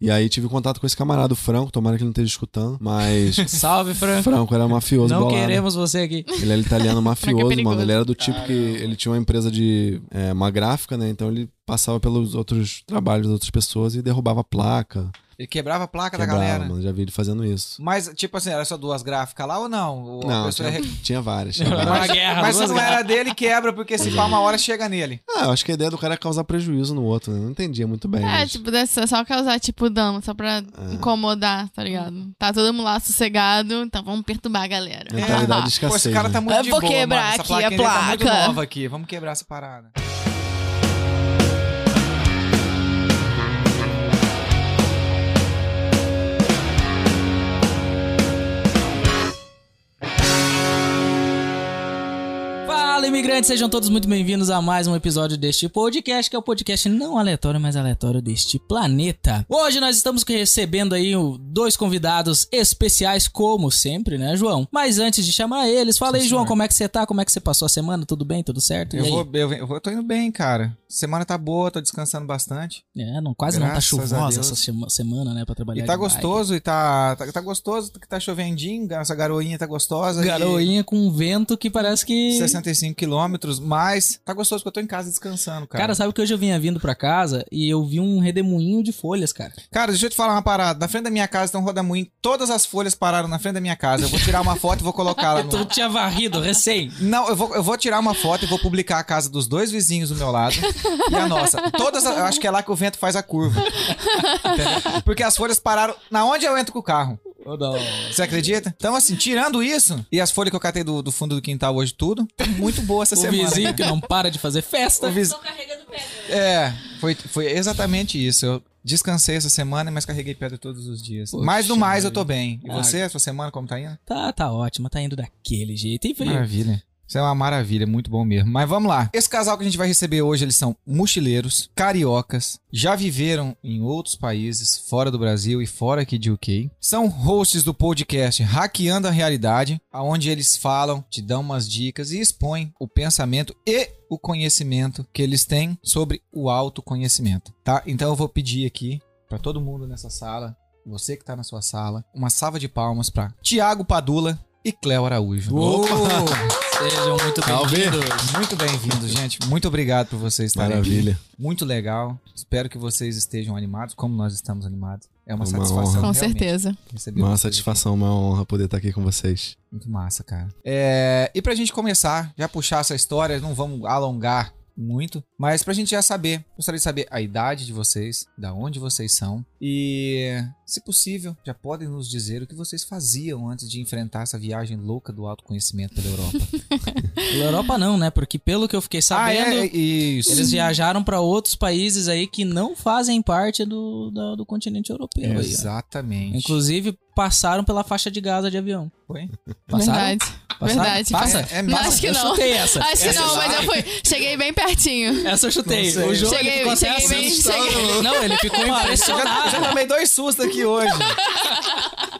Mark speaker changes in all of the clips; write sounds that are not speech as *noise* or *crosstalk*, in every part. Speaker 1: E aí tive contato com esse camarada, o Franco, tomara que ele não esteja escutando,
Speaker 2: *laughs*
Speaker 1: mas.
Speaker 3: Salve, Franco.
Speaker 1: Franco era mafioso,
Speaker 3: Não
Speaker 1: bolado.
Speaker 3: queremos você aqui.
Speaker 1: Ele era italiano
Speaker 2: *laughs* Franco é
Speaker 1: mafioso,
Speaker 2: perigoso.
Speaker 1: mano. Ele era do tipo que. Ele tinha uma empresa de. é, uma gráfica, né? Então ele passava pelos outros trabalhos das outras pessoas e derrubava a placa.
Speaker 3: Ele quebrava a placa
Speaker 1: Quebrava,
Speaker 3: da galera.
Speaker 1: mano. Já vi ele fazendo isso.
Speaker 3: Mas, tipo assim, era só duas gráficas lá ou não? O- a
Speaker 1: Não,
Speaker 3: pessoa
Speaker 1: tinha,
Speaker 3: é re-
Speaker 1: tinha várias. tinha
Speaker 3: Mas-
Speaker 1: várias.
Speaker 3: *laughs*
Speaker 4: uma guerra,
Speaker 3: mas se
Speaker 4: duas
Speaker 3: não era dele, quebra, porque se pá uma hora chega nele.
Speaker 1: Ah, eu acho que a ideia do cara é causar prejuízo no outro, né? Não entendia muito bem.
Speaker 2: É,
Speaker 1: mas-
Speaker 2: tipo, dessa, só causar, tipo, dano, só pra incomodar, tá
Speaker 3: Uhum.
Speaker 2: ligado? Tá todo mundo lá sossegado, então vamos perturbar a galera.
Speaker 1: Mentalidade
Speaker 2: Ah,
Speaker 1: de
Speaker 3: Pô, esse
Speaker 1: escassez.
Speaker 3: cara tá
Speaker 1: né?
Speaker 3: muito
Speaker 4: Eu
Speaker 3: de
Speaker 4: vou
Speaker 3: boa,
Speaker 4: quebrar
Speaker 3: mano. Essa
Speaker 4: aqui a
Speaker 3: plaquinha dele tá muito
Speaker 4: placa.
Speaker 3: nova aqui. Vamos quebrar essa parada.
Speaker 4: Fala, imigrantes, sejam todos muito bem-vindos a mais um episódio deste podcast, que é o podcast não aleatório, mas aleatório deste planeta. Hoje nós estamos recebendo aí o- dois convidados especiais, como sempre, né, João? Mas antes de chamar eles, fala aí,
Speaker 3: Sim,
Speaker 4: João,
Speaker 3: senhor.
Speaker 4: como é que você tá? Como é que você passou a semana? Tudo bem? Tudo certo? E
Speaker 3: Eu
Speaker 4: aí?
Speaker 3: vou, eu, eu vou- eu tô indo bem, cara. Semana tá boa, tô descansando bastante.
Speaker 4: É, não, quase não, tá
Speaker 3: Graças a
Speaker 4: chuvosa
Speaker 3: Deus.
Speaker 4: essa sema- semana, né, pra trabalhar
Speaker 3: E tá
Speaker 4: de bike.
Speaker 3: gostoso, e tá, tá, tá gostoso, que tá chovendinho, essa garoinha tá gostosa. e
Speaker 4: Garoinha com um vento que parece que...
Speaker 3: é 65 quilômetros, mas tá gostoso porque eu tô em casa descansando, cara.
Speaker 4: Cara, sabe que hoje eu vinha vindo pra casa e eu vi um redemoinho de folhas, cara.
Speaker 3: Cara, deixa eu te falar uma parada. Na frente da minha casa tem um rodamuinho. Todas as folhas pararam na frente da minha casa. Eu vou tirar uma foto e vou
Speaker 4: *laughs*
Speaker 3: colocar lá
Speaker 4: Tu
Speaker 3: no...
Speaker 4: tinha varrido, recém.
Speaker 3: Não, eu vou, eu vou tirar uma foto e vou publicar a casa dos dois vizinhos do meu lado e a nossa. Todas, as- eu acho que é lá que o vento faz a curva. Entendeu? Porque as folhas pararam na onde eu entro com o carro.
Speaker 4: Ou não?
Speaker 3: Você acredita? Então, assim, tirando isso e as folhas que eu catei do, do fundo do quintal hoje tudo, muito boa essa
Speaker 4: O
Speaker 3: semana.
Speaker 4: vizinho que não para de fazer festa.
Speaker 3: O viz-
Speaker 2: Tô Tá carregando pedra.
Speaker 3: É, foi, foi exatamente isso. Eu descansei essa semana, mas carreguei pedra todos os dias.
Speaker 4: Poxa
Speaker 3: mas no mais, eu
Speaker 4: vida.
Speaker 3: tô bem. E
Speaker 4: Ah.
Speaker 3: você, a sua semana, como tá indo?
Speaker 4: Tá, tá ótimo, tá indo daquele jeito. Enfim,
Speaker 3: Maravilha. Isso é uma maravilha, muito bom mesmo. Mas vamos lá. Esse casal que a gente vai receber hoje, eles são mochileiros, cariocas, já viveram em outros países, fora do Brasil e fora aqui de UK. São hosts do podcast Hackeando a Realidade, aonde eles falam, te dão umas dicas e expõem o pensamento e o conhecimento que eles têm sobre o autoconhecimento, tá? Então eu vou pedir aqui para todo mundo nessa sala, você que tá na sua sala, uma salva de palmas para Tiago Padula e Cléo Araújo.
Speaker 4: Uou!
Speaker 3: Opa! *laughs*
Speaker 4: sejam muito
Speaker 3: Tá
Speaker 1: Salve!
Speaker 4: bem-vindos.
Speaker 3: Muito bem-vindo, gente. Muito obrigado por vocês estarem aqui.
Speaker 1: Maravilha.
Speaker 3: Muito legal. Espero que vocês estejam animados, como nós estamos animados. É uma,
Speaker 1: Uma
Speaker 3: satisfação.
Speaker 1: honra.
Speaker 2: Com
Speaker 3: realmente,
Speaker 2: certeza.
Speaker 3: receber
Speaker 1: Uma
Speaker 3: vocês.
Speaker 1: satisfação, uma honra poder estar aqui com vocês.
Speaker 3: Muito massa, cara. É, e pra gente começar, já puxar essa história, não vamos alongar muito, mas pra gente já saber, gostaria de saber a idade de vocês, da onde vocês são e, se possível, já podem nos dizer o que vocês faziam antes de enfrentar essa viagem louca do autoconhecimento pela Europa.
Speaker 4: Pela Europa não, né? Porque pelo que eu fiquei sabendo,
Speaker 3: é, isso.
Speaker 4: eles viajaram pra outros países aí que não fazem parte do, da- do continente europeu. aí, ó.
Speaker 3: Exatamente.
Speaker 4: Inclusive, passaram pela faixa de Gaza de avião.
Speaker 3: Foi?
Speaker 4: Passaram?
Speaker 2: Verdade.
Speaker 3: *laughs*
Speaker 4: Passaram?
Speaker 2: Verdade.
Speaker 4: Passa?
Speaker 3: É- é
Speaker 4: Passa?
Speaker 3: mesmo.
Speaker 2: Acho que
Speaker 4: eu
Speaker 2: não.
Speaker 4: chutei essa.
Speaker 2: Acho que
Speaker 4: Essa
Speaker 2: não,
Speaker 4: eu
Speaker 2: mas eu fui. Cheguei bem
Speaker 3: *laughs*
Speaker 2: pertinho.
Speaker 4: Essa eu chutei.
Speaker 3: Não sei.
Speaker 4: O João ele
Speaker 2: Cheguei-
Speaker 4: ficou até
Speaker 2: cheguei bem-
Speaker 4: assustado.
Speaker 3: tá
Speaker 4: Não, ele ficou
Speaker 3: Já,
Speaker 4: impressionado.
Speaker 3: já tomei dois sustos aqui hoje.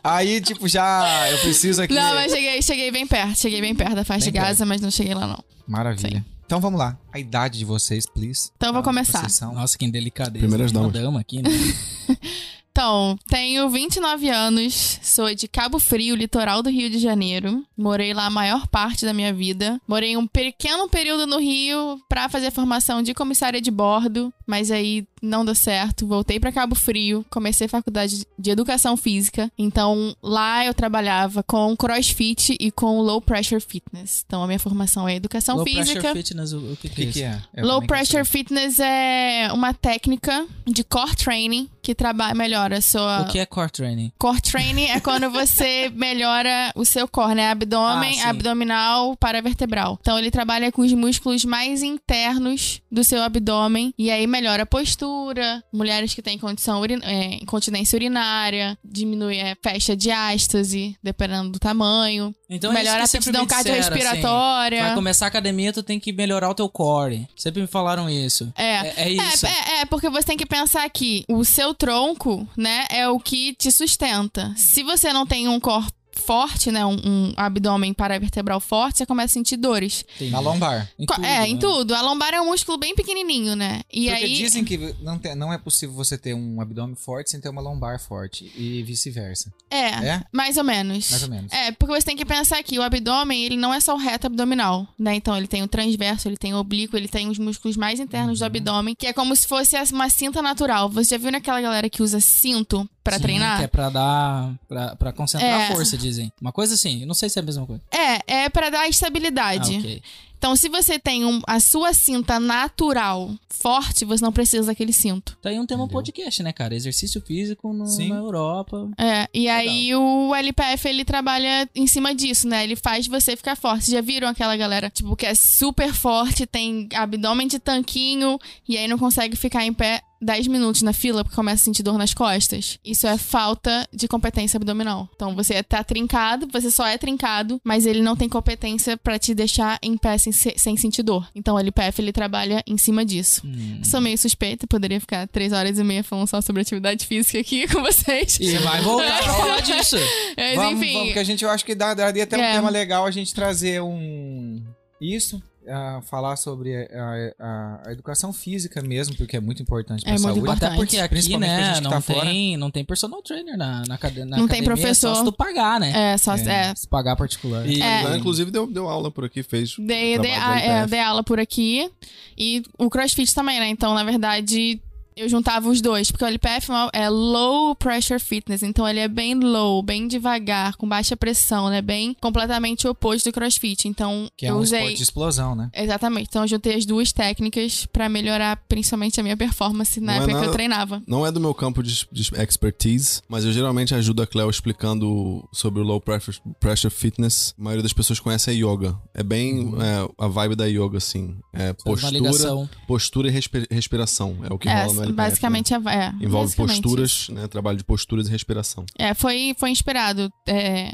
Speaker 3: Aí, tipo, já eu preciso aqui.
Speaker 2: Não, mas cheguei, cheguei bem perto. Cheguei bem perto da faixa de
Speaker 3: Bem perto.
Speaker 2: Gaza, mas não cheguei lá, não.
Speaker 3: Maravilha. Então vamos lá. A idade de vocês, please.
Speaker 2: Então eu vou
Speaker 3: Tá?
Speaker 2: começar.
Speaker 3: Vocês são-
Speaker 4: Nossa, que delicadeza.
Speaker 1: Primeiras
Speaker 4: Uma
Speaker 1: damas.
Speaker 4: dama aqui, né?
Speaker 2: Então, tenho 29 anos, sou de Cabo Frio, litoral do Rio de Janeiro. Morei lá a maior parte da minha vida. Morei um pequeno período no Rio pra fazer a formação de comissária de bordo, mas aí não deu certo. Voltei pra Cabo Frio, comecei faculdade de educação física. Então, lá eu trabalhava com crossfit e com low pressure fitness. Então, a minha formação é educação
Speaker 4: Low
Speaker 2: física.
Speaker 4: pressure fitness, o, o que, que é
Speaker 3: O que,
Speaker 4: isso?
Speaker 3: que é? É,
Speaker 2: Low
Speaker 3: como é que é isso?
Speaker 2: pressure fitness é uma técnica de core training que trabalha melhora a sua
Speaker 4: O que é core training?
Speaker 2: Core training é quando
Speaker 4: *laughs*
Speaker 2: você melhora o seu core, né?
Speaker 4: Ah,
Speaker 2: Abdômen,
Speaker 4: sim.
Speaker 2: abdominal, paravertebral. Então ele trabalha com os músculos mais internos do seu abdômen e aí melhora a postura. Mulheres que têm condição urin é, incontinência urinária, diminui a festa diástase, dependendo do tamanho.
Speaker 4: Então
Speaker 2: melhora a
Speaker 4: isso que sempre
Speaker 2: aptidão
Speaker 4: me disseram, assim,
Speaker 2: cardiorrespiratória.
Speaker 4: Vai começar a academia, tu tem que melhorar o teu core. Sempre me falaram isso.
Speaker 2: é.
Speaker 4: É, é
Speaker 2: É,
Speaker 4: isso.
Speaker 2: É, é, porque você tem que pensar que o seu tronco, né, é o que te sustenta. Se você não tem um corpo forte, né? Um, um abdômen paravertebral forte, você começa a sentir dores.
Speaker 3: Na lombar.
Speaker 4: Em
Speaker 2: Co-
Speaker 4: tudo,
Speaker 2: é,
Speaker 4: né?
Speaker 2: em tudo. A lombar é um músculo bem pequenininho, né? E
Speaker 3: Porque
Speaker 2: aí.
Speaker 3: dizem que não, tem- não é possível você ter um abdômen forte sem ter uma lombar forte. E vice-versa.
Speaker 2: É,
Speaker 3: É?
Speaker 2: mais ou menos.
Speaker 3: Mais ou menos.
Speaker 2: É, porque você tem que pensar que o abdômen, ele não é só o reto abdominal, né? Então, ele tem o transverso, ele tem o oblíquo, ele tem os músculos mais internos do abdômen, que é como se fosse uma cinta natural. Você já viu naquela galera que usa cinto pra
Speaker 4: Sim,
Speaker 2: treinar?
Speaker 4: Que é pra dar. Pra, pra concentrar
Speaker 2: É.
Speaker 4: a força, dizem. Uma coisa assim, eu não sei se é a mesma coisa.
Speaker 2: É, é pra dar
Speaker 4: Ah,
Speaker 2: estabilidade.
Speaker 4: ok.
Speaker 2: Então, se você tem um- a sua cinta natural forte, você não precisa daquele cinto.
Speaker 4: Tá aí um tema
Speaker 3: Entendeu?
Speaker 4: podcast, né, cara? Exercício físico no-
Speaker 3: Sim.
Speaker 4: na Europa.
Speaker 2: É, e aí o LPF ele trabalha em cima disso, né? Ele faz você ficar forte. Já viram aquela galera, tipo, que é super forte, tem abdômen de tanquinho e aí não consegue ficar em pé 10 minutos na fila porque começa a sentir dor nas costas? Isso é falta de competência abdominal. Então você tá trincado, você só é trincado, mas ele não tem competência pra te deixar em pé sem, se- sem sentir dor. Então o LPF ele trabalha em cima disso.
Speaker 4: Hum.
Speaker 3: *laughs*
Speaker 2: Sou meio suspeita, poderia ficar 3 horas e meia falando só sobre atividade física aqui *laughs* com vocês.
Speaker 4: E vai voltar pra falar disso.
Speaker 2: É, Mas
Speaker 3: vamos,
Speaker 2: enfim.
Speaker 3: vamos, que a gente eu acho que dá- daria até um
Speaker 2: É.
Speaker 3: tema legal a gente trazer um. Isso. ah, falar sobre a, a- a educação física mesmo, porque é muito importante pra
Speaker 2: É muito
Speaker 3: saúde.
Speaker 2: importante.
Speaker 4: Até porque aqui,
Speaker 3: Principalmente pra
Speaker 4: né,
Speaker 3: gente que
Speaker 4: não,
Speaker 3: tá fora.
Speaker 4: tem, não tem personal trainer na, na, cade- na academia. é
Speaker 2: Não tem
Speaker 4: Só
Speaker 2: professor.
Speaker 4: se tu pagar, né?
Speaker 2: É, só.
Speaker 3: É.
Speaker 2: É.
Speaker 4: Se pagar particular.
Speaker 1: E
Speaker 2: É.
Speaker 1: lá, inclusive, deu, deu aula por aqui, fez.
Speaker 2: Dei, dei,
Speaker 1: trabalho
Speaker 2: a-
Speaker 1: do
Speaker 2: é,
Speaker 1: LPF.
Speaker 2: dei aula por aqui. E o crossfit também, né? Então, na verdade, eu juntava os dois. Porque o LPF é uma- é low pressure fitness. Então, ele é bem low, bem devagar, com baixa pressão, né? Bem completamente oposto do crossfit. Então,
Speaker 3: Que é
Speaker 2: eu
Speaker 3: um
Speaker 2: usei.
Speaker 3: esporte de explosão, né?
Speaker 2: Exatamente. Então, eu juntei as duas técnicas pra melhorar principalmente a minha performance
Speaker 1: Não
Speaker 2: na
Speaker 1: é
Speaker 2: época que eu
Speaker 1: nada-
Speaker 2: treinava.
Speaker 1: Não é do meu campo de, de expertise, mas eu geralmente ajudo a Cleo explicando sobre o low pressure, pressure fitness. A maioria das pessoas conhece a yoga. É bem
Speaker 2: Uhum.
Speaker 1: é, a vibe da yoga, assim. É
Speaker 4: Faz uma
Speaker 1: postura,
Speaker 4: ligação.
Speaker 1: postura e respi- respiração. É o que
Speaker 2: é,
Speaker 1: rola no LPF, né?
Speaker 2: basicamente é. é,
Speaker 1: Envolve
Speaker 2: basicamente
Speaker 1: posturas, né? Trabalho de posturas e respiração.
Speaker 2: É, foi, foi inspirado. É,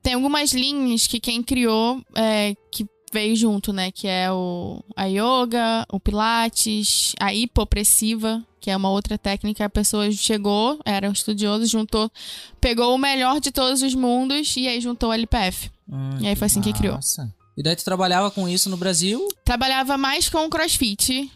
Speaker 2: tem algumas linhas que quem criou é, que veio junto, né? Que é o, a yoga, o pilates, a hipopressiva, que é uma outra técnica. A pessoa chegou, era um estudioso, juntou, pegou o melhor de todos os mundos e aí juntou o LPF.
Speaker 4: Ah,
Speaker 2: E aí foi assim que criou.
Speaker 3: Nossa.
Speaker 4: E daí tu trabalhava com isso no Brasil?
Speaker 2: Trabalhava mais com crossfit.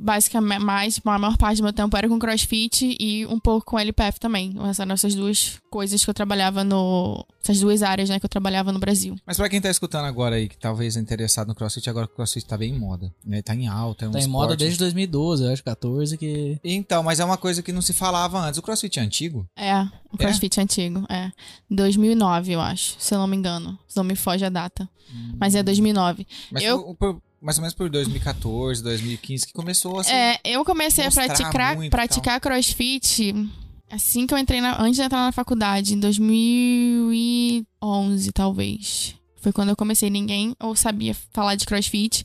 Speaker 2: Basicamente, mais, a maior parte do meu tempo era com crossfit e um pouco com LPF também. Essas eram essas duas coisas que eu trabalhava no. Essas duas áreas, né, que eu trabalhava no Brasil.
Speaker 3: Mas pra quem tá escutando agora aí, que talvez é interessado no crossfit, agora que o crossfit tá bem em moda, né? Tá em alta, é um
Speaker 4: tá em
Speaker 3: esporte-
Speaker 4: moda desde 2012, eu acho, 14, que...
Speaker 3: Então, mas é uma coisa que não se falava antes. O crossfit é antigo?
Speaker 2: É, o crossfit antigo. É. 2009, eu acho, se eu não me engano. Se não me foge a data. Mas é 2009.
Speaker 3: Mas
Speaker 2: Eu-
Speaker 3: por- por- mais ou menos por 2014, 2015, que começou assim.
Speaker 2: É, eu comecei a
Speaker 3: mostrar
Speaker 2: praticar,
Speaker 3: muito e
Speaker 2: praticar crossfit assim que eu entrei na, antes de entrar na faculdade, em 2011, talvez. Foi quando eu comecei, ninguém ou sabia falar de crossfit.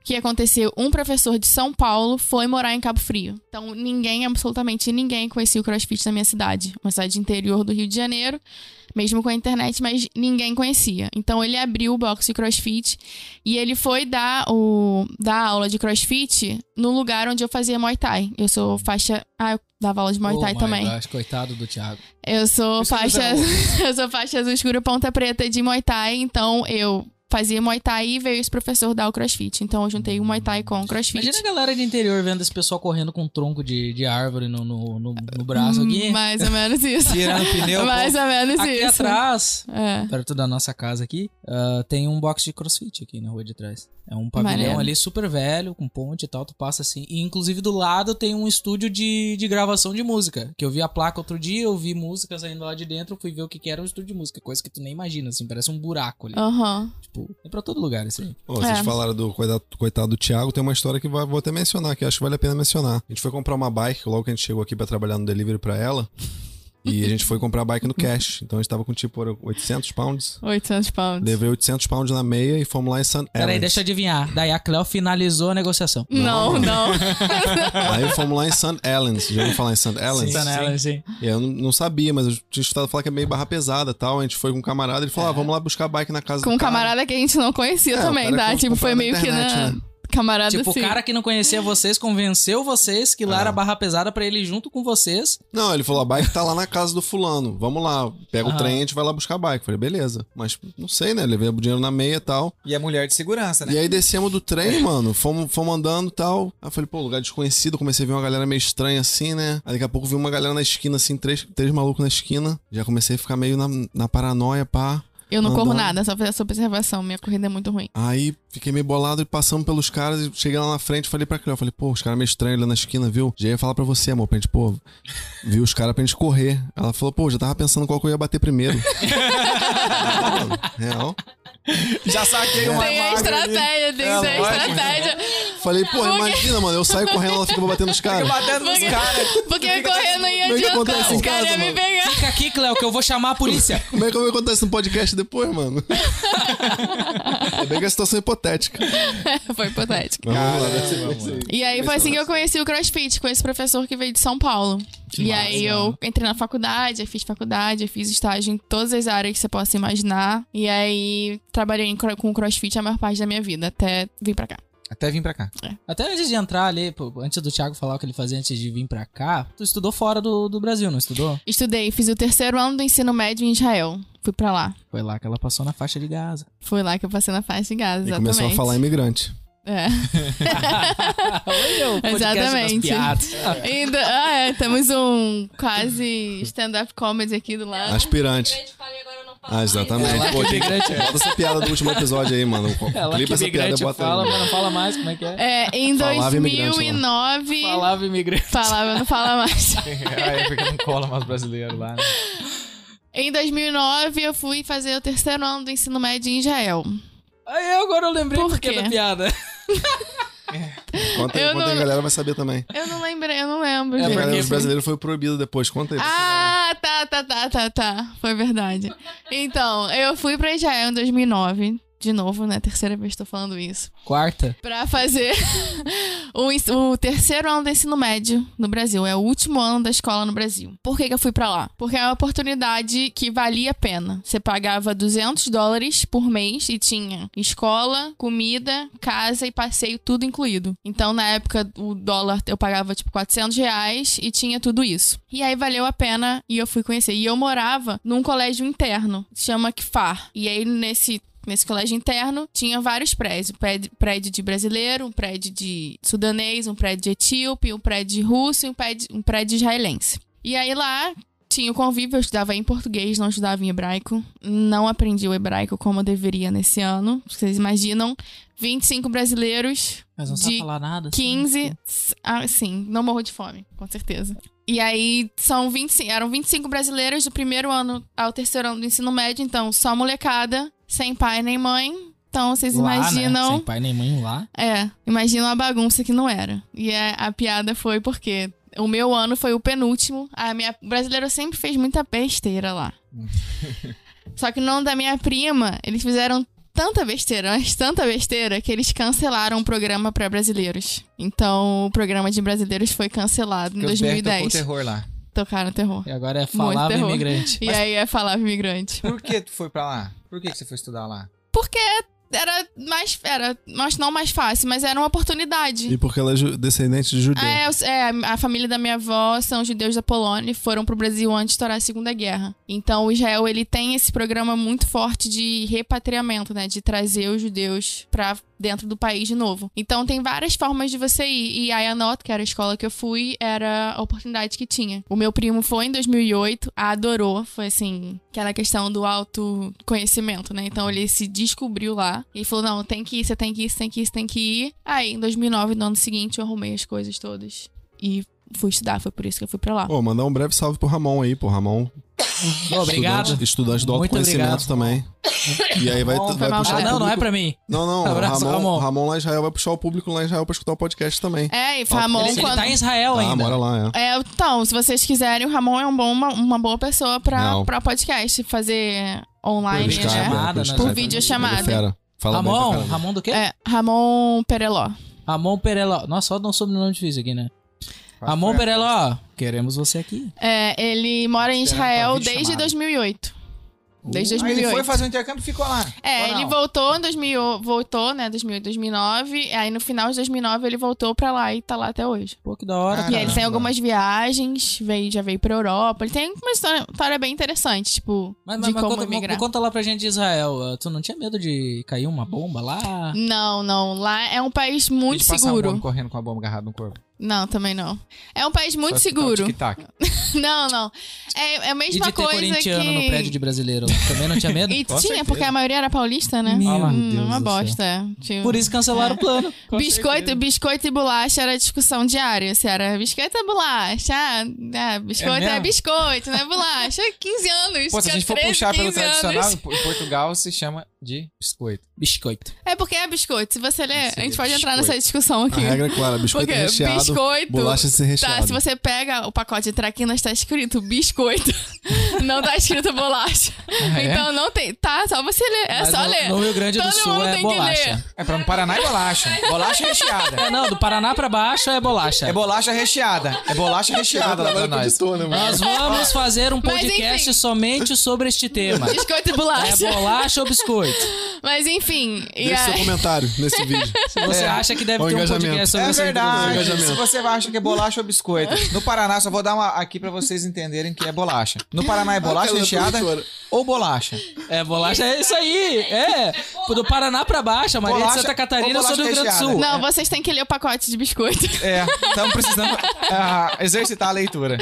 Speaker 2: O que aconteceu? Um professor de São Paulo foi morar em Cabo Frio. Então, ninguém, absolutamente ninguém, conhecia o crossfit na minha cidade. Uma cidade interior do Rio de Janeiro, mesmo com a internet, mas ninguém conhecia. Então, ele abriu o box de crossfit e ele foi dar, o, dar aula de crossfit no lugar onde eu fazia Muay Thai. Eu sou faixa. Ah, eu dava aula de Muay
Speaker 4: Oh
Speaker 2: Thai
Speaker 4: my
Speaker 2: também.
Speaker 4: gosh, coitado do Thiago.
Speaker 2: Eu sou
Speaker 3: Isso que
Speaker 2: faixa.
Speaker 3: você
Speaker 2: *laughs* eu sou faixa azul escura ponta preta de Muay Thai, então eu fazia Muay Thai e veio esse professor dar o CrossFit. Então eu juntei o Muay Thai com o CrossFit.
Speaker 4: Imagina a galera de interior vendo esse pessoal correndo com um tronco de, de árvore no, no, no, no braço aqui.
Speaker 2: Hum, *laughs* Mais ou menos isso.
Speaker 3: Tirando pneu,
Speaker 2: Mais ou menos
Speaker 4: Aqui
Speaker 2: isso.
Speaker 4: atrás,
Speaker 2: É.
Speaker 4: perto da nossa casa aqui, ah, tem um box de crossfit aqui na rua de trás. É um pavilhão
Speaker 2: Maneiro.
Speaker 4: ali super velho, com ponte e tal, tu passa assim. E inclusive do lado tem um estúdio de, de gravação de música. Que eu vi a placa outro dia, eu vi música saindo lá de dentro, fui ver o que, que era um estúdio de música. Coisa que tu nem imagina, assim, parece um buraco ali.
Speaker 2: Aham.
Speaker 4: Tipo, é pra todo lugar isso aí.
Speaker 1: Ô, vocês
Speaker 2: É.
Speaker 1: falaram do coitado, coitado do Thiago, tem uma história que vai- vou até mencionar, que acho que vale a pena mencionar. A gente foi comprar uma bike logo que a gente chegou aqui pra trabalhar no delivery pra ela. E a gente foi comprar a bike
Speaker 2: *laughs*
Speaker 1: no cash. Então a gente tava com tipo era 800 pounds.
Speaker 2: 800 pounds.
Speaker 1: Levei 800 pounds na meia e fomos lá em
Speaker 3: É,
Speaker 1: San
Speaker 4: Peraí,
Speaker 1: Helens.
Speaker 4: deixa eu adivinhar. Daí a Cleo finalizou a negociação.
Speaker 2: Não, não.
Speaker 1: Aí fomos lá em St. Helens. Já ouviu falar em St. Helens?
Speaker 4: Tá nela, assim.
Speaker 1: E eu não, não sabia, mas eu tinha escutado falar que é meio barra pesada e tal. A gente foi com um
Speaker 4: É.
Speaker 1: camarada, ele falou: ah, vamos lá buscar a bike na casa
Speaker 2: com
Speaker 1: do
Speaker 2: um
Speaker 1: cara.
Speaker 2: camarada que a gente não conhecia
Speaker 1: É, o
Speaker 2: também,
Speaker 1: cara
Speaker 2: tá?
Speaker 1: que
Speaker 2: Tipo,
Speaker 1: comprou
Speaker 2: foi
Speaker 1: na
Speaker 2: meio que
Speaker 1: internet,
Speaker 2: na.
Speaker 1: né?
Speaker 2: Camarada
Speaker 4: Tipo,
Speaker 2: assim.
Speaker 4: o cara que não conhecia vocês convenceu vocês que lá
Speaker 1: É.
Speaker 3: Ah.
Speaker 4: era barra pesada pra ele ir junto com vocês.
Speaker 1: Não, ele falou, a bike tá lá na casa do fulano. Vamos lá, pega
Speaker 4: Aham.
Speaker 1: o trem, a gente vai lá buscar a bike. Eu Falei, beleza. Mas não sei, né? Levei o dinheiro na meia e tal.
Speaker 3: E a mulher de segurança, né?
Speaker 1: E aí descemos do trem, mano. Fomos, fomos andando e tal. Aí eu falei, pô, lugar desconhecido. Comecei a ver uma galera meio estranha assim, né? Aí daqui a pouco vi uma galera na esquina, assim, três, três malucos na esquina. Já comecei a ficar meio na, na paranoia, pá.
Speaker 2: Eu não corro
Speaker 1: Andando.
Speaker 2: nada, só fazer essa observação. Minha corrida é muito ruim.
Speaker 1: Aí fiquei meio bolado e passamos pelos caras e cheguei lá na frente e falei pra Cleo, falei, pô, os caras meio estranhos lá na esquina, viu? Já ia falar pra você, amor, pra gente, pô, viu os caras pra gente correr. Ela falou, pô, já tava pensando qual que eu ia bater primeiro. Mano, Real.
Speaker 3: Já
Speaker 1: É
Speaker 3: saquei uma
Speaker 2: tem a
Speaker 3: vaga ali.
Speaker 2: estratégia, tem
Speaker 3: É,
Speaker 1: né?
Speaker 2: que ter a
Speaker 3: lógico.
Speaker 2: estratégia.
Speaker 1: Falei, pô, imagina, mano, eu saio correndo, ela fica batendo nos
Speaker 3: Fica
Speaker 1: caras.
Speaker 3: batendo nos
Speaker 2: Porque-
Speaker 3: caras.
Speaker 2: Porque eu correr não ia
Speaker 1: Como é que
Speaker 2: adiantar.
Speaker 1: acontece em
Speaker 2: Os caras
Speaker 1: casa, né?
Speaker 2: iam me
Speaker 1: mano?
Speaker 2: pegar. *laughs*
Speaker 4: Fica aqui, Cléo, que eu vou chamar a polícia.
Speaker 1: Como é que eu vou contar isso no podcast depois, mano? É bem que a situação é hipotética.
Speaker 2: Foi hipotético.
Speaker 1: Mas vamos lá,
Speaker 3: Caramba,
Speaker 1: deve ser-
Speaker 4: é
Speaker 1: deve
Speaker 3: mano.
Speaker 1: ser.
Speaker 2: E aí foi assim que eu conheci o CrossFit, com esse professor que veio de São Paulo. e aí eu
Speaker 1: né?
Speaker 2: entrei na faculdade, aí fiz faculdade, aí fiz estágio em todas as áreas que você possa imaginar. E aí trabalhei em cro- com o CrossFit a maior parte da minha vida, até vir pra cá.
Speaker 4: é-
Speaker 3: Até vim pra cá.
Speaker 4: Até antes de entrar ali, pô, antes do Thiago falar o que ele fazia antes de vir pra cá, tu estudou fora do, do Brasil, não estudou?
Speaker 2: Estudei, fiz o terceiro ano do ensino médio em Israel. Fui pra lá.
Speaker 4: Foi lá que ela passou na faixa de
Speaker 2: *laughs*
Speaker 4: Gaza.
Speaker 2: Foi lá que eu passei na faixa de Gaza,
Speaker 1: E
Speaker 2: exatamente.
Speaker 1: começou a falar imigrante.
Speaker 2: É. *laughs*
Speaker 4: Olha o podcast das
Speaker 2: Exatamente.
Speaker 4: piadas.
Speaker 2: Ainda, ah, é, temos um quase stand-up comedy aqui do lado.
Speaker 1: Aspirante. Ah, exatamente. Pô, tem que- bota essa piada do último episódio aí, mano.
Speaker 4: é Ela
Speaker 1: Clipa
Speaker 4: que
Speaker 1: essa piada,
Speaker 4: imigrante
Speaker 1: bota aí.
Speaker 4: fala, mas não fala mais, como é
Speaker 2: *laughs*
Speaker 4: que é?
Speaker 2: É, em
Speaker 1: Falava imigrante né? lá.
Speaker 2: 2009.
Speaker 4: Falava imigrante.
Speaker 2: Falava, não fala mais. *laughs*
Speaker 3: *laughs* Aí fica não cola mais brasileiro lá, né?
Speaker 2: Em 2009, eu fui fazer o terceiro ano do ensino médio em Israel.
Speaker 4: Aí agora eu lembrei
Speaker 2: Por
Speaker 4: porque
Speaker 2: quê?
Speaker 4: da piada.
Speaker 1: Conta aí, conta
Speaker 2: Eu
Speaker 1: aí,
Speaker 2: não-
Speaker 1: a galera vai saber também.
Speaker 2: Eu não lembrei, eu não lembro,
Speaker 4: É
Speaker 1: A
Speaker 2: gente.
Speaker 1: galera
Speaker 4: porque-
Speaker 1: dos brasileiros foi proibida depois. Conta aí.
Speaker 2: Ah, tá, tá, tá, tá, tá. Foi verdade. Então, eu fui pra Israel em 2009. De novo, né? Terceira vez que tô falando isso.
Speaker 4: Quarta.
Speaker 2: Pra fazer *laughs* o, ens- o terceiro ano do ensino médio no Brasil. É o último ano da escola no Brasil. Por que, que eu fui pra lá? Porque é uma oportunidade que valia a pena. Você pagava 200 dólares por mês e tinha escola, comida, casa e passeio, tudo incluído. Então, na época, o dólar eu pagava tipo 400 reais e tinha tudo isso. E aí valeu a pena e eu fui conhecer. E eu morava num colégio interno, se chama Kfar. E aí nesse Nesse colégio interno tinha vários prédios: um prédio, prédio de brasileiro, um prédio de sudanês, um prédio de etíope, um prédio de russo e um prédio, um prédio israelense. E aí lá tinha o convívio, eu estudava em português, não estudava em hebraico. Não aprendi o hebraico como eu deveria nesse ano. Vocês imaginam? 25 brasileiros,
Speaker 4: Mas não sabe
Speaker 2: De
Speaker 4: falar nada. assim,
Speaker 2: 15. Ah, sim, não morro de fome, com certeza. E aí, são 25, eram 25 brasileiros do primeiro ano ao terceiro ano do ensino médio, então só molecada, sem pai nem mãe. Então vocês
Speaker 4: lá, né?
Speaker 2: imaginam.
Speaker 4: Sem pai nem mãe lá.
Speaker 2: É, imaginam a bagunça que não era. E é- a piada foi porque o meu ano foi o penúltimo. A minha o brasileiro sempre fez muita besteira lá. Só que no ano da minha prima, eles fizeram tanta besteira, mas tanta besteira, que eles cancelaram o programa pra brasileiros. Então, o programa de brasileiros foi cancelado em
Speaker 3: Porque os Berto tocou
Speaker 2: 2010.
Speaker 3: terror lá.
Speaker 2: Tocaram terror.
Speaker 4: E agora é falava
Speaker 2: terror. *laughs*
Speaker 4: imigrante.
Speaker 2: E aí é falar imigrante.
Speaker 3: Por que tu foi pra lá? Por que, que você foi estudar lá?
Speaker 2: Porque era mais. Era, mas não mais fácil, mas era uma oportunidade.
Speaker 1: E porque ela é ju- descendente de judeu.
Speaker 2: Ah, é, os- é, a família da minha avó são judeus da Polônia e foram pro Brasil antes de estourar a Segunda Guerra. Então o Israel ele tem esse programa muito forte de repatriamento, né, de trazer os judeus pra dentro do país de novo. Então tem várias formas de você ir. E a Yanot, que era a escola que eu fui, era a oportunidade que tinha. O meu primo foi em 2008, adorou, foi assim, aquela questão do autoconhecimento, né? Então ele se descobriu lá e falou: "Não, tem que ir, você tem que ir, você tem que ir, você tem que ir". Aí em 2009, no ano seguinte, eu arrumei as coisas todas e fui estudar, foi por isso que eu fui pra lá.
Speaker 1: Pô, mandar um breve salve pro Ramon aí, pô. Ramon,
Speaker 4: Obrigado.
Speaker 1: estudante, estudante do
Speaker 4: Muito
Speaker 1: autoconhecimento
Speaker 4: obrigado.
Speaker 1: também. E aí vai,
Speaker 3: Bom,
Speaker 1: vai
Speaker 2: foi mal
Speaker 1: puxar
Speaker 4: Ah,
Speaker 1: o
Speaker 2: falado.
Speaker 4: não, não é
Speaker 1: público-
Speaker 4: pra mim.
Speaker 1: Não, não,
Speaker 4: Abraço,
Speaker 1: Ramon,
Speaker 4: Ramon.
Speaker 1: Ramon. lá em Israel vai puxar o público lá em Israel pra escutar o podcast também.
Speaker 2: É, e
Speaker 1: Ó,
Speaker 2: Ramon
Speaker 4: ele, ele
Speaker 2: quando
Speaker 4: tá em Israel
Speaker 1: ah,
Speaker 4: ainda.
Speaker 1: mora lá, é.
Speaker 2: É, então, se vocês quiserem, o Ramon é um bom- uma, uma boa pessoa pra,
Speaker 1: Não.
Speaker 2: pra podcast, fazer
Speaker 1: Por
Speaker 2: online,
Speaker 4: Por
Speaker 1: Skype,
Speaker 2: né?
Speaker 4: videochamada,
Speaker 1: por
Speaker 4: né?
Speaker 1: Skype.
Speaker 4: Por
Speaker 1: Ele é
Speaker 2: videochamada.
Speaker 1: Fera. Fala bem pra
Speaker 4: Ramon,
Speaker 1: caramba.
Speaker 4: Ramon do quê?
Speaker 2: É, Ramon Pereló.
Speaker 4: Ramon Pereló. Nossa, só dá um sobrenome difícil aqui, né? Ramon Pereló, queremos você aqui.
Speaker 2: É, ele mora em
Speaker 3: Esperando pra
Speaker 2: Israel
Speaker 3: vídeo
Speaker 2: desde
Speaker 3: chamada.
Speaker 2: 2008. Desde
Speaker 3: Aí ele
Speaker 2: 2008.
Speaker 3: foi fazer o intercâmbio e ficou lá.
Speaker 2: É,
Speaker 3: Ficou
Speaker 2: ele
Speaker 3: lá, ó.
Speaker 2: voltou em 2000, voltou, né, 2008, 2009, aí no final de 2009 ele voltou pra lá e tá lá até hoje.
Speaker 4: Pô, que da hora,
Speaker 2: Ah,
Speaker 3: Caralho.
Speaker 2: E aí ele tem
Speaker 3: Caramba.
Speaker 2: algumas viagens, veio, já veio pra Europa, ele tem uma história, história bem interessante, tipo,
Speaker 4: Mas,
Speaker 2: de
Speaker 4: mas, mas
Speaker 2: como
Speaker 4: conta,
Speaker 2: migrar.
Speaker 4: conta lá pra gente de Israel. ah, Tu não tinha medo de cair uma bomba lá?
Speaker 2: Não, não, lá é um país muito
Speaker 3: De passar um
Speaker 2: seguro.
Speaker 3: homem correndo com a bomba agarrada no corpo.
Speaker 2: não, também não. É um país muito
Speaker 3: Só escutar o
Speaker 2: seguro.
Speaker 3: Tic-tac.
Speaker 2: *laughs* Não, não. É, é a
Speaker 4: tá E de
Speaker 2: mesma
Speaker 4: ter
Speaker 2: coisa que...
Speaker 4: corintiano no prédio de brasileiro. Também não tinha
Speaker 2: *laughs*
Speaker 4: medo?
Speaker 2: E
Speaker 1: Com
Speaker 2: tinha,
Speaker 1: certeza.
Speaker 2: porque a maioria era paulista, né?
Speaker 4: Meu
Speaker 2: Hum,
Speaker 4: Deus
Speaker 2: uma
Speaker 4: do
Speaker 2: bosta. é. Tinha-
Speaker 4: Por isso cancelaram o plano. Com
Speaker 2: Biscoito,
Speaker 4: certeza.
Speaker 2: biscoito e bolacha era discussão diária. Se era biscoito ou bolacha? Ah, ah, biscoito é,
Speaker 4: mesmo?
Speaker 2: biscoito, não é bolacha. *laughs* 15 anos.
Speaker 3: Pô, se a
Speaker 2: tinha
Speaker 3: gente for
Speaker 2: 13,
Speaker 3: puxar pelo
Speaker 2: 15 é anos.
Speaker 3: tradicional, em Po- em Portugal se chama de biscoito.
Speaker 4: Biscoito.
Speaker 2: É porque é biscoito. Se você ler, a gente
Speaker 3: Sim,
Speaker 2: pode entrar
Speaker 3: biscoito.
Speaker 2: nessa discussão
Speaker 1: A
Speaker 2: aqui.
Speaker 1: regra é clara, biscoito
Speaker 2: porque
Speaker 1: recheado,
Speaker 2: biscoito.
Speaker 1: bolacha sem
Speaker 3: é
Speaker 1: recheado.
Speaker 2: Tá, se você pega o pacote de traquinas, tá escrito biscoito. *laughs* não tá escrito bolacha.
Speaker 3: Ah, é?
Speaker 2: Então não tem. Tá, só você ler. É
Speaker 4: Mas
Speaker 2: só
Speaker 4: no,
Speaker 2: ler.
Speaker 4: No Rio Grande do
Speaker 2: Todo
Speaker 4: Sul
Speaker 2: mundo
Speaker 4: é
Speaker 2: tem que
Speaker 4: bolacha.
Speaker 2: ler.
Speaker 3: É pra no Paraná é bolacha. Bolacha recheada.
Speaker 4: É, não, do Paraná pra baixo é bolacha.
Speaker 3: É bolacha recheada. É bolacha recheada
Speaker 2: Tá,
Speaker 3: lá pra nós.
Speaker 1: editor, né, mano?
Speaker 2: *laughs*
Speaker 4: Nós vamos fazer um
Speaker 2: Mas,
Speaker 4: podcast
Speaker 2: enfim.
Speaker 4: somente sobre este tema.
Speaker 2: Biscoito e
Speaker 4: É
Speaker 2: *laughs* bolacha.
Speaker 4: bolacha ou biscoito?
Speaker 2: Mas enfim. E
Speaker 1: Deixa seu
Speaker 2: aí-
Speaker 1: comentário
Speaker 2: *laughs*
Speaker 1: nesse vídeo.
Speaker 4: Se você
Speaker 3: É.
Speaker 4: acha que deve
Speaker 1: Ou
Speaker 4: ter um
Speaker 1: engajamento.
Speaker 4: podcast sobre
Speaker 3: É
Speaker 4: isso, aí,
Speaker 3: verdade.
Speaker 1: engajamento.
Speaker 3: Se você acha que é bolacha ou biscoito. No Paraná, só vou dar uma aqui pra vocês entenderem que é bolacha. No Paraná é bolacha
Speaker 1: Aquela
Speaker 3: recheada
Speaker 1: produtora.
Speaker 3: ou bolacha.
Speaker 4: É, bolacha é isso aí. É. Do Paraná pra baixo, a Maria
Speaker 3: Bolacha
Speaker 4: de Santa
Speaker 3: ou
Speaker 4: Catarina, eu sou
Speaker 3: bolacha
Speaker 4: do Rio Grande do
Speaker 3: recheada?
Speaker 4: Sul.
Speaker 2: Não, vocês têm que ler o pacote de biscoito. *laughs*
Speaker 3: É, estamos precisando ah, exercitar a leitura.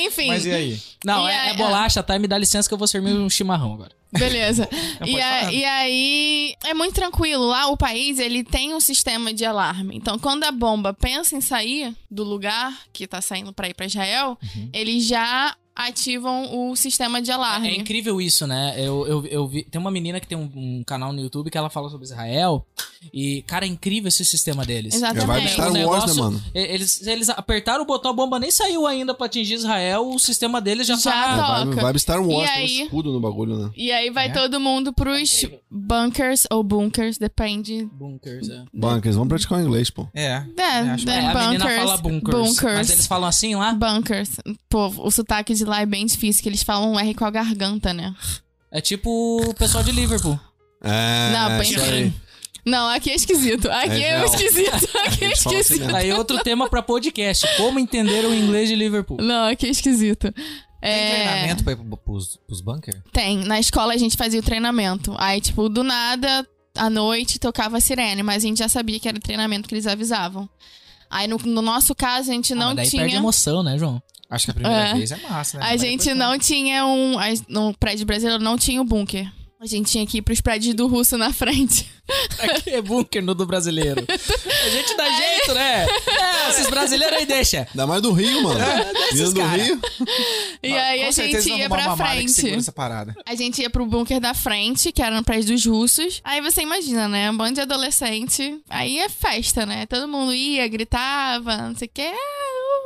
Speaker 2: Enfim.
Speaker 3: Mas e aí?
Speaker 4: Não,
Speaker 2: E
Speaker 4: é,
Speaker 2: aí-
Speaker 4: é bolacha, tá? Me dá licença que eu vou servir um chimarrão agora.
Speaker 2: Beleza. e,
Speaker 3: pode
Speaker 2: a-
Speaker 3: falar.
Speaker 2: e aí, é muito tranquilo. Lá o país, ele tem um sistema de alarme. Então, quando a bomba pensa em sair do lugar que tá saindo pra ir pra Israel,
Speaker 4: Uhum.
Speaker 2: eles já ativam o sistema de
Speaker 4: É
Speaker 2: alarme.
Speaker 4: incrível isso, né? Eu, eu, eu vi. Tem uma menina que tem um, um canal no YouTube que ela fala sobre Israel. E, cara, é incrível esse sistema deles.
Speaker 1: É
Speaker 2: Exatamente.
Speaker 1: vibe
Speaker 4: Também.
Speaker 1: Star
Speaker 4: O
Speaker 1: Wars,
Speaker 4: negócio-
Speaker 1: né, mano?
Speaker 4: E- Eles, eles apertaram o botão, a bomba nem saiu ainda pra atingir Israel. O sistema deles já,
Speaker 2: Já
Speaker 1: É,
Speaker 4: tá.
Speaker 2: tá.
Speaker 1: vibe,
Speaker 2: Toca.
Speaker 1: vibe Star Wars,
Speaker 2: E
Speaker 1: tem
Speaker 2: aí?
Speaker 1: um escudo no bagulho, né?
Speaker 2: E aí vai
Speaker 3: É.
Speaker 2: todo mundo pros bunkers ou bunkers, depende.
Speaker 4: Bunkers, é.
Speaker 2: Né?
Speaker 1: Bunkers, vamos praticar o inglês, pô.
Speaker 3: É.
Speaker 2: É,
Speaker 3: acho que-
Speaker 2: é,
Speaker 4: É, a menina
Speaker 2: bunkers.
Speaker 4: fala bunkers, Mas eles falam assim lá?
Speaker 2: Bunkers. Pô, o sotaque de lá é bem difícil, que eles falam um R com a garganta, né?
Speaker 4: É tipo o pessoal de Liverpool.
Speaker 1: É,
Speaker 2: Não,
Speaker 1: é
Speaker 2: bem-
Speaker 1: isso aí.
Speaker 2: Não, aqui é esquisito. Aqui
Speaker 1: É,
Speaker 2: é,
Speaker 1: não.
Speaker 3: *laughs*
Speaker 2: esquisito. Aqui é
Speaker 1: Eles falam assim
Speaker 2: esquisito.
Speaker 3: né?
Speaker 1: mesmo.
Speaker 4: Aí outro tema pra podcast. Como entender o inglês de Liverpool? Ah,
Speaker 2: Não, aqui é esquisito.
Speaker 3: Tem
Speaker 2: É,
Speaker 3: treinamento pra ir pro- pros, pros bunker?
Speaker 2: tem. Na escola a gente fazia o treinamento. Aí, tipo, do nada, à noite tocava a sirene, mas a gente já sabia que era o treinamento que eles avisavam. Aí, no, no nosso caso, a gente
Speaker 4: Ah,
Speaker 2: não
Speaker 4: mas daí
Speaker 2: tinha.
Speaker 4: perde emoção, né, João?
Speaker 3: Acho que a primeira
Speaker 2: É.
Speaker 3: vez é massa, né?
Speaker 2: A
Speaker 3: Mas
Speaker 2: gente
Speaker 3: depois-
Speaker 2: não tinha um. a- No prédio brasileiro não tinha o bunker. A gente tinha que ir pros prédios do russo na frente.
Speaker 4: Aqui é bunker no do brasileiro. A gente dá jeito, né? É, esses brasileiros aí deixa.
Speaker 1: Ainda mais do Rio,
Speaker 2: *laughs*
Speaker 1: mano. Vindo do
Speaker 4: cara.
Speaker 1: Rio.
Speaker 2: E aí
Speaker 3: Ah, Com
Speaker 2: a
Speaker 3: certeza
Speaker 2: gente
Speaker 3: vão
Speaker 2: ia
Speaker 3: arrumar
Speaker 2: pra
Speaker 3: uma malha que segura
Speaker 2: frente.
Speaker 3: essa parada.
Speaker 2: A gente ia pro bunker da frente, que era no prédio dos russos. Aí você imagina, né? Um bando de adolescente. Aí é festa, né? Todo mundo ia, gritava, não sei o quê.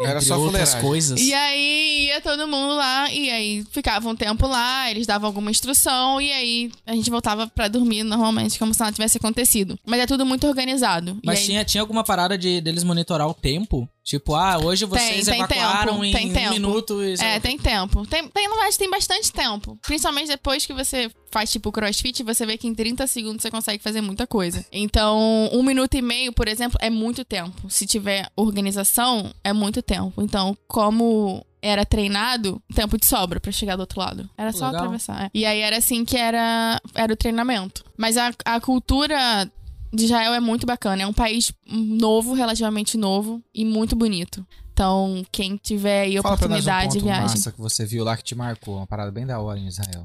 Speaker 3: Era
Speaker 4: Entre
Speaker 3: só
Speaker 4: outras
Speaker 3: fuleiragem.
Speaker 4: coisas.
Speaker 2: E aí ia todo mundo lá, e aí ficava um tempo lá, eles davam alguma instrução, e aí a gente voltava pra dormir normalmente, como se nada tivesse acontecido. Mas é tudo muito organizado. E
Speaker 4: Mas
Speaker 2: aí-
Speaker 4: tinha, tinha alguma parada de deles monitorar o tempo? Tipo, ah, hoje vocês
Speaker 2: tem
Speaker 4: evacuaram
Speaker 2: tempo,
Speaker 4: em
Speaker 2: tem
Speaker 4: um
Speaker 2: tempo.
Speaker 4: minuto e sei lá.
Speaker 2: É, tem tempo. Tem, tem, na verdade, tem bastante tempo. Principalmente depois que você faz, tipo, crossfit, você vê que em 30 segundos você consegue fazer muita coisa. Então, um minuto e meio, por exemplo, é muito tempo. Se tiver organização, é muito tempo. Então, como era treinado, tempo de sobra pra chegar do outro lado. Era só
Speaker 4: Legal.
Speaker 2: atravessar. é. E aí era assim que era, era o treinamento. Mas a, a cultura de Israel é muito bacana. É um país novo, relativamente novo e muito bonito. Então, quem tiver aí
Speaker 3: Fala pra nós um
Speaker 2: oportunidade,
Speaker 3: ponto
Speaker 2: viagem.
Speaker 3: massa que você viu lá que te marcou. Uma parada bem da hora em Israel.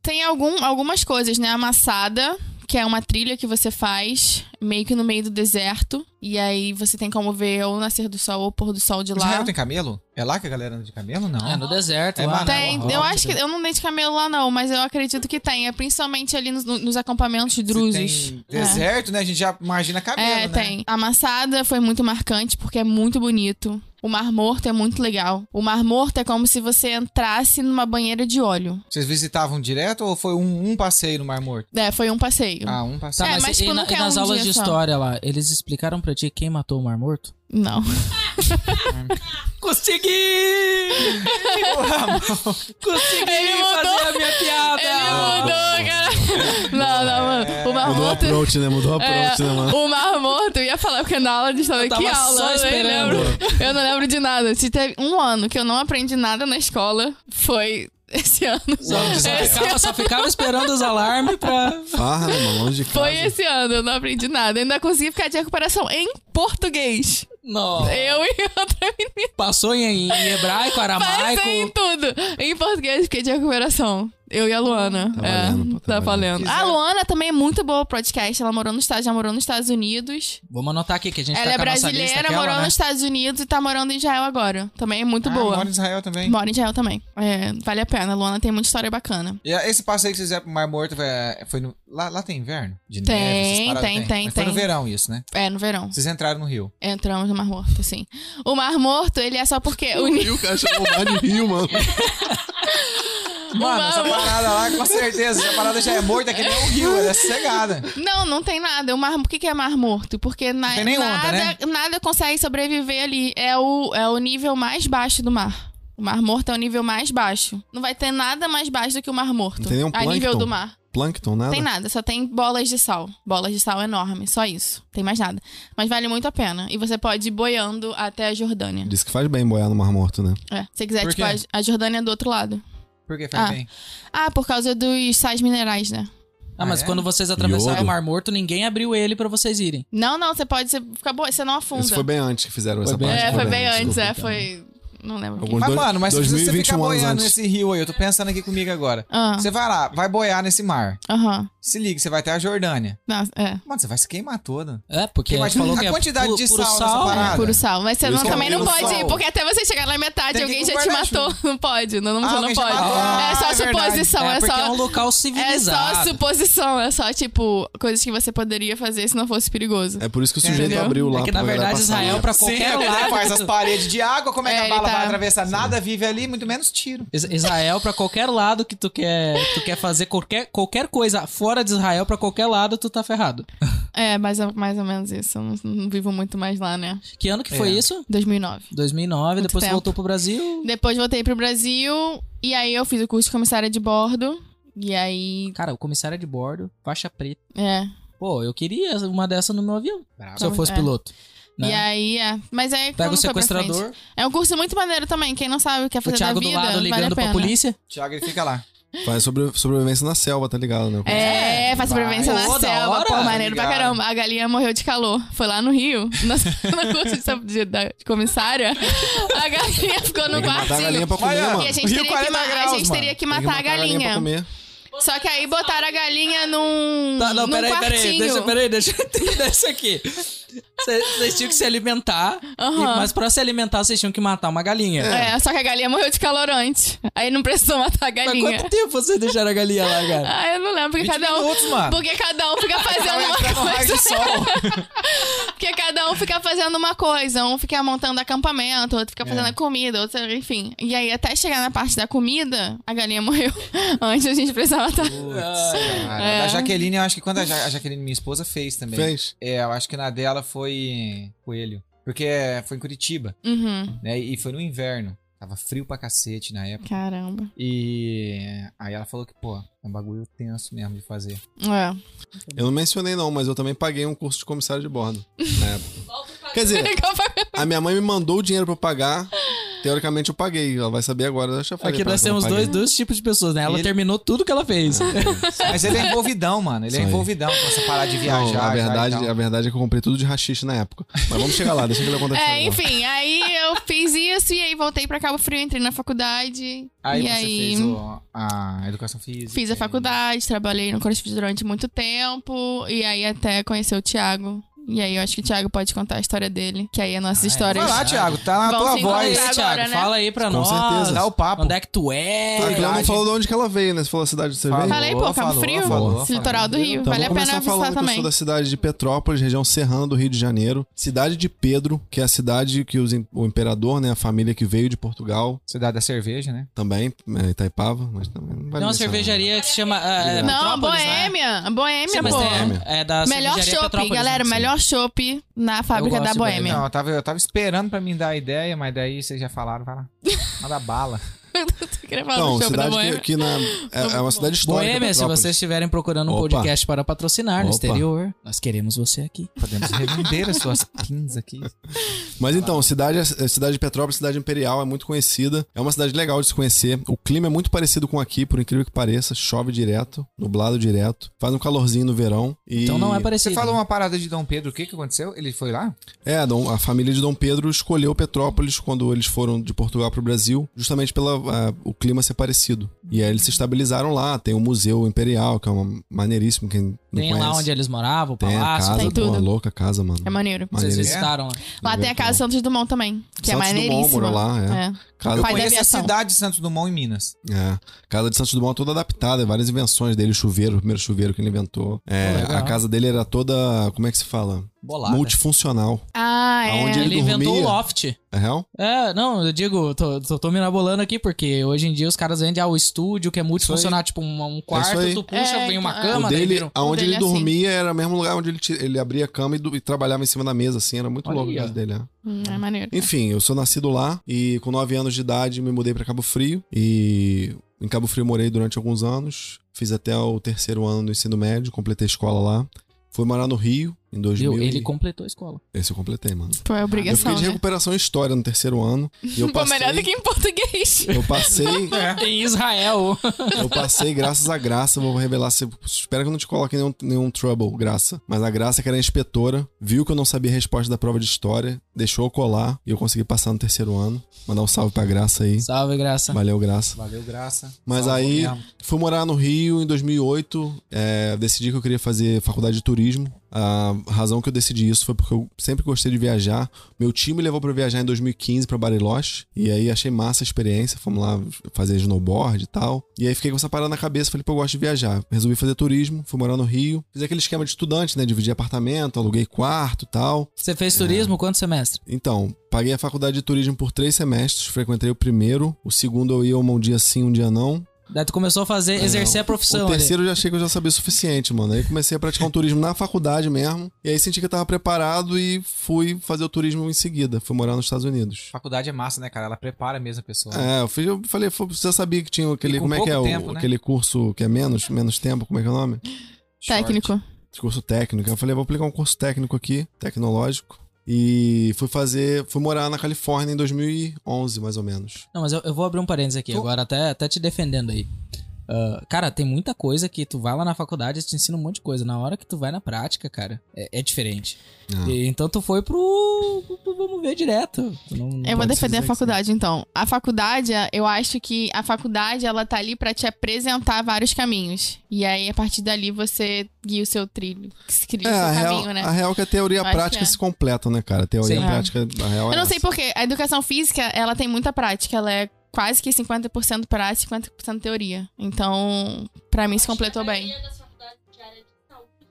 Speaker 2: Tem algum, algumas coisas, né? Amassada, que é uma trilha que você faz meio que no meio do deserto. E aí você tem como ver ou o nascer do sol ou o pôr do sol de lá.
Speaker 3: Israel tem camelo? É lá que a galera anda de camelo? Não.
Speaker 4: É, no deserto.
Speaker 3: É
Speaker 4: lá,
Speaker 3: Manaus,
Speaker 4: né?
Speaker 2: Tem,
Speaker 4: Lá,
Speaker 2: eu
Speaker 4: lá,
Speaker 2: acho que.
Speaker 4: entendeu?
Speaker 2: Eu não dei de camelo lá, não, mas eu acredito que tenha. Principalmente ali nos, nos acampamentos
Speaker 3: Se
Speaker 2: drusos.
Speaker 3: tem deserto, né? A gente já imagina camelo,
Speaker 2: É,
Speaker 3: né?
Speaker 2: tem. A Amassada foi muito marcante porque é muito bonito. O Mar Morto é muito legal. O Mar Morto é como se você entrasse numa banheira de óleo.
Speaker 3: Vocês visitavam direto ou foi um, um passeio no Mar Morto?
Speaker 2: É, foi um passeio. meio.
Speaker 3: Ah, um passado.
Speaker 4: Tá,
Speaker 2: É,
Speaker 4: mas,
Speaker 2: mas,
Speaker 4: e,
Speaker 2: tipo,
Speaker 4: na-
Speaker 2: nunca
Speaker 4: e
Speaker 2: é
Speaker 4: nas
Speaker 2: um
Speaker 4: aulas
Speaker 2: dia
Speaker 4: de
Speaker 2: só.
Speaker 4: história lá, eles explicaram pra ti quem matou o Mar Morto? *laughs*
Speaker 2: Não.
Speaker 3: *laughs*
Speaker 4: Consegui! Consegui
Speaker 2: Ele mudou.
Speaker 4: fazer a minha piada!
Speaker 2: Ele mudou, cara. Não, não, mano. O Mar
Speaker 1: Mudou o
Speaker 2: Morto.
Speaker 1: approach, né? Mudou o
Speaker 2: É,
Speaker 1: approach, né, mano?
Speaker 2: o Mar Morto, eu ia falar porque na aula de história,
Speaker 4: Eu tava
Speaker 2: que
Speaker 4: só
Speaker 2: aula? Eu nem
Speaker 4: esperando.
Speaker 2: lembro. Eu não lembro de nada. Se teve um ano que eu não aprendi nada na escola, foi esse ano.
Speaker 4: Só,
Speaker 2: Esse
Speaker 4: ficava, só ficava esperando os alarmes pra.
Speaker 1: Farra, né, mano? Longe de casa.
Speaker 2: Foi esse ano, eu não aprendi nada. Ainda consegui ficar de recuperação em português.
Speaker 4: Não.
Speaker 2: Eu e outra menina.
Speaker 4: Passou em, em hebraico,
Speaker 2: Passei em
Speaker 4: aramaico.
Speaker 2: tudo. Em português fiquei de recuperação. Eu e a Luana.
Speaker 1: Tá
Speaker 2: é,
Speaker 1: valendo, pô, tá
Speaker 2: tá valendo.
Speaker 3: valendo.
Speaker 2: A Luana também é muito boa pro podcast. Ela morou nos Estados, já morou nos Estados Unidos.
Speaker 4: Vamos anotar aqui que a gente
Speaker 2: Ela
Speaker 4: tá
Speaker 2: é
Speaker 4: com a nossa lista
Speaker 2: brasileira,
Speaker 4: aquela,
Speaker 2: morou
Speaker 4: né?
Speaker 2: nos Estados Unidos e tá morando em Israel agora. Também é muito
Speaker 3: Ah,
Speaker 2: boa.
Speaker 3: Mora em Israel também.
Speaker 2: Mora em Israel também. É, vale a pena. A Luana tem muita história bacana.
Speaker 3: E ah, esse passeio que vocês fizeram pro Mar Morto é, foi no. Lá, lá tem inverno? De
Speaker 2: Tem,
Speaker 3: neve, essas paradas?
Speaker 2: tem, tem,
Speaker 3: Mas Foi no
Speaker 2: tem.
Speaker 3: verão isso, né?
Speaker 2: É, no verão.
Speaker 3: Vocês entraram no rio.
Speaker 2: Entramos no Mar Morto, sim. O Mar Morto, ele é só porque. *laughs* O, ni-
Speaker 1: Rio, cara, chamou o mar de Rio, mano.
Speaker 3: Mano, essa
Speaker 2: Mar-
Speaker 3: parada lá, com certeza, essa parada já é morta, que nem um rio, ela é sossegada.
Speaker 2: Não, não tem nada. O, mar... o que que é Mar Morto? Porque na-
Speaker 3: Não tem nem onda, né?
Speaker 2: nada, nada consegue sobreviver ali. É o... é o nível mais baixo do mar. O Mar Morto é o nível mais baixo. Não vai ter nada mais baixo do que o Mar Morto.
Speaker 1: Não tem nenhum
Speaker 3: um
Speaker 2: a nível
Speaker 1: plâncton?
Speaker 2: do mar.
Speaker 1: Plankton, nada?
Speaker 2: Tem nada, só tem bolas de sal. Bolas de sal enorme, só isso. Tem mais nada. Mas vale muito a pena. E você pode ir boiando até a Jordânia.
Speaker 1: Diz que faz bem boiar no Mar Morto, né?
Speaker 2: É, se você quiser,
Speaker 3: Por
Speaker 2: tipo,
Speaker 3: quê?
Speaker 2: a a Jordânia é do outro lado.
Speaker 3: Por que faz
Speaker 2: Ah.
Speaker 3: bem?
Speaker 2: Ah, por causa dos sais minerais, né?
Speaker 4: Ah, mas
Speaker 3: Ah, é?
Speaker 4: quando vocês atravessaram
Speaker 1: Iodo.
Speaker 4: o Mar Morto, ninguém abriu ele pra vocês irem.
Speaker 2: Não, não, você pode você fica boa, você não afunda.
Speaker 1: Isso foi bem antes que fizeram
Speaker 4: Foi
Speaker 1: essa
Speaker 4: bem-
Speaker 1: parte.
Speaker 2: é, foi bem antes,
Speaker 1: né? desculpa.
Speaker 2: é, foi. Não lembro.
Speaker 1: Alguns
Speaker 3: Mas,
Speaker 1: dois-
Speaker 3: mano, mas se você ficar
Speaker 1: 2021 anos
Speaker 3: boiando
Speaker 1: antes.
Speaker 3: nesse rio aí, eu tô pensando aqui comigo agora.
Speaker 2: Ah,
Speaker 3: Você vai lá, vai boiar nesse mar.
Speaker 2: Aham.
Speaker 3: Se liga, você vai até a Jordânia.
Speaker 2: Não, é.
Speaker 3: Mano, você vai se queimar todo.
Speaker 4: É, porque
Speaker 3: Porque
Speaker 4: a gente falou
Speaker 3: a
Speaker 4: que é
Speaker 3: quantidade
Speaker 4: pu-
Speaker 3: de
Speaker 4: puro
Speaker 3: sal nessa
Speaker 4: sal.
Speaker 3: parada.
Speaker 2: Puro sal. Mas você
Speaker 1: Por
Speaker 2: não,
Speaker 1: isso que
Speaker 2: também
Speaker 1: é
Speaker 2: não
Speaker 1: puro
Speaker 2: pode
Speaker 1: sal.
Speaker 2: ir, porque até você chegar na metade,
Speaker 3: Tem que
Speaker 2: alguém
Speaker 3: ir
Speaker 2: já
Speaker 3: com
Speaker 2: te
Speaker 3: guarda-chuva.
Speaker 2: matou. Não pode, não, não,
Speaker 3: Ah,
Speaker 2: você não
Speaker 3: alguém já
Speaker 2: pode.
Speaker 3: matou. Ah,
Speaker 2: é só
Speaker 3: é verdade.
Speaker 2: suposição,
Speaker 4: É,
Speaker 2: é,
Speaker 4: porque
Speaker 2: só.
Speaker 4: é um local
Speaker 2: É só
Speaker 4: civilizado.
Speaker 2: suposição, é só, tipo, coisas que você poderia fazer se não fosse perigoso.
Speaker 1: É por isso que o sujeito
Speaker 2: Entendeu?
Speaker 1: abriu lá.
Speaker 4: É que na
Speaker 1: pra galera
Speaker 4: verdade
Speaker 1: passar,
Speaker 4: Israel
Speaker 1: né?
Speaker 4: pra
Speaker 3: Sim,
Speaker 4: qualquer
Speaker 3: ele
Speaker 4: lado.
Speaker 3: faz as paredes de água, como é, que
Speaker 2: É,
Speaker 3: a
Speaker 2: ele
Speaker 3: bala vai
Speaker 2: tá-
Speaker 3: atravessar? Nada vive ali, muito menos tiro.
Speaker 4: Is- Israel pra qualquer lado que tu quer, tu quer fazer qualquer, qualquer coisa fora de Israel pra qualquer lado, tu tá ferrado.
Speaker 2: É, mais ou, mais ou menos isso. Eu não, não vivo muito mais lá, né?
Speaker 4: Que ano que
Speaker 3: É.
Speaker 4: foi isso?
Speaker 2: 2009.
Speaker 4: 2009,
Speaker 2: Muito
Speaker 4: depois tu
Speaker 2: tempo.
Speaker 4: voltou pro Brasil.
Speaker 2: Depois voltei pro Brasil e aí eu fiz o curso de comissária de bordo. E aí.
Speaker 4: Cara, o comissário é de bordo, faixa preta.
Speaker 2: É.
Speaker 4: Pô, eu queria uma dessa no meu avião. Se eu fosse
Speaker 2: É.
Speaker 4: piloto. né?
Speaker 2: E aí, é. Mas aí.
Speaker 4: Pega
Speaker 2: como
Speaker 4: o
Speaker 2: foi pra frente?
Speaker 4: sequestrador,
Speaker 2: É um curso muito maneiro também. Quem não sabe o que é
Speaker 4: o
Speaker 2: fazer
Speaker 4: Thiago
Speaker 2: da
Speaker 4: do
Speaker 2: vida,
Speaker 4: lado
Speaker 2: vale a
Speaker 4: ligando pra
Speaker 2: pena.
Speaker 4: polícia.
Speaker 3: Tiago, ele fica lá.
Speaker 1: Faz sobre, sobrevivência na selva, tá ligado, né?
Speaker 2: É, faz
Speaker 3: Vai.
Speaker 2: sobrevivência na
Speaker 4: Pô, da
Speaker 2: selva.
Speaker 4: hora,
Speaker 2: Pô, maneiro pra
Speaker 3: ligado.
Speaker 2: caramba. A galinha morreu de calor. Foi lá no Rio, *laughs* na- no curso de, sab- de- da- de comissária. A galinha ficou no
Speaker 1: Tem que matar a
Speaker 2: quartinho.
Speaker 1: galinha pra comer,
Speaker 3: Olha,
Speaker 1: mano.
Speaker 2: E a gente,
Speaker 3: Rio
Speaker 2: teria que,
Speaker 3: 40
Speaker 2: ma-
Speaker 3: graus,
Speaker 2: a gente
Speaker 3: mano.
Speaker 2: teria que
Speaker 1: Tem que
Speaker 2: matar a
Speaker 1: pra
Speaker 2: galinha.
Speaker 1: comer.
Speaker 2: Só que aí botaram a galinha num.
Speaker 4: Tá, não,
Speaker 2: Hum, num
Speaker 4: peraí,
Speaker 2: quartinho.
Speaker 4: peraí, deixa, peraí, deixa eu *laughs* entender isso aqui. Cê- Vocês tinham que se alimentar,
Speaker 2: Aham.
Speaker 4: e- mas pra se alimentar, vocês tinham que matar uma galinha.
Speaker 2: É, só que a galinha morreu de calor antes. Aí não precisou matar a
Speaker 4: Mas
Speaker 2: galinha.
Speaker 4: quanto tempo vocês deixaram a galinha lá, cara?
Speaker 2: Ah, eu não lembro, porque
Speaker 3: 20
Speaker 2: cada um.
Speaker 3: minutos, mano.
Speaker 2: Porque cada um fica fazendo
Speaker 3: Ah. *laughs* Vai entrar no
Speaker 2: uma
Speaker 3: raio de
Speaker 2: coisa.
Speaker 3: sol.
Speaker 2: *laughs* Porque cada um fica fazendo uma coisa. Um fica montando acampamento, outro fica
Speaker 3: É.
Speaker 2: fazendo a comida, outro, enfim. E aí, até chegar na parte da comida, a galinha morreu *laughs* antes a gente tá- precisar matar.
Speaker 3: Ah, Cara,
Speaker 2: É.
Speaker 3: A Jaqueline, eu acho que quando a, Ja- a Jaqueline, minha esposa, fez também.
Speaker 1: Fez.
Speaker 3: É, eu acho que na dela foi coelho. Porque foi em Curitiba,
Speaker 2: Uhum.
Speaker 3: né? E foi no inverno. Tava frio pra cacete na época.
Speaker 2: Caramba.
Speaker 3: E aí ela falou que, pô, é um bagulho tenso mesmo de fazer.
Speaker 2: É.
Speaker 1: Eu não mencionei, não, mas eu também paguei um curso de comissário de bordo. Na época.
Speaker 2: *laughs*
Speaker 1: Quer
Speaker 2: É,
Speaker 1: dizer, a minha mãe me mandou o dinheiro pra eu pagar. Teoricamente eu paguei. Ela vai saber agora da chafaria.
Speaker 4: Aqui
Speaker 1: pra
Speaker 4: nós
Speaker 1: ela que eu
Speaker 4: temos
Speaker 1: não
Speaker 4: dois,
Speaker 1: paguei.
Speaker 4: dois tipos de pessoas, né? Ela
Speaker 3: Ele-
Speaker 4: terminou tudo que ela fez.
Speaker 3: Mas ele é envolvidão, mano. Ele
Speaker 1: Isso
Speaker 3: é
Speaker 1: aí.
Speaker 3: envolvidão com essa parada de viajar.
Speaker 1: Não, a,
Speaker 3: e tal e
Speaker 1: verdade,
Speaker 3: tal.
Speaker 1: a verdade é que eu comprei tudo de rachixe na época. Mas vamos chegar lá, deixa que Ah, ele acontecer.
Speaker 2: É, enfim, aí eu fiz isso e aí voltei pra Cabo Frio, entrei na faculdade.
Speaker 3: Aí
Speaker 2: e
Speaker 3: você
Speaker 2: aí
Speaker 3: fez o- a educação física.
Speaker 2: fiz a
Speaker 3: e-
Speaker 2: faculdade, trabalhei no CrossFit durante muito tempo. E aí até conhecer o Thiago. E aí eu acho que o Thiago pode contar a história dele, que aí a
Speaker 4: Ah,
Speaker 2: nossa
Speaker 4: é.
Speaker 2: história.
Speaker 3: Vai lá, Thiago, tá na
Speaker 2: Vamos
Speaker 3: tua
Speaker 2: se
Speaker 4: Fala
Speaker 2: Olha
Speaker 4: aí,
Speaker 3: voz.
Speaker 2: encontrar.
Speaker 4: Thiago,
Speaker 2: agora, né?
Speaker 4: fala aí pra
Speaker 1: Com
Speaker 4: nós.
Speaker 1: certeza.
Speaker 3: Dá o papo.
Speaker 4: Onde é que tu é?
Speaker 1: Ah, que ela não
Speaker 3: verdade.
Speaker 1: falou de onde que ela veio, né? Você falou a cidade onde você
Speaker 3: Fala.
Speaker 1: veio?
Speaker 2: Falei, pô,
Speaker 3: Falou,
Speaker 2: Cabo
Speaker 3: falou,
Speaker 2: Frio,
Speaker 3: falou,
Speaker 2: esse litoral do
Speaker 3: falou.
Speaker 2: Rio.
Speaker 1: Então,
Speaker 2: vale a
Speaker 1: vou
Speaker 2: pena
Speaker 1: começar falando
Speaker 2: visitar
Speaker 1: que eu
Speaker 2: também.
Speaker 1: sou da cidade de Petrópolis, região serrana do Rio de Janeiro. Cidade de Pedro, que é a cidade que os im- o imperador, né, a família que veio de Portugal,
Speaker 3: Cidade da cerveja, né?
Speaker 1: também, é, Itaipava, mas também não
Speaker 4: Tem
Speaker 1: vale
Speaker 4: uma
Speaker 1: mencionar.
Speaker 4: cervejaria que se chama. ah,
Speaker 2: Não, a
Speaker 4: Petrópolis, né?
Speaker 2: Boêmia. A Boêmia,
Speaker 4: Sim, mas
Speaker 2: pô.
Speaker 1: Boêmia.
Speaker 4: é, é da
Speaker 2: Melhor
Speaker 4: cervejaria
Speaker 2: chopp,
Speaker 4: Petrópolis,
Speaker 2: galera.
Speaker 4: né?
Speaker 2: Melhor chopp na fábrica
Speaker 4: gosto
Speaker 2: da
Speaker 4: de
Speaker 2: Boêmia. *laughs*
Speaker 3: Não, eu tava, eu tava esperando pra me dar a ideia, mas daí vocês já falaram,
Speaker 2: *laughs*
Speaker 3: vai lá. Manda bala.
Speaker 2: Eu queria falar
Speaker 1: Então,
Speaker 2: do chopp da
Speaker 1: cidade que,
Speaker 2: Boêmia.
Speaker 1: que
Speaker 2: *laughs*
Speaker 1: na, é, é uma cidade histórica.
Speaker 4: Boêmia, se
Speaker 1: Petrópolis.
Speaker 4: vocês estiverem procurando um
Speaker 1: Opa.
Speaker 4: podcast para patrocinar no
Speaker 1: Opa.
Speaker 4: exterior, nós queremos você aqui.
Speaker 3: Podemos revender as suas pins aqui.
Speaker 1: Mas então, cidade, a cidade de Petrópolis, cidade imperial, é muito conhecida. É uma cidade legal de se conhecer. O clima é muito parecido com aqui, por incrível que pareça. Chove direto, nublado direto. Faz um calorzinho no verão. e-
Speaker 4: Então não é
Speaker 3: Você
Speaker 4: parecido.
Speaker 3: falou uma parada de Dom Pedro, o que que aconteceu? Ele foi lá?
Speaker 1: É, Dom- a família de Dom Pedro escolheu Petrópolis quando eles foram de Portugal para o Brasil, justamente pelo o clima ser parecido. E aí eles se estabilizaram lá. Tem o Museu Imperial, que é uma maneiríssimo, quem não
Speaker 4: Tem
Speaker 1: conhece.
Speaker 4: lá onde eles moravam, o
Speaker 1: Tem a
Speaker 4: palácio.
Speaker 1: casa,
Speaker 2: tem
Speaker 1: pô, uma
Speaker 2: tudo.
Speaker 1: louca casa, mano.
Speaker 2: É maneiro.
Speaker 4: Vocês
Speaker 1: Maneiríssimo.
Speaker 4: visitaram lá.
Speaker 2: Lá tem a Casa Santos Dumont também, que é
Speaker 1: Santos Dumont
Speaker 2: maneiríssima.
Speaker 1: morou lá, é.
Speaker 2: É.
Speaker 1: Casa,
Speaker 2: Pai da
Speaker 3: Conhece a
Speaker 2: aviação.
Speaker 3: cidade de Santos Dumont
Speaker 2: *laughs*
Speaker 3: em Minas.
Speaker 1: É. Casa de Santos Dumont toda adaptada, várias invenções dele, o chuveiro, o primeiro chuveiro que ele inventou. É,
Speaker 4: Pô, legal.
Speaker 1: a casa dele era toda, como é que se fala?
Speaker 4: Bolada.
Speaker 1: Multifuncional.
Speaker 2: Ah, é.
Speaker 1: Aonde
Speaker 4: Ele inventou o
Speaker 1: dormia.
Speaker 4: loft.
Speaker 1: É real?
Speaker 4: É, não, eu digo, tô, tô, tô mirabolando aqui, porque hoje em dia os caras vendem ao estúdio, que é multifuncional, tipo um, um quarto,
Speaker 1: aí.
Speaker 4: tu puxa,
Speaker 2: É,
Speaker 4: vem uma
Speaker 2: então, é.
Speaker 4: cama,
Speaker 1: o
Speaker 4: daí
Speaker 1: dele,
Speaker 4: vira um-
Speaker 1: aonde
Speaker 2: o dele
Speaker 1: ele
Speaker 2: é assim.
Speaker 1: dormia era o mesmo lugar onde ele, ti- ele abria a cama e, do- e trabalhava em cima da mesa, assim, era muito
Speaker 4: Olha
Speaker 1: louco a
Speaker 4: aí,
Speaker 1: casa
Speaker 4: ó.
Speaker 1: dele. é.
Speaker 2: Hum, é maneiro.
Speaker 1: Enfim, eu sou nascido lá e com 9 anos de idade me mudei pra Cabo Frio e em Cabo Frio morei durante alguns anos, fiz até o terceiro ano do ensino médio, completei a escola lá. Fui morar no Rio em 2000.
Speaker 4: Viu? Ele
Speaker 1: e-
Speaker 4: completou
Speaker 1: *laughs*
Speaker 4: a escola.
Speaker 1: Esse eu completei, mano.
Speaker 2: Pô, é
Speaker 1: Eu fiquei
Speaker 2: obrigação,
Speaker 1: de
Speaker 2: né?
Speaker 1: recuperação em história no terceiro ano. E
Speaker 2: *laughs*
Speaker 1: eu
Speaker 2: Pô,
Speaker 1: passei,
Speaker 2: melhor do que em português.
Speaker 1: Eu passei,
Speaker 2: É.
Speaker 4: Em Israel.
Speaker 1: eu passei, graças à graça, vou revelar. Se, espero que eu não te coloque nenhum, nenhum trouble, graça. Mas a graça que era a inspetora, viu que eu não sabia a resposta da prova de história, deixou eu colar e eu consegui passar no terceiro ano. Mandar um salve pra graça aí.
Speaker 4: Salve, graça.
Speaker 1: Valeu, graça.
Speaker 3: Valeu, graça.
Speaker 1: Mas
Speaker 3: Salve
Speaker 1: aí-
Speaker 3: mesmo.
Speaker 1: Fui morar no Rio em 2008. é, decidi que eu queria fazer faculdade de turismo. A razão que eu decidi isso foi porque eu sempre gostei de viajar. Meu time me levou pra viajar em 2015 pra Bariloche. E aí achei massa a experiência. Fomos lá fazer snowboard e tal. E aí fiquei com essa parada na cabeça. Falei, pô, eu gosto de viajar. Resolvi fazer turismo. Fui morar no Rio. Fiz aquele esquema de estudante, né? Dividi apartamento, aluguei quarto e tal.
Speaker 4: Você fez turismo quanto semestre?
Speaker 1: Então, paguei a faculdade de turismo por três semestres. Frequentei o primeiro. O segundo eu ia um dia sim, um dia não.
Speaker 4: Daí tu começou a fazer,
Speaker 1: É,
Speaker 4: exercer a profissão.
Speaker 1: O
Speaker 4: ali.
Speaker 1: terceiro eu já achei que eu já sabia o suficiente, mano. Aí comecei a praticar um turismo na faculdade mesmo. E aí senti que eu tava preparado e fui fazer o turismo em seguida. Fui morar nos Estados Unidos.
Speaker 3: Faculdade é massa, né, cara? Ela prepara mesmo a pessoa. né?
Speaker 1: É, eu, fiz, eu falei, foi- você sabia que tinha
Speaker 3: E
Speaker 1: aquele.
Speaker 3: com
Speaker 1: Como é que é?
Speaker 3: pouco
Speaker 1: o-
Speaker 3: tempo, né?
Speaker 1: Aquele curso que é menos, menos tempo, como é que é o nome?
Speaker 3: Short.
Speaker 2: Técnico.
Speaker 1: Esse curso técnico. Eu falei, vou aplicar um curso técnico aqui, tecnológico. E fui fazer. Fui morar na Califórnia em 2011, mais ou menos.
Speaker 4: Não, mas eu, eu vou abrir um parênteses aqui
Speaker 3: Tu-
Speaker 4: agora, até, até te defendendo aí. Ah, cara, tem muita coisa que tu vai lá na faculdade e te ensina um monte de coisa. Na hora que tu vai na prática, cara, é, é diferente.
Speaker 1: Ah.
Speaker 4: E, então tu foi pro, pro- pro Vamos ver direto. Tu não- não
Speaker 2: Eu É, vou
Speaker 4: pode
Speaker 2: defender
Speaker 4: dizer
Speaker 2: a
Speaker 4: que
Speaker 2: faculdade, então. A faculdade, eu acho que a faculdade, ela tá ali pra te apresentar vários caminhos. E aí, a partir dali, você guia o seu trilho, que se cria
Speaker 1: É,
Speaker 2: o seu
Speaker 1: a real,
Speaker 2: caminho, né?
Speaker 1: a real é que a teoria e a
Speaker 2: Acho que
Speaker 1: prática
Speaker 2: é.
Speaker 1: se completam, né, cara? A teoria e
Speaker 4: Sim.
Speaker 1: a
Speaker 4: É.
Speaker 1: prática, a real é
Speaker 2: Eu não sei
Speaker 1: essa.
Speaker 2: porquê. A educação física, ela tem muita prática. Ela é quase que 50% prática e 50% teoria. Então, pra mim, se completou bem.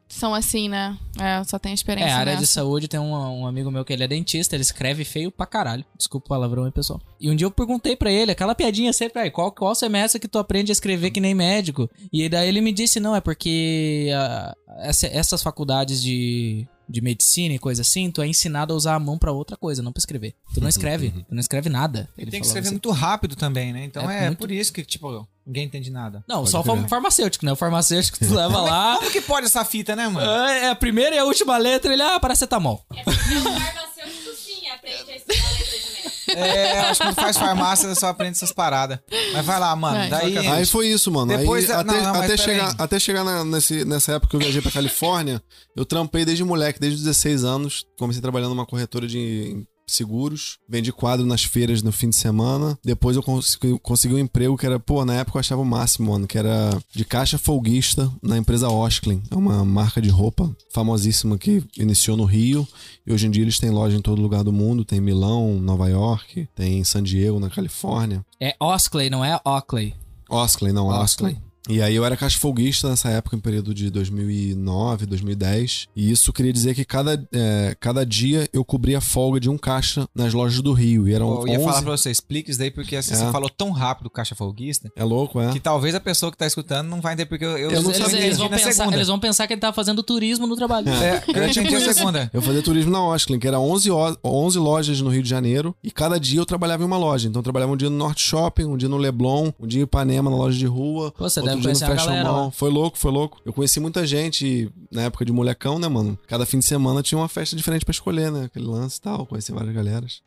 Speaker 2: São assim, né? É, eu só tenho
Speaker 4: tem.
Speaker 2: experiência
Speaker 4: É, a área
Speaker 2: nessa.
Speaker 4: de saúde tem um, um amigo meu que ele é dentista, ele escreve feio pra caralho. Desculpa o palavrão aí, pessoal. E um dia eu perguntei pra ele, aquela piadinha sempre, aí, qual, qual semestre que tu aprende a escrever que nem médico? E daí ele me disse, não, é porque ah, essa- essas faculdades de, de medicina e coisa assim, tu é ensinado a usar a mão pra outra coisa, não pra escrever. Tu não escreve,
Speaker 1: Uhum.
Speaker 4: tu não escreve nada.
Speaker 3: Ele
Speaker 4: Ele
Speaker 3: tem
Speaker 4: falava
Speaker 3: que escrever
Speaker 4: assim.
Speaker 3: muito rápido também, né? Então
Speaker 4: É
Speaker 3: é,
Speaker 4: muito-
Speaker 3: por isso que, tipo, ninguém entende nada.
Speaker 4: Não,
Speaker 1: Pode
Speaker 4: só o
Speaker 1: crer.
Speaker 4: farm- farmacêutico, né? O farmacêutico tu
Speaker 1: *laughs*
Speaker 4: leva lá...
Speaker 3: Como que pode essa fita, né, mano?
Speaker 4: ah, É a primeira e a última letra, ele, ah, paracetamol.
Speaker 5: *laughs* farmacêutico sim aprende a ensinar letras de médico.
Speaker 3: É, acho que quando faz farmácia, só aprende essas paradas. Mas vai lá, mano.
Speaker 2: Vai.
Speaker 3: daí.
Speaker 1: Aí foi isso, mano. aí,
Speaker 3: Depois da-
Speaker 1: até,
Speaker 3: não, não, mas
Speaker 1: até
Speaker 3: peraí.
Speaker 1: chegar, até chegar na- nesse- nessa época que eu viajei pra Califórnia, eu trampei desde moleque, desde 16 anos. Comecei trabalhando numa corretora de seguros, vendi quadro nas feiras no fim de semana. Depois eu consegui, consegui um emprego que era, pô, na época eu achava o máximo, mano, que era de caixa folguista na empresa Osklin. É uma marca de roupa famosíssima que iniciou no Rio e hoje em dia eles têm loja em todo lugar do mundo. Tem em Milão, Nova York, tem em San Diego, na Califórnia.
Speaker 4: É Osclay, não é Ockley.
Speaker 1: Osklin, não,
Speaker 4: Osklin.
Speaker 1: Osklin. E aí eu era caixafolguista nessa época, em período de 2009, 2010. E isso queria dizer que cada, é, cada dia eu cobria a folga de um caixa nas lojas do Rio. E eram
Speaker 3: Eu ia
Speaker 1: 11...
Speaker 3: falar pra você, explica isso daí, porque assim,
Speaker 1: É.
Speaker 3: você falou tão rápido caixa folguista
Speaker 1: É louco, é?
Speaker 3: que talvez a pessoa que tá escutando não vai entender, porque eu, eu,
Speaker 1: Eu não
Speaker 4: Eles,
Speaker 1: sabia.
Speaker 4: eles vão
Speaker 3: entendi na
Speaker 4: pensar,
Speaker 3: segunda.
Speaker 4: eles vão pensar que ele tá fazendo turismo no trabalho.
Speaker 3: É, eu
Speaker 4: *laughs*
Speaker 3: entendi a segunda.
Speaker 1: Eu fazia turismo na Osklin, que era 11, o- 11 lojas no Rio de Janeiro. E cada dia eu trabalhava em uma loja. Então eu trabalhava um dia no Norte Shopping, um dia no Leblon, um dia em Ipanema, na loja de rua.
Speaker 4: Pô, você
Speaker 1: Outro dia
Speaker 4: deve
Speaker 1: no
Speaker 4: conhecer a
Speaker 1: Fashion
Speaker 4: galera. né?
Speaker 1: Mall.
Speaker 4: lá.
Speaker 1: Foi louco, foi louco. Eu conheci muita gente e, na época de molecão, né, mano? Cada fim de semana tinha uma festa diferente pra escolher, né? Aquele lance e tal. Conheci várias galeras.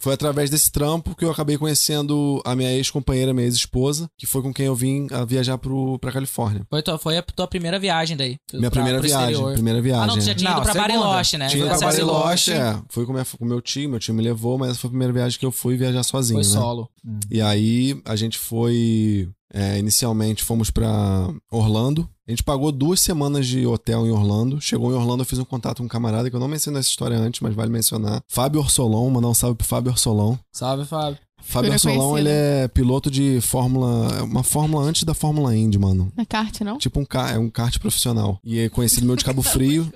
Speaker 1: Foi através desse trampo que eu acabei conhecendo a minha ex-companheira, minha ex-esposa, que foi com quem eu vim a viajar pro, pra Califórnia.
Speaker 4: Foi, tua, foi a tua primeira viagem daí.
Speaker 1: Minha
Speaker 4: pra-
Speaker 1: primeira
Speaker 4: tá pro
Speaker 1: viagem,
Speaker 4: exterior.
Speaker 1: primeira viagem.
Speaker 4: Ah, não, tu já
Speaker 1: é.
Speaker 4: tinha ido
Speaker 3: Não,
Speaker 4: pra
Speaker 3: segunda.
Speaker 4: Bariloche, né?
Speaker 1: Tinha
Speaker 4: Foi
Speaker 1: ido pra
Speaker 4: essa-
Speaker 1: Bariloche, é. Fui com, minha- com meu tio, meu tio me levou, mas foi a primeira viagem que eu fui viajar sozinho,
Speaker 4: Foi
Speaker 1: né?
Speaker 4: solo.
Speaker 1: E aí a gente foi. é, inicialmente fomos pra Orlando. A gente pagou duas semanas de hotel em Orlando. Chegou em Orlando, eu fiz um contato com um camarada que eu não mencionei essa história antes, mas vale mencionar. Fábio Orsolon, mandar um salve pro Fábio Orsolon.
Speaker 4: Salve, Fábio.
Speaker 1: Fábio
Speaker 2: Figura
Speaker 1: Orsolon,
Speaker 2: conhecida.
Speaker 1: ele é piloto de Fórmula. é Uma Fórmula antes da Fórmula Indy, mano.
Speaker 2: Na kart, não?
Speaker 1: Tipo um, ca- é um kart profissional. E é conhecido meu de Cabo Frio.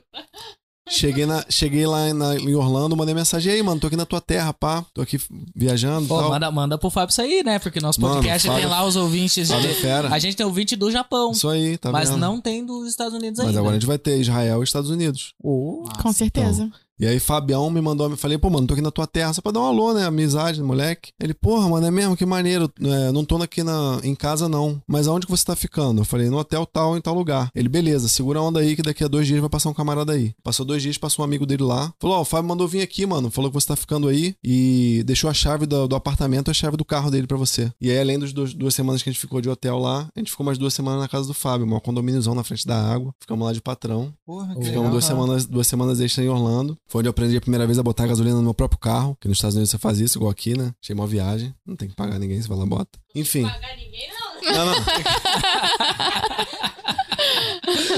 Speaker 1: Cheguei, na, cheguei lá na- em Orlando, mandei mensagem. E aí, mano, tô aqui na tua terra, pá. Tô aqui viajando e
Speaker 4: Pô,
Speaker 1: tal.
Speaker 4: manda, manda pro Fábio sair, né? Porque nosso
Speaker 1: Mano,
Speaker 4: podcast tem
Speaker 1: Fábio-
Speaker 4: lá os ouvintes.
Speaker 1: Fábio
Speaker 4: de-
Speaker 1: é fera.
Speaker 4: A gente tem ouvinte do Japão,
Speaker 1: Isso aí, tá
Speaker 4: mas
Speaker 1: vendo?
Speaker 4: não tem dos Estados Unidos
Speaker 1: Mas
Speaker 4: ainda.
Speaker 1: agora a gente vai ter Israel e Estados Unidos.
Speaker 4: Ô,
Speaker 2: Com certeza.
Speaker 1: E aí Fabião me mandou, eu falei, pô, mano, tô aqui na tua terra só pra dar um alô, né? Amizade, moleque. Ele, porra, mano, é mesmo, que maneiro. É, não tô aqui na, em casa, não. Mas aonde que você tá ficando? Eu falei, no hotel tal, em tal lugar. Ele, beleza, segura a onda aí que daqui a dois dias vai passar um camarada aí. Passou dois dias, passou um amigo dele lá. Falou, ó, o Fábio mandou vir aqui, mano. Falou que você tá ficando aí e deixou a chave do, do apartamento e a chave do carro dele pra você. E aí, além das duas, duas semanas que a gente ficou de hotel lá, a gente ficou mais duas semanas na casa do Fábio, uma condomíniozão na frente da água. Ficamos lá de patrão.
Speaker 3: Porra, que
Speaker 1: Ficamos
Speaker 3: legal,
Speaker 1: duas
Speaker 3: cara.
Speaker 1: semanas, duas semanas extra em Orlando. Foi onde eu aprendi a primeira vez a botar gasolina no meu próprio carro. Que nos Estados Unidos você faz isso, igual aqui, né? Achei uma viagem. Não tem que pagar ninguém, você vai lá e bota. Enfim.
Speaker 5: Pagar ninguém, não.
Speaker 1: Não,
Speaker 5: *laughs*
Speaker 1: não.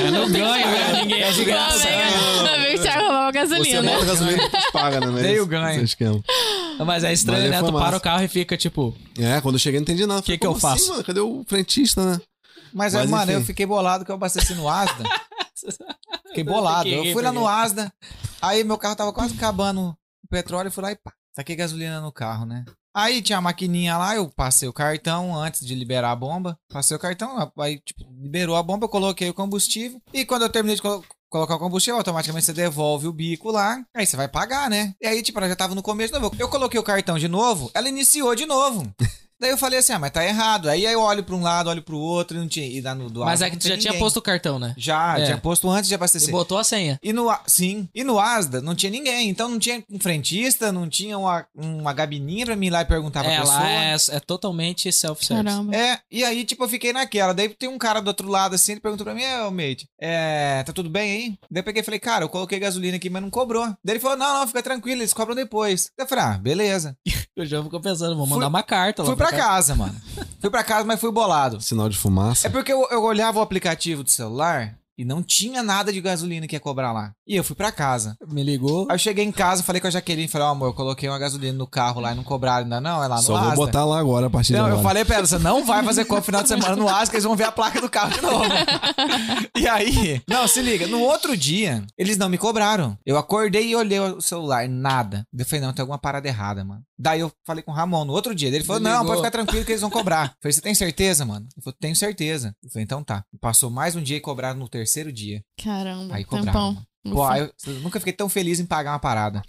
Speaker 4: Eu não ganho, né? Ninguém é de
Speaker 2: Lá
Speaker 4: graça.
Speaker 2: vem, lá vem o Thiago roubar a
Speaker 1: Você
Speaker 2: gasolina.
Speaker 1: bota gasolina e depois paga, né? Não é
Speaker 3: Dei
Speaker 1: isso?
Speaker 3: o ganho.
Speaker 1: Esse é esquema.
Speaker 4: Mas é estranho,
Speaker 1: Mas
Speaker 4: né?
Speaker 1: aí
Speaker 4: Tu
Speaker 1: foi
Speaker 4: para
Speaker 1: massa.
Speaker 4: o carro e fica tipo.
Speaker 1: É, quando eu cheguei não entendi nada.
Speaker 4: Que
Speaker 1: Falei,
Speaker 4: que eu
Speaker 1: "Como assim,
Speaker 4: faço?"
Speaker 1: mano? Cadê o frentista, né?
Speaker 3: Mas,
Speaker 1: Mas,
Speaker 3: mano, eu
Speaker 1: enfim.
Speaker 3: fiquei bolado que eu abasteci no Asda. Fiquei bolado. Eu fui lá no Asda, aí meu carro tava quase acabando o petróleo, eu fui lá e pá, taquei gasolina no carro, né? Aí tinha a maquininha lá, eu passei o cartão antes de liberar a bomba. Passei o cartão, aí tipo, liberou a bomba, eu coloquei o combustível. E quando eu terminei de colo- colocar o combustível, automaticamente você devolve o bico lá. Aí você vai pagar, né? E aí, tipo, ela já tava no começo. Não, eu- eu coloquei o cartão de novo, ela iniciou de
Speaker 4: *laughs*
Speaker 3: novo. Daí eu falei assim, ah, mas tá errado. Aí eu olho pra um lado, olho pro outro, e não tinha... E lá no, do
Speaker 4: Mas
Speaker 3: Asda
Speaker 4: é que
Speaker 3: não
Speaker 4: tu
Speaker 3: tem
Speaker 4: já tinha
Speaker 3: ninguém.
Speaker 4: posto o cartão, né?
Speaker 3: Já,
Speaker 4: É.
Speaker 3: tinha posto antes
Speaker 4: E
Speaker 3: de abastecer.
Speaker 4: botou a senha.
Speaker 3: E no, A- sim, e no Asda não tinha ninguém, então não tinha um frentista, não tinha uma, uma gabininha pra mim ir lá e perguntar pra
Speaker 4: É,
Speaker 3: pessoa.
Speaker 4: lá é, é totalmente self-service.
Speaker 2: né? Caramba.
Speaker 3: É, e aí, tipo, eu fiquei naquela. Daí tem um cara do outro lado, assim, ele perguntou pra mim, ô, mate, é, tá tudo bem aí? Daí eu peguei e falei, cara, eu coloquei gasolina aqui, mas não cobrou. Daí ele falou, não, não, fica tranquilo, eles cobram depois. Daí eu falei, ah, beleza.
Speaker 4: Eu já fico pensando, vou
Speaker 3: Fui-
Speaker 4: mandar uma carta lá.
Speaker 3: fui pra casa, mano. fui pra casa, mas fui bolado.
Speaker 1: Sinal de
Speaker 3: É
Speaker 1: fumaça.
Speaker 3: porque eu, eu olhava o aplicativo do celular e não tinha nada de gasolina que ia cobrar lá. E eu fui pra casa.
Speaker 4: Me ligou.
Speaker 3: Aí eu cheguei em casa, falei com a Jaqueline, falei, ó amor, eu coloquei uma gasolina no carro lá e não cobraram ainda não, é lá no
Speaker 1: Só
Speaker 3: Asda.
Speaker 1: vou botar lá agora a partir de
Speaker 3: Não,
Speaker 1: agora.
Speaker 3: eu falei pra ela, você não vai fazer compra final de semana no Asda, que eles vão ver a placa do carro de novo. e aí, não, se liga, no outro dia, eles não me cobraram. Eu acordei e olhei o celular, nada. Eu falei, não, tem alguma parada errada, mano. Daí eu falei com o Ramon no outro dia, ele falou,
Speaker 4: Ele
Speaker 3: não,
Speaker 4: ligou.
Speaker 3: pode ficar tranquilo que eles vão cobrar. Eu falei, você tem certeza, mano? Ele falou, tenho certeza. Eu falei, então tá. Passou mais um dia e cobraram no terceiro dia.
Speaker 2: Caramba.
Speaker 4: Hum,
Speaker 3: Aí cobraram.
Speaker 2: Tempão.
Speaker 3: Pô, aí eu, eu nunca fiquei tão feliz em pagar uma parada.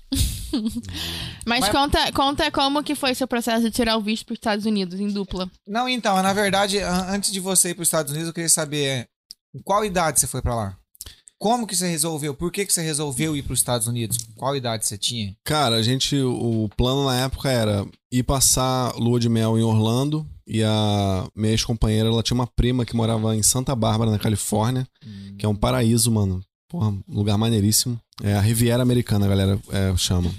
Speaker 2: Mas,
Speaker 3: Mas-
Speaker 2: Conta, conta como que foi seu processo de tirar o visto pros Estados Unidos em dupla.
Speaker 3: Não, então, na verdade, an- antes de você ir para os Estados Unidos, eu queria saber com qual idade você foi para lá? Como que você resolveu? Por que, que você resolveu ir para os Estados Unidos? Qual idade você tinha?
Speaker 1: Cara, a gente. O plano na época era ir passar lua de mel em Orlando. E a minha ex-companheira, ela tinha uma prima que morava em Santa Bárbara, na Califórnia, que é um paraíso, mano. Porra, um lugar maneiríssimo. É a Riviera Americana, a galera é, chama.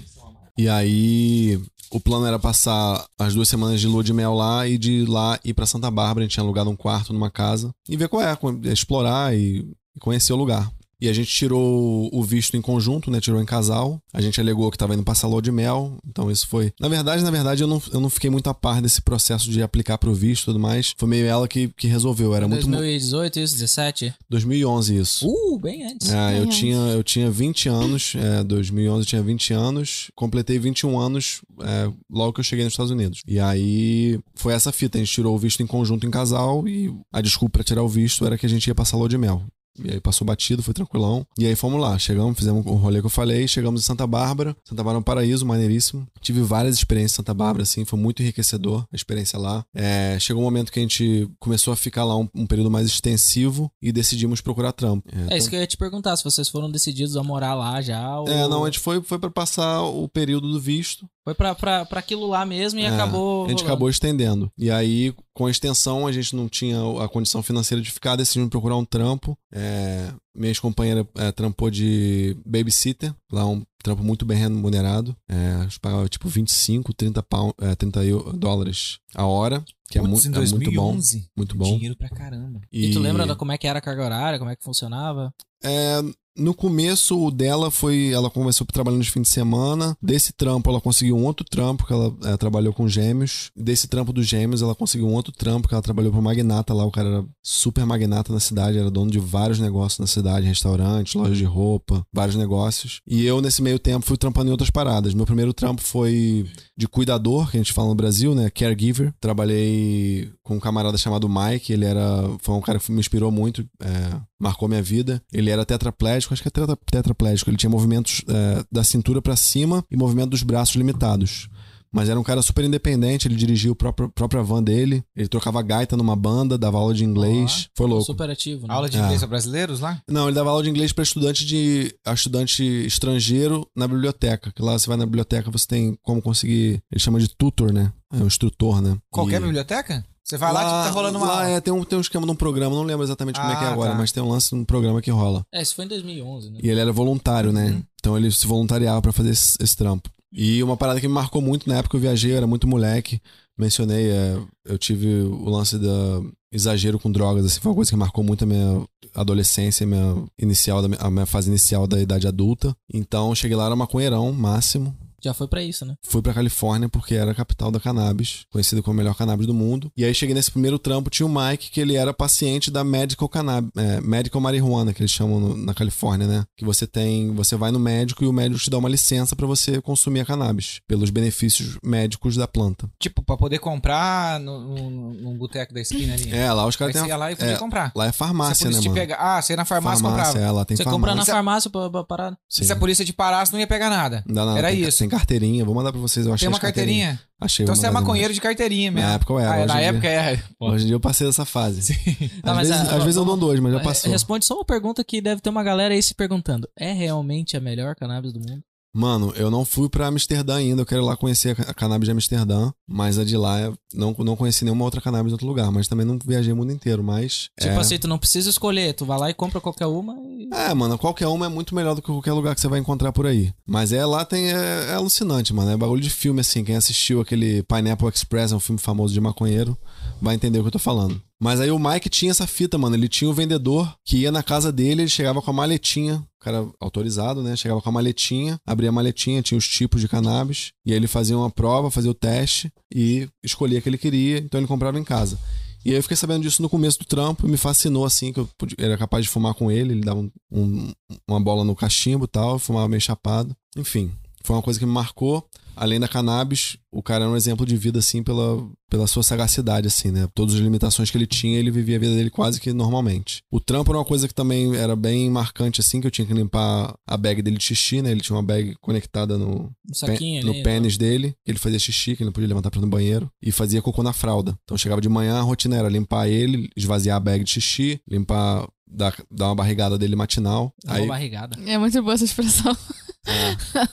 Speaker 1: E aí, o plano era passar as duas semanas de lua de mel lá e de lá ir pra Santa Bárbara. A gente tinha alugado um quarto numa casa e ver qual é, co- explorar e e conhecer o lugar. E a gente tirou o visto em conjunto, né? Tirou em casal. A gente alegou que tava indo passar lua de mel. Então isso foi. Na verdade, na verdade, eu não, eu não fiquei muito a par desse processo de aplicar pro visto e tudo mais. Foi meio ela que, que resolveu. Era muito. mo-
Speaker 4: 2018, isso, 17?
Speaker 1: 2011 isso.
Speaker 4: Uh, bem antes.
Speaker 1: É, eu
Speaker 2: Ai,
Speaker 1: tinha, eu tinha 20 anos, é, 2011 eu tinha 20 anos, completei 21 anos é, logo que eu cheguei nos Estados Unidos. E aí foi essa fita, a gente tirou o visto em conjunto em casal e a desculpa pra tirar o visto era que a gente ia passar lua de mel. E aí passou batido, foi tranquilão. E aí fomos lá, chegamos, fizemos o rolê que eu falei, chegamos em Santa Bárbara. Santa Bárbara é um paraíso, maneiríssimo. Tive várias experiências em Santa Bárbara, assim, foi muito enriquecedor a experiência lá. É, chegou um momento que a gente começou a ficar lá um, um período mais extensivo e decidimos procurar trampo.
Speaker 4: É isso que eu ia te perguntar, se vocês foram decididos a morar lá já ou...
Speaker 1: então. É, não, a gente foi, foi para passar o período do visto.
Speaker 4: Foi pra, pra, pra aquilo lá mesmo e
Speaker 1: É,
Speaker 4: acabou...
Speaker 1: A gente
Speaker 4: rolando.
Speaker 1: acabou estendendo. E aí, com a extensão, a gente não tinha a condição financeira de ficar, decidimos procurar um trampo. É, minha ex-companheira é, trampou de babysitter, lá um trampo muito bem remunerado. É, acho que pagava tipo 25, 30, pau, é, 30 eu- dólares a hora, que é,
Speaker 3: Putz,
Speaker 1: mu-
Speaker 3: em
Speaker 1: é muito bom.
Speaker 3: 2011,
Speaker 1: Muito bom.
Speaker 3: dinheiro pra caramba.
Speaker 4: E tu lembra da- como é que era a carga horária, como é que funcionava?
Speaker 1: É, no começo, o dela foi. Ela começou trabalhando de fim de semana. Desse trampo, ela conseguiu um outro trampo que ela é, trabalhou com gêmeos. Desse trampo dos gêmeos, ela conseguiu um outro trampo que ela trabalhou pro magnata lá. O cara era super magnata na cidade, era dono de vários negócios na cidade: restaurantes, lojas de roupa, vários negócios. E eu, nesse meio tempo, fui trampando em outras paradas. Meu primeiro trampo foi de cuidador, que a gente fala no Brasil, né? Caregiver. Trabalhei com um camarada chamado Mike, ele era. Foi um cara que me inspirou muito, é, marcou minha vida. Ele era tetraplégico, acho que é tetra, tetraplégico. Ele tinha movimentos é, da cintura pra cima e movimento dos braços limitados. Mas era um cara super independente, ele dirigia a própria, própria van dele, ele trocava gaita numa banda, dava aula de inglês. foi louco.
Speaker 4: Super ativo, né?
Speaker 3: Aula de
Speaker 1: É.
Speaker 3: inglês pra brasileiros lá?
Speaker 1: Não, ele dava aula de inglês para estudante de a estudante estrangeiro na biblioteca. Que lá você vai na biblioteca, você tem como conseguir. Ele chama de tutor, né? É um instrutor, né?
Speaker 3: Qualquer
Speaker 1: E-
Speaker 3: biblioteca? Você vai lá, tipo, tá rolando uma
Speaker 1: Lá
Speaker 3: aula.
Speaker 1: é, tem um, tem um esquema de um programa, não lembro exatamente como é que é
Speaker 3: Ah,
Speaker 1: agora,
Speaker 3: tá.
Speaker 1: mas tem um lance num programa que rola.
Speaker 4: É, isso foi em 2011, né?
Speaker 1: E ele era voluntário, né? Então ele se voluntariava pra fazer esse, esse trampo. E uma parada que me marcou muito na época que eu viajei, eu era muito moleque. Mencionei, é, eu tive o lance da exagero com drogas, assim, foi uma coisa que marcou muito a minha adolescência, a minha, inicial, da minha- a minha fase inicial da idade adulta. Então cheguei lá, era maconheirão máximo.
Speaker 4: Já foi pra isso, né?
Speaker 1: Fui pra Califórnia porque era a capital da cannabis, conhecida como a melhor cannabis do mundo. E aí cheguei nesse primeiro trampo, tinha o Mike, que ele era paciente da medical cannabis, é, medical marijuana, que eles chamam no- na Califórnia, né? Que você tem, você vai no médico e o médico te dá uma licença pra você consumir a cannabis, pelos benefícios médicos da planta.
Speaker 3: Tipo, pra poder comprar no, no, no- num boteco da esquina ali.
Speaker 1: É, lá os
Speaker 3: Aí
Speaker 1: caras
Speaker 3: você
Speaker 1: têm
Speaker 3: ia
Speaker 1: a-
Speaker 3: lá e podia
Speaker 1: é,
Speaker 3: comprar.
Speaker 1: lá é
Speaker 3: se a
Speaker 1: farmácia, né,
Speaker 3: polícia
Speaker 1: mano?
Speaker 3: te pega... Ah, você ia na farmácia,
Speaker 1: farmácia,
Speaker 3: comprava.
Speaker 1: é, lá tem
Speaker 4: Você comprar
Speaker 1: farmácia.
Speaker 4: na farmácia pra, pra parar.
Speaker 3: Se a
Speaker 1: Sim.
Speaker 3: polícia te parasse, não ia pegar nada.
Speaker 1: Não dá nada,
Speaker 3: Era
Speaker 1: tem, ca- Tem
Speaker 3: isso.
Speaker 1: carteirinha, vou mandar pra vocês, eu achei
Speaker 3: Tem uma
Speaker 1: as carteirinhas.
Speaker 3: carteirinha.
Speaker 1: Achei,
Speaker 3: Então
Speaker 1: vou
Speaker 3: você é
Speaker 1: mandar depois.
Speaker 3: maconheiro de carteirinha mesmo.
Speaker 1: Na época eu era.
Speaker 3: Ah,
Speaker 1: É, hoje
Speaker 3: na
Speaker 1: em
Speaker 3: época
Speaker 1: dia-
Speaker 3: era.
Speaker 1: Hoje em dia eu passei dessa fase.
Speaker 4: Tá,
Speaker 1: às
Speaker 4: mas
Speaker 1: vezes,
Speaker 4: a-
Speaker 1: às vezes eu dou dois, mas já passou.
Speaker 4: É, Responde só uma pergunta que deve ter uma galera aí se perguntando. É realmente a melhor cannabis do mundo?
Speaker 1: Mano, eu não fui pra Amsterdã ainda, eu quero ir lá conhecer a ca- a cannabis de Amsterdã, mas a de lá eu não, não conheci nenhuma outra cannabis em outro lugar, mas também não viajei o mundo inteiro, mas.
Speaker 4: Tipo
Speaker 1: é...
Speaker 4: assim, tu não precisa escolher, tu vai lá e compra qualquer uma e... um
Speaker 1: É, mano, qualquer uma é muito melhor do que qualquer lugar que você vai encontrar por aí. Mas é lá tem. É, é alucinante, mano. É bagulho de filme, assim. Quem assistiu aquele Pineapple Express, é um filme famoso de maconheiro, vai entender o que eu tô falando. Mas aí o Mike tinha essa fita, mano. Ele tinha o vendedor que ia na casa dele, ele chegava com a maletinha. O cara autorizado, né? Chegava com a maletinha, abria a maletinha, tinha os tipos de cannabis. E aí ele fazia uma prova, fazia o teste e escolhia a que ele queria. Então ele comprava em casa. E aí eu fiquei sabendo disso no começo do trampo e me fascinou, assim, que eu podia- era capaz de fumar com ele, ele dava um- um- uma bola no cachimbo e tal, eu fumava meio chapado. Enfim, foi uma coisa que me marcou. Além da cannabis, o cara era um exemplo de vida, assim, pela, pela sua sagacidade, assim, né? Todas as limitações que ele tinha, ele vivia a vida dele quase que normalmente. O trampo era uma coisa que também era bem marcante, assim, que eu tinha que limpar a bag dele de xixi, né? Ele tinha uma bag conectada no,
Speaker 4: um
Speaker 1: Pe-
Speaker 4: saquinho
Speaker 1: no
Speaker 4: ali.
Speaker 1: pênis dele, que ele fazia xixi, que ele não podia levantar pra ir no banheiro, e fazia cocô na fralda. Então chegava de manhã, a rotina era limpar ele, esvaziar a bag de xixi, limpar, dar, dar uma barrigada dele matinal.
Speaker 4: Uma
Speaker 1: aí
Speaker 4: barrigada.
Speaker 2: É muito boa essa expressão.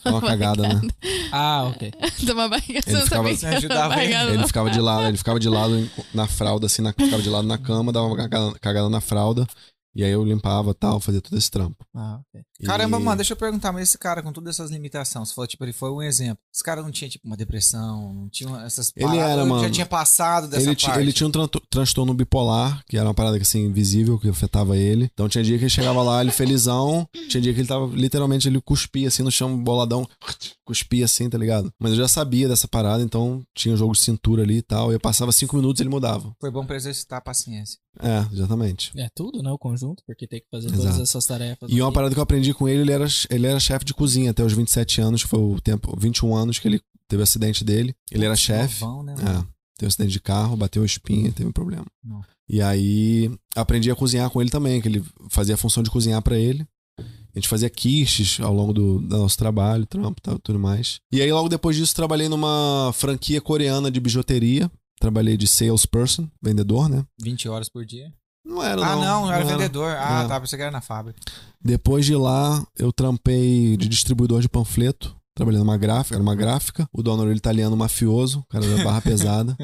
Speaker 1: dá
Speaker 2: *laughs*
Speaker 1: uma cagada, né?
Speaker 4: *laughs* Ah, ok.
Speaker 2: Dá uma barriga. Você não
Speaker 1: ficava-
Speaker 2: sabia que
Speaker 3: Você
Speaker 2: era uma
Speaker 3: ajudava ele.
Speaker 2: barrigada,
Speaker 1: Ele
Speaker 2: não.
Speaker 1: ficava de lado, ele ficava de lado em- na fralda, assim, na- ficava de lado na cama, dava uma cagada, cagada na fralda, E aí eu limpava tal, fazia todo esse trampo.
Speaker 4: Ah, ok.
Speaker 1: E-
Speaker 3: Caramba, mano, deixa eu perguntar, mas esse cara com todas essas limitações, você falou, tipo, ele foi um exemplo. Esse cara não tinha, tipo, uma depressão, não tinha essas
Speaker 1: Ele
Speaker 3: paradas,
Speaker 1: era,
Speaker 3: ou já
Speaker 1: mano.
Speaker 3: tinha passado dessa
Speaker 1: Ele, ti-
Speaker 3: parte.
Speaker 1: ele tinha um tran- transtorno bipolar, que era uma parada que, assim, invisível, que afetava ele. Então tinha dia que ele chegava lá, ele felizão. Tinha dia que ele tava, literalmente, ele cuspia, assim, no chão, boladão. Cuspia, assim, tá ligado? Mas eu já sabia dessa parada, então tinha um jogo de cintura ali e tal. E eu passava cinco minutos e ele mudava.
Speaker 3: Foi bom pra exercitar a paciência.
Speaker 1: É, exatamente.
Speaker 4: É tudo, né? O conjunto, porque tem que fazer todas
Speaker 1: Exato.
Speaker 4: essas tarefas.
Speaker 1: E uma
Speaker 4: aqui.
Speaker 1: parada que eu aprendi com ele, ele era, ele era chefe de cozinha até os 27 anos, que foi o tempo, 21 anos que ele teve o acidente dele. Ele era chefe.
Speaker 3: Novão, né, mano?
Speaker 1: É, teve um acidente de carro, bateu a espinha, teve um problema.
Speaker 3: Não.
Speaker 1: E aí aprendi a cozinhar com ele também, que ele fazia a função de cozinhar pra ele. A gente fazia quiches ao longo do, do nosso trabalho, trampo, tal, tudo mais. E aí logo depois disso trabalhei numa franquia coreana de bijuteria. Trabalhei de salesperson, vendedor, né?
Speaker 3: 20 horas por dia.
Speaker 1: Não era,
Speaker 3: ah, não, eu era vendedor. Ah,
Speaker 1: É.
Speaker 3: tá, pensei que era na fábrica.
Speaker 1: Depois de lá, eu trampei de distribuidor de panfleto. Trabalhei numa gráfica, era uma gráfica. O dono era italiano mafioso, o cara da barra *laughs* pesada.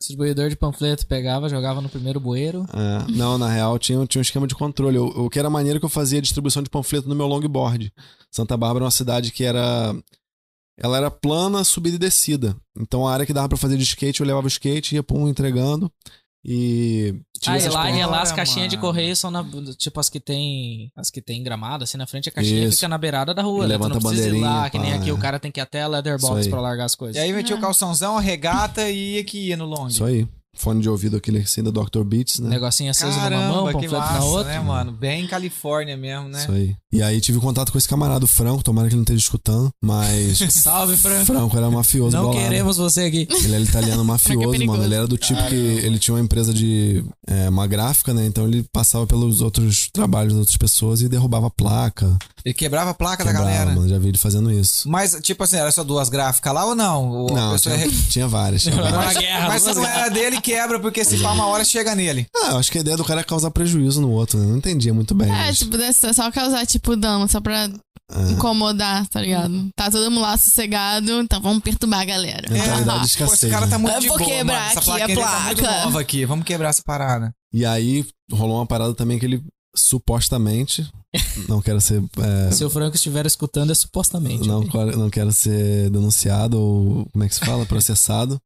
Speaker 4: Distribuidor de panfleto pegava, jogava no primeiro bueiro.
Speaker 1: É, não, na real, tinha, tinha um esquema de controle. Eu- O que era maneiro é que eu fazia a distribuição de panfleto no meu longboard. Santa Bárbara é uma cidade que era. Ela era plana, subida e descida. Então a área que dava pra fazer de skate, eu levava o skate, ia pum, entregando. E. Tinha
Speaker 4: Ah, e
Speaker 1: essas
Speaker 4: lá,
Speaker 1: paradas.
Speaker 4: e lá as
Speaker 3: Olha,
Speaker 4: caixinhas de
Speaker 3: mano.
Speaker 4: correio são na, tipo as que tem, as que tem gramado assim na frente, a caixinha
Speaker 1: Isso.
Speaker 4: fica na beirada da rua,
Speaker 1: E
Speaker 4: né?
Speaker 1: levanta
Speaker 4: tu não
Speaker 1: a
Speaker 4: precisa ir lá,
Speaker 1: bandeirinha,
Speaker 4: que nem
Speaker 1: pá,
Speaker 4: aqui
Speaker 1: é.
Speaker 4: o cara tem que ir até a
Speaker 1: Isso
Speaker 4: Leatherbox
Speaker 1: aí.
Speaker 4: pra largar as coisas.
Speaker 3: E aí metia o calçãozão, a regata e ia que ia no long.
Speaker 1: Isso aí. Fone de ouvido aquele assim da Dr. Beats, né?
Speaker 4: Um negocinho aceso numa mão,
Speaker 3: Caramba, que
Speaker 4: panfleto na
Speaker 3: massa,
Speaker 4: outra.
Speaker 3: né, mano? Bem Califórnia mesmo, né?
Speaker 1: Isso aí. E aí tive contato com esse camarada, o Franco, tomara que ele não esteja escutando, mas.
Speaker 4: *laughs* Salve, Franco.
Speaker 1: Franco era mafioso,
Speaker 4: Não
Speaker 1: bolado.
Speaker 4: queremos você aqui.
Speaker 1: Ele era italiano
Speaker 2: Franco é
Speaker 1: mafioso,
Speaker 2: perigoso.
Speaker 1: mano. Ele era do tipo que. Ele tinha uma empresa de. é, uma gráfica, né? Então ele passava pelos outros trabalhos das outras pessoas e derrubava a placa.
Speaker 3: Ele quebrava a placa
Speaker 1: Quebrava,
Speaker 3: da galera.
Speaker 1: mano. Já vi ele fazendo isso.
Speaker 3: Mas, tipo assim, era só duas gráficas lá ou não? Ou a
Speaker 1: Não,
Speaker 3: pessoa
Speaker 1: tinha, um
Speaker 3: ia-
Speaker 1: tinha várias. tinha
Speaker 3: *laughs*
Speaker 1: várias.
Speaker 4: Uma guerra.
Speaker 3: Mas se não era dele, quebra, porque se pá uma hora chega nele.
Speaker 1: Ah, eu acho que a ideia do cara é causar prejuízo no outro, né? Não entendia muito bem.
Speaker 2: É,
Speaker 1: mas-
Speaker 2: tipo, dessa- só causar, tipo, dano, só pra incomodar, tá ligado? Tá todo mundo lá sossegado, então vamos perturbar a galera.
Speaker 1: Mentalidade de
Speaker 2: Ah,
Speaker 3: Pô, esse
Speaker 1: Então, escassez.
Speaker 3: cara tá
Speaker 1: né?
Speaker 3: muito
Speaker 2: Eu
Speaker 3: de
Speaker 2: vou
Speaker 3: boa,
Speaker 2: quebrar
Speaker 3: mano. Essa
Speaker 2: aqui a
Speaker 3: plaquinha dele tá muito
Speaker 2: placa.
Speaker 3: nova aqui. Vamos quebrar essa parada.
Speaker 1: E aí rolou uma parada também que ele
Speaker 2: *laughs*
Speaker 1: supostamente. Não quero ser. é,
Speaker 4: Se o Franco estiver escutando, é supostamente.
Speaker 1: Não, claro, não quero ser denunciado ou, como é que se fala,
Speaker 2: *laughs*
Speaker 1: processado.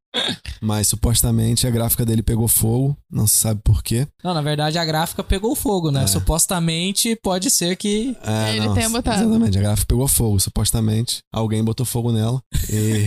Speaker 1: mas supostamente a gráfica dele pegou fogo, não se sabe por quê.
Speaker 4: Não, na verdade a gráfica pegou fogo, né? Supostamente pode ser que.
Speaker 1: É,
Speaker 2: Ele
Speaker 1: não,
Speaker 2: tenha botado.
Speaker 1: Exatamente, a gráfica pegou fogo, supostamente. Alguém botou fogo nela. E...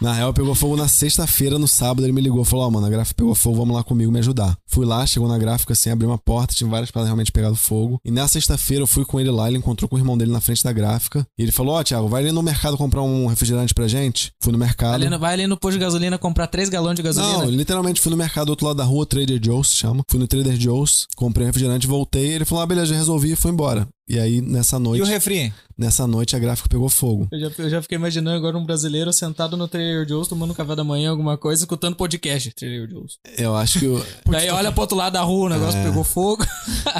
Speaker 1: na real, pegou fogo na sexta-feira, no sábado, ele me ligou e falou: Ó, mano, a gráfica pegou fogo, vamos lá comigo me ajudar. Fui lá, chegou na gráfica assim, abri uma porta, tinha várias paradas realmente pegado fogo. E na sexta-feira eu fui com ele lá, ele encontrou com o irmão dele na frente da gráfica. E ele falou: Ó, Thiago, vai ali no mercado comprar um refrigerante pra gente. Fui no mercado.
Speaker 4: Vai ali, no, vai ali no posto de gasolina comprar três galões de gasolina.
Speaker 1: Né? Não,
Speaker 3: né?
Speaker 1: literalmente fui no mercado do outro lado da rua, Trader Joe's se chama. Fui no Trader Joe's, comprei refrigerante, voltei. Ele falou: ah, beleza, já resolvi e foi embora. E aí, nessa
Speaker 3: E o
Speaker 1: noite,
Speaker 3: refri?
Speaker 1: nessa noite a gráfica pegou fogo.
Speaker 4: Eu já, eu já fiquei imaginando agora um brasileiro sentado no Trailer Joe's, tomando café da manhã, alguma coisa, escutando podcast. Trailer Joe's.
Speaker 1: Eu acho
Speaker 3: *laughs*
Speaker 1: que. o-
Speaker 4: Daí olha pro outro lado da rua, o
Speaker 1: É.
Speaker 4: negócio pegou fogo.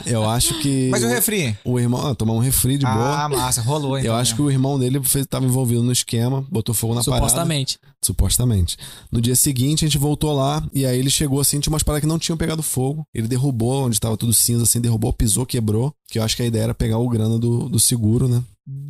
Speaker 1: Eu acho que.
Speaker 3: Mas e o
Speaker 1: o-
Speaker 3: refri?
Speaker 1: O irmão. Ah, tomar um refri de boa.
Speaker 3: Ah, massa, rolou então.
Speaker 1: Eu acho que o irmão dele fez, tava envolvido no esquema, botou fogo na parada.
Speaker 4: *laughs* supostamente.
Speaker 1: Supostamente. No dia seguinte, a gente voltou lá e aí ele chegou assim, tinha umas paradas que não tinham pegado fogo. Ele derrubou, onde tava tudo cinza, assim, derrubou, pisou, quebrou. Que eu acho que a ideia era pegar o grana do, do seguro, né?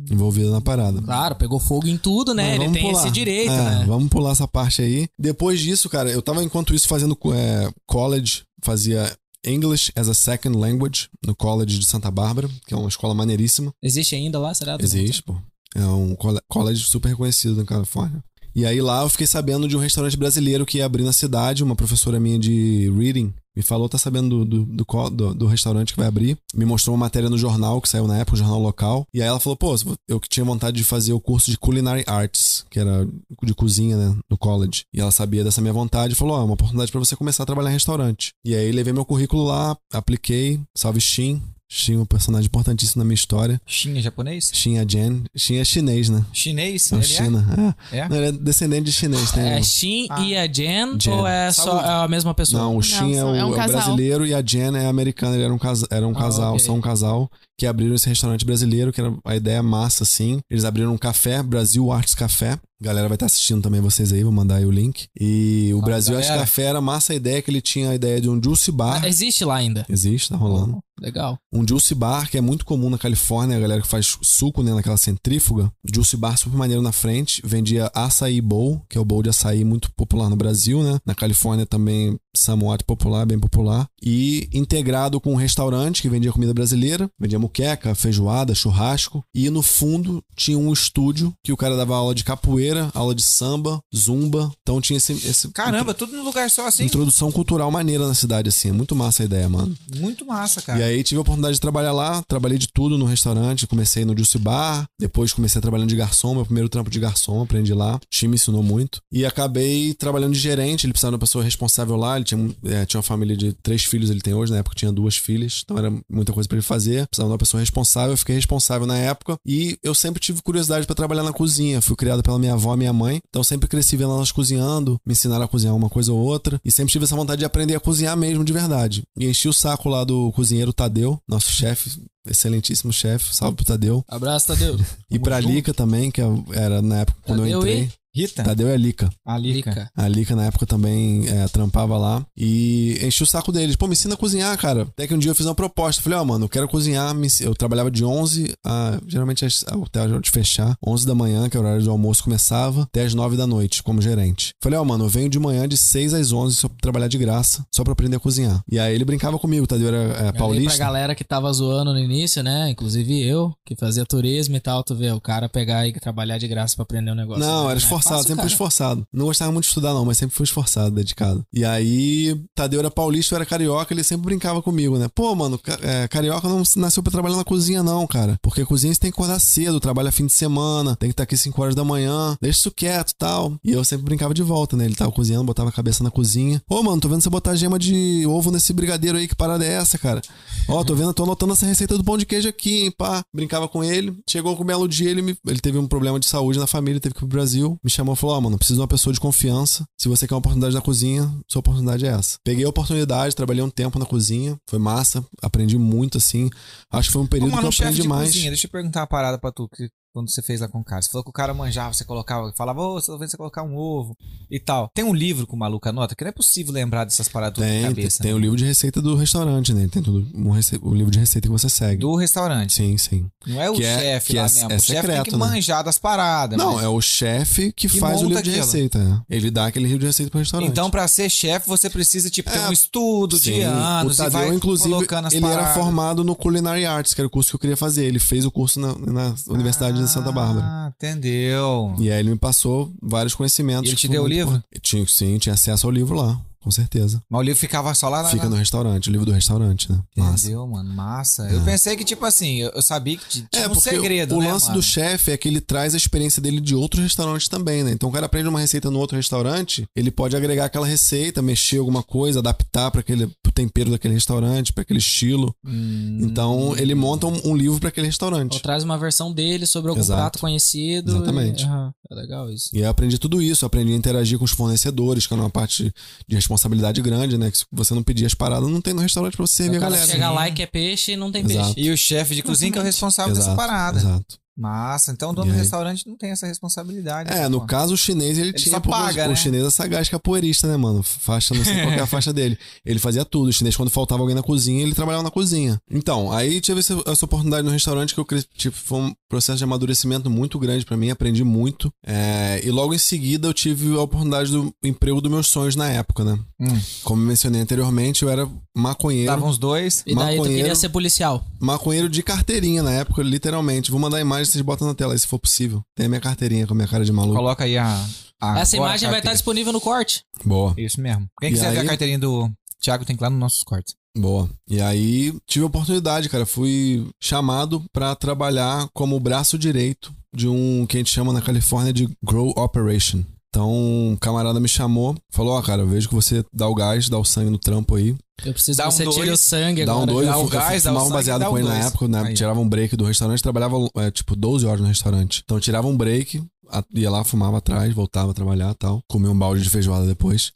Speaker 1: Envolvido na parada.
Speaker 4: Claro, pegou fogo em tudo,
Speaker 1: Mas
Speaker 4: né? Ele
Speaker 1: vamos
Speaker 4: tem
Speaker 1: pular.
Speaker 4: esse direito,
Speaker 1: É,
Speaker 4: né?
Speaker 1: Vamos pular essa parte aí. Depois disso, cara, eu tava enquanto isso fazendo é, college, fazia English as a Second Language no College de Santa Bárbara, que é uma escola maneiríssima.
Speaker 4: Existe ainda lá, será?
Speaker 1: Existe, pô. É um cole- college super reconhecido na Califórnia. E aí lá eu fiquei sabendo de um restaurante brasileiro que ia abrir na cidade. Uma professora minha de reading me falou, tá sabendo do, do, do, co- do- do restaurante que vai abrir. Me mostrou uma matéria no jornal, que saiu na época, um jornal local. E aí ela falou, pô, eu que tinha vontade de fazer o curso de Culinary Arts, que era de cozinha, né, no college. E ela sabia dessa minha vontade e falou, ó, é uma oportunidade pra você começar a trabalhar em restaurante. E aí levei meu currículo lá, apliquei, salve Shin. Shin é um personagem importantíssimo na minha história.
Speaker 3: Shin é japonês?
Speaker 1: Shin é Jen. Shin é chinês, né?
Speaker 3: Chinês?
Speaker 1: É
Speaker 3: Ele
Speaker 1: China. É.
Speaker 3: É?
Speaker 1: Não, ele é descendente de chinês, né?
Speaker 4: É Shin
Speaker 3: Ah.
Speaker 4: e a Jen,
Speaker 1: Jen.
Speaker 4: ou é só
Speaker 3: Saúde.
Speaker 4: é a mesma pessoa?
Speaker 1: Não, o Shin é,
Speaker 2: são-
Speaker 1: o,
Speaker 2: é um
Speaker 1: é o
Speaker 2: casal.
Speaker 1: brasileiro e a Jen é americana. Ele era um, casa, era um
Speaker 4: Ah,
Speaker 1: casal,
Speaker 4: ok.
Speaker 1: são um casal, é que abriram esse restaurante brasileiro, que era a ideia massa, assim. Eles abriram um café, Brasil Arts Café. Galera vai estar assistindo também vocês aí, vou mandar aí o link. E o
Speaker 4: Fala,
Speaker 1: Brasil
Speaker 4: galera. Ah, é.
Speaker 1: Acho Café era massa a ideia é que ele tinha a ideia de um juice bar.
Speaker 4: Existe lá ainda.
Speaker 1: Existe, tá rolando.
Speaker 4: Legal.
Speaker 1: Um juice bar que é muito comum na Califórnia, a galera que faz suco, né, naquela centrífuga. Juice bar super maneiro na frente. Vendia açaí bowl, que é o bowl de açaí muito popular no Brasil, né? Na Califórnia também samoate popular, bem popular. E integrado com um restaurante que vendia comida brasileira, vendia muqueca, feijoada, churrasco. E no fundo tinha um estúdio que o cara dava aula de capoeira, aula de samba, zumba. Então tinha esse, esse
Speaker 3: Caramba, tudo num lugar só assim.
Speaker 1: introdução cultural maneira na cidade assim. É muito massa a ideia, mano.
Speaker 3: Muito massa, cara.
Speaker 1: E aí tive a oportunidade de trabalhar lá, trabalhei de tudo no restaurante, comecei no Juice Bar, depois comecei trabalhando de garçom, meu primeiro trampo de garçom, aprendi lá, o time me ensinou muito. E acabei trabalhando de gerente, ele precisava de uma pessoa responsável lá, ele tinha, um- é, tinha uma família de três filhos, ele tem hoje, na época tinha duas filhas, então era muita coisa pra ele fazer, precisava de uma pessoa responsável, eu fiquei responsável na época, e eu sempre tive curiosidade pra trabalhar na cozinha, fui criado pela minha avó e minha mãe, então sempre cresci vendo elas cozinhando, me ensinaram a cozinhar uma coisa ou outra, e sempre tive essa vontade de aprender a cozinhar mesmo, de verdade. E enchi o saco lá do cozinheiro Tadeu, nosso chefe, excelentíssimo chefe, salve pro Tadeu.
Speaker 4: Abraço, Tadeu.
Speaker 1: *laughs* E pra
Speaker 3: junto.
Speaker 1: Lica também, que é, era na época quando eu
Speaker 4: Tadeu e-
Speaker 1: entrei.
Speaker 3: Rita,
Speaker 1: Tadeu e a Lica.
Speaker 3: a Lica.
Speaker 4: Lica.
Speaker 1: A Lica na época também é, trampava lá e enchi o saco deles. Pô, me ensina a cozinhar, cara. Até que um dia eu fiz uma proposta. Falei, ó, mano, eu quero cozinhar. Me ensi- Eu trabalhava de 11 a. Geralmente as- a- até a hora é de fechar. 11 da manhã, que é o horário do almoço, começava. Até as 9 da noite, como gerente. Falei, ó, mano, eu venho de manhã de 6 às 11 só pra trabalhar de graça, só pra aprender a cozinhar. E aí ele brincava comigo, Tadeu era é,
Speaker 4: Pra
Speaker 1: paulista.
Speaker 4: galera que tava zoando no início, né? Inclusive eu, que fazia turismo e tal, tu vê, o cara pegar e trabalhar de graça pra aprender um negócio.
Speaker 1: Não,
Speaker 4: né?
Speaker 1: era
Speaker 4: É
Speaker 1: esforçado,
Speaker 4: fácil,
Speaker 1: sempre fui
Speaker 4: cara.
Speaker 1: esforçado. Não gostava muito de estudar, não, mas sempre fui esforçado, dedicado. E aí, Tadeu era paulista, eu era carioca, ele sempre brincava comigo, né? Pô, mano, ca- é, carioca não se- nasceu pra trabalhar na cozinha, não, cara. Porque cozinha você tem que acordar cedo, trabalha fim de semana, tem que estar aqui 5 horas da manhã, deixa isso quieto e tal. E eu sempre brincava de volta, né? Ele tava cozinhando, botava a cabeça na cozinha. Ô, mano, tô vendo você botar gema de ovo nesse brigadeiro aí, que parada é essa, cara? Ó, tô vendo, tô anotando essa receita do pão de queijo aqui, hein, pá. Brincava com ele. Chegou com o belo dia, ele, me- ele teve um problema de saúde na família, teve que ir pro Brasil. Me chamou e falou: Ó, mano, preciso de uma pessoa de confiança. Se você quer uma oportunidade na cozinha, sua oportunidade é essa. Peguei a oportunidade, trabalhei um tempo na cozinha. Foi massa, aprendi muito, assim. Acho que foi um
Speaker 3: Ô,
Speaker 1: período
Speaker 3: mano, um
Speaker 1: que eu
Speaker 3: chefe
Speaker 1: aprendi
Speaker 3: de
Speaker 1: mais.
Speaker 3: cozinha, deixa eu perguntar uma parada pra tu, que quando você fez lá com o cara. Você falou que o cara manjava, você colocava, falava, ô, você tá vendo você colocar um ovo e tal. Tem um livro com o maluco anota, que não é possível lembrar dessas paradas tudo
Speaker 1: Tem,
Speaker 3: de
Speaker 1: tem,
Speaker 3: cabeça. né?
Speaker 1: tem o livro de receita do restaurante, né? Tem tudo, um, rece- um livro de receita que você segue.
Speaker 3: Do restaurante.
Speaker 1: Sim, sim.
Speaker 3: Não é o
Speaker 1: Que é-
Speaker 3: chefe
Speaker 1: que
Speaker 3: lá
Speaker 1: é-
Speaker 3: mesmo.
Speaker 1: é
Speaker 3: o chefe tem
Speaker 1: secreto,
Speaker 3: que
Speaker 1: né?
Speaker 3: manjar das paradas.
Speaker 1: Não,
Speaker 3: mas-
Speaker 1: é o chefe que,
Speaker 3: Que
Speaker 1: faz o
Speaker 3: monta
Speaker 1: livro de
Speaker 3: aquilo.
Speaker 1: receita. né? Ele dá aquele livro de receita pro restaurante.
Speaker 3: Então, pra ser chefe, você precisa, tipo, ter
Speaker 1: É,
Speaker 3: um estudo de
Speaker 1: Sim,
Speaker 3: anos
Speaker 1: o
Speaker 3: e vai
Speaker 1: Tadeu, inclusive,
Speaker 3: colocando as
Speaker 1: ele
Speaker 3: paradas.
Speaker 1: era formado no Culinary Arts, que era o curso que eu queria fazer. Ele fez o curso na, na Universidade de Santa Bárbara.
Speaker 3: Ah, entendeu.
Speaker 1: E aí ele me passou vários
Speaker 3: E
Speaker 1: conhecimentos.
Speaker 3: ele te
Speaker 1: que foi
Speaker 3: deu o
Speaker 1: muito
Speaker 3: livro?
Speaker 1: importante. Tinha, sim, tinha acesso ao livro lá, com certeza.
Speaker 3: Mas o livro ficava só lá na...
Speaker 1: Fica no restaurante, o livro do restaurante, né? Massa. É.
Speaker 3: Entendeu, mano? Massa. Eu pensei que, tipo assim, eu eu sabia que t- tinha um segredo,
Speaker 1: o
Speaker 3: né,
Speaker 1: lance
Speaker 3: mano?
Speaker 1: do chefe é que ele traz a experiência dele de outros restaurantes também, né? Então o cara aprende uma receita no outro restaurante, ele pode agregar aquela receita, mexer alguma coisa, adaptar para aquele pro tempero daquele restaurante, para aquele estilo.
Speaker 3: Hum,
Speaker 1: Então ele monta um, um livro para aquele restaurante.
Speaker 4: Ou traz uma versão dele sobre algum
Speaker 1: Exato.
Speaker 4: prato conhecido.
Speaker 1: Exatamente.
Speaker 4: e- Aham, é legal isso.
Speaker 1: E eu aprendi tudo isso, aprendi a interagir com os fornecedores, que era uma parte de responsabilidade grande, né? Que se você não pedir as paradas, não tem no restaurante pra você
Speaker 3: É
Speaker 1: servir
Speaker 4: O
Speaker 1: a
Speaker 4: cara
Speaker 1: galera.
Speaker 4: chega lá e quer peixe e não tem
Speaker 1: Exato.
Speaker 4: peixe.
Speaker 3: E o chefe de cozinha que é o responsável dessa
Speaker 1: Exato,
Speaker 3: parada.
Speaker 1: Exato.
Speaker 3: Massa. Então o dono
Speaker 1: E
Speaker 3: do
Speaker 1: aí?
Speaker 3: restaurante não tem essa responsabilidade.
Speaker 1: É,
Speaker 3: né,
Speaker 1: no
Speaker 3: pô?
Speaker 1: caso o chinês, ele,
Speaker 3: Ele
Speaker 1: tinha.
Speaker 3: só paga,
Speaker 1: o,
Speaker 3: né?
Speaker 1: o chinês é sagaz capoeirista, né, mano? Faixa, não sei qual que é a faixa dele. Ele fazia tudo. O chinês, quando faltava alguém na cozinha, ele trabalhava na cozinha. Então, aí tive essa, essa oportunidade no restaurante que eu cresci. Tipo, foi um processo de amadurecimento muito grande pra mim, aprendi muito. É, e logo em seguida eu tive a oportunidade do emprego dos meus sonhos na época, né?
Speaker 3: Hum. um
Speaker 1: Como eu mencionei anteriormente, eu era maconheiro.
Speaker 3: Estavam os dois.
Speaker 4: E daí tu
Speaker 1: maconheiro.
Speaker 4: queria ser policial.
Speaker 1: Maconheiro de carteirinha na época, literalmente. Vou mandar a imagem, vocês botam na tela aí, se for possível. Tem a minha carteirinha com a minha cara de maluco.
Speaker 3: Coloca aí a. a-
Speaker 4: Essa imagem vai
Speaker 3: agora a
Speaker 4: tá estar
Speaker 3: carteira.
Speaker 4: disponível no corte.
Speaker 1: Boa.
Speaker 3: Isso mesmo. Quem
Speaker 1: E
Speaker 3: quiser ver a
Speaker 1: aí-
Speaker 3: carteirinha do Thiago tem que ir lá nos nossos cortes.
Speaker 1: Boa. E aí, tive a oportunidade, cara. Fui chamado pra trabalhar como braço direito de um que a gente chama na Califórnia de Grow Operation. Então, um camarada me chamou, falou: Ó, cara, eu vejo que você dá o gás, dá o sangue no trampo aí.
Speaker 4: Eu preciso
Speaker 3: Dá
Speaker 4: que
Speaker 3: um
Speaker 4: você
Speaker 3: dois,
Speaker 4: tire o sangue
Speaker 1: Dá um
Speaker 4: agora.
Speaker 1: dois,
Speaker 3: dá
Speaker 1: eu, fu-
Speaker 3: o
Speaker 1: eu
Speaker 3: gás, dá o
Speaker 1: fumava um
Speaker 3: sangue,
Speaker 1: baseado
Speaker 3: dá
Speaker 1: com
Speaker 3: o
Speaker 1: ele na
Speaker 3: dois.
Speaker 1: época, né?
Speaker 3: Aí.
Speaker 1: Tirava um break do restaurante, trabalhava é, tipo 12 horas no restaurante. Então tirava um break, a- ia lá, fumava atrás, voltava a trabalhar e tal. Comia um balde de feijoada
Speaker 3: *laughs*
Speaker 1: depois.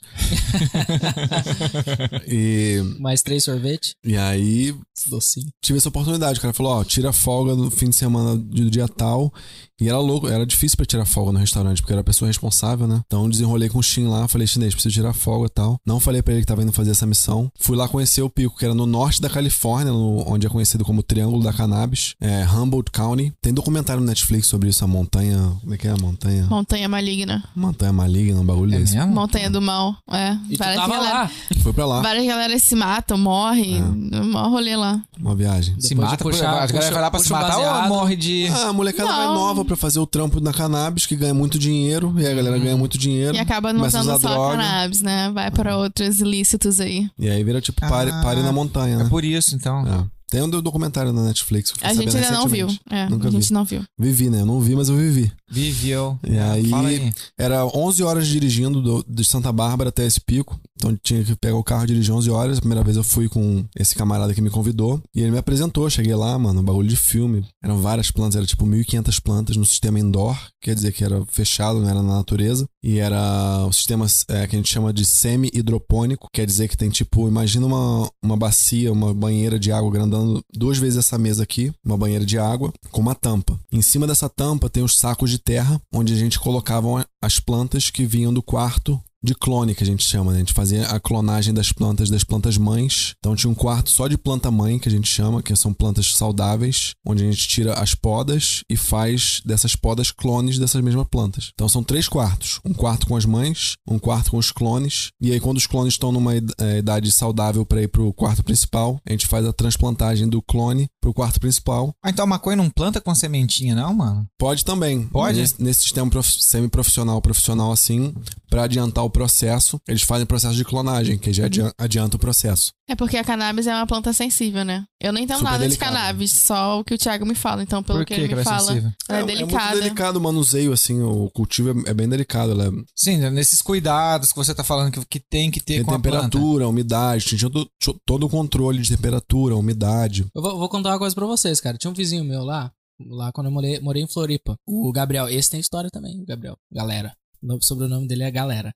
Speaker 1: e,
Speaker 4: Mais três sorvete,
Speaker 1: e aí
Speaker 4: docinho.
Speaker 1: tive essa oportunidade. O cara falou, ó, tira folga no fim de semana do dia tal. E era louco, era difícil pra tirar folga no restaurante, porque eu era a pessoa responsável, né? Então eu desenrolei com o Shin lá, falei, chinês, preciso tirar folga e tal. Não falei pra ele que tava indo fazer essa missão. Fui lá conhecer o pico, que era no norte da Califórnia, no- onde é conhecido como Triângulo da Cannabis, é Humboldt County. Tem documentário no Netflix sobre isso, a montanha. Como é que é a montanha?
Speaker 2: Montanha maligna.
Speaker 1: Montanha maligna, um bagulho
Speaker 2: É
Speaker 3: É
Speaker 1: desse.
Speaker 2: Montanha do mal. É.
Speaker 4: E tu
Speaker 2: Várias
Speaker 4: tava
Speaker 2: galera-
Speaker 4: lá.
Speaker 1: Foi pra lá,
Speaker 2: Várias galera se matam, morrem. Mó rolê lá.
Speaker 1: uma viagem.
Speaker 4: Depois
Speaker 3: Se
Speaker 4: de
Speaker 3: mata,
Speaker 4: puxar-
Speaker 3: a galera
Speaker 4: puxa-
Speaker 3: vai lá pra se
Speaker 4: puxa o
Speaker 3: matar ou
Speaker 4: baseado.
Speaker 3: morre de.
Speaker 1: um Ah, a molecada vai
Speaker 2: Não.
Speaker 1: nova pra fazer o trampo na cannabis, que ganha muito dinheiro, e a galera ganha muito dinheiro.
Speaker 2: E acaba não
Speaker 1: começa a
Speaker 2: usando
Speaker 1: usar
Speaker 2: só
Speaker 1: droga. Uhum.
Speaker 2: cannabis, né? Vai para outros ilícitos aí.
Speaker 1: E aí vira tipo pare,
Speaker 3: Ah.
Speaker 1: pare na montanha,
Speaker 3: É
Speaker 1: né?
Speaker 3: por isso, então.
Speaker 1: É. Tem um documentário na Netflix. que eu fiquei
Speaker 2: A gente
Speaker 1: sabendo
Speaker 2: ainda não viu.
Speaker 1: recentemente.
Speaker 2: É,
Speaker 1: Nunca
Speaker 2: a gente
Speaker 1: vi.
Speaker 2: não viu.
Speaker 1: Vivi, né? Eu não vi, mas eu vivi.
Speaker 3: Viveu.
Speaker 1: E aí-
Speaker 3: É, Fala aí.
Speaker 1: Era 11 horas dirigindo do- de Santa Bárbara até esse pico. Então tinha que pegar o carro e dirigir 11 horas. A primeira vez eu fui com esse camarada que me convidou. E ele me apresentou. Cheguei lá, mano, bagulho de filme. Eram várias plantas, era tipo 1.500 plantas no sistema indoor. Quer dizer que era fechado, não era na natureza. E era o sistema é, que a gente chama de semi-hidropônico. Quer dizer que tem tipo, imagina uma, uma bacia, uma banheira de água grandando duas vezes essa mesa aqui. Uma banheira de água com uma tampa. Em cima dessa tampa tem os sacos de terra, onde a gente colocava as plantas que vinham do quarto de clone que a gente chama, né? A gente fazia a clonagem das plantas, das plantas mães. Então tinha um quarto só de planta mãe que a gente chama, que são plantas saudáveis, onde a gente tira as podas e faz dessas podas clones dessas mesmas plantas. Então são três quartos, um quarto com as mães, um quarto com os clones, e aí quando os clones estão numa id- eh, idade saudável para ir pro quarto principal, a gente faz a transplantagem do clone pro quarto principal.
Speaker 3: Ah, então a maconha não planta com sementinha, não, mano?
Speaker 1: Pode também.
Speaker 3: Pode?
Speaker 1: Nesse, nesse sistema prof, semiprofissional, profissional assim, pra adiantar o processo, eles fazem processo de clonagem, que
Speaker 3: Uhum.
Speaker 1: já adian- adianta o processo.
Speaker 2: É porque a cannabis é uma planta sensível, né? Eu não entendo
Speaker 1: Super
Speaker 2: nada
Speaker 1: delicada.
Speaker 2: de cannabis, só o que o Thiago me fala. Então, pelo
Speaker 3: por
Speaker 2: que,
Speaker 3: que,
Speaker 2: ele
Speaker 3: ela
Speaker 2: me
Speaker 3: é né?
Speaker 2: fala,
Speaker 3: sensível?
Speaker 2: ela é,
Speaker 1: É
Speaker 2: delicada.
Speaker 1: muito delicado o manuseio, assim, o cultivo é, é bem delicado. Ela é,
Speaker 3: Sim, né, nesses cuidados que você tá falando que, que tem que ter
Speaker 1: tem
Speaker 3: com a planta.
Speaker 1: temperatura, umidade, tem todo, todo o controle de temperatura, umidade.
Speaker 4: Eu vou, vou contar uma coisa pra vocês, cara. Tinha um vizinho meu lá, lá quando eu morei, morei em Floripa. O Gabriel, esse tem história também, o Gabriel. Galera. O nome- sobrenome dele é Galera.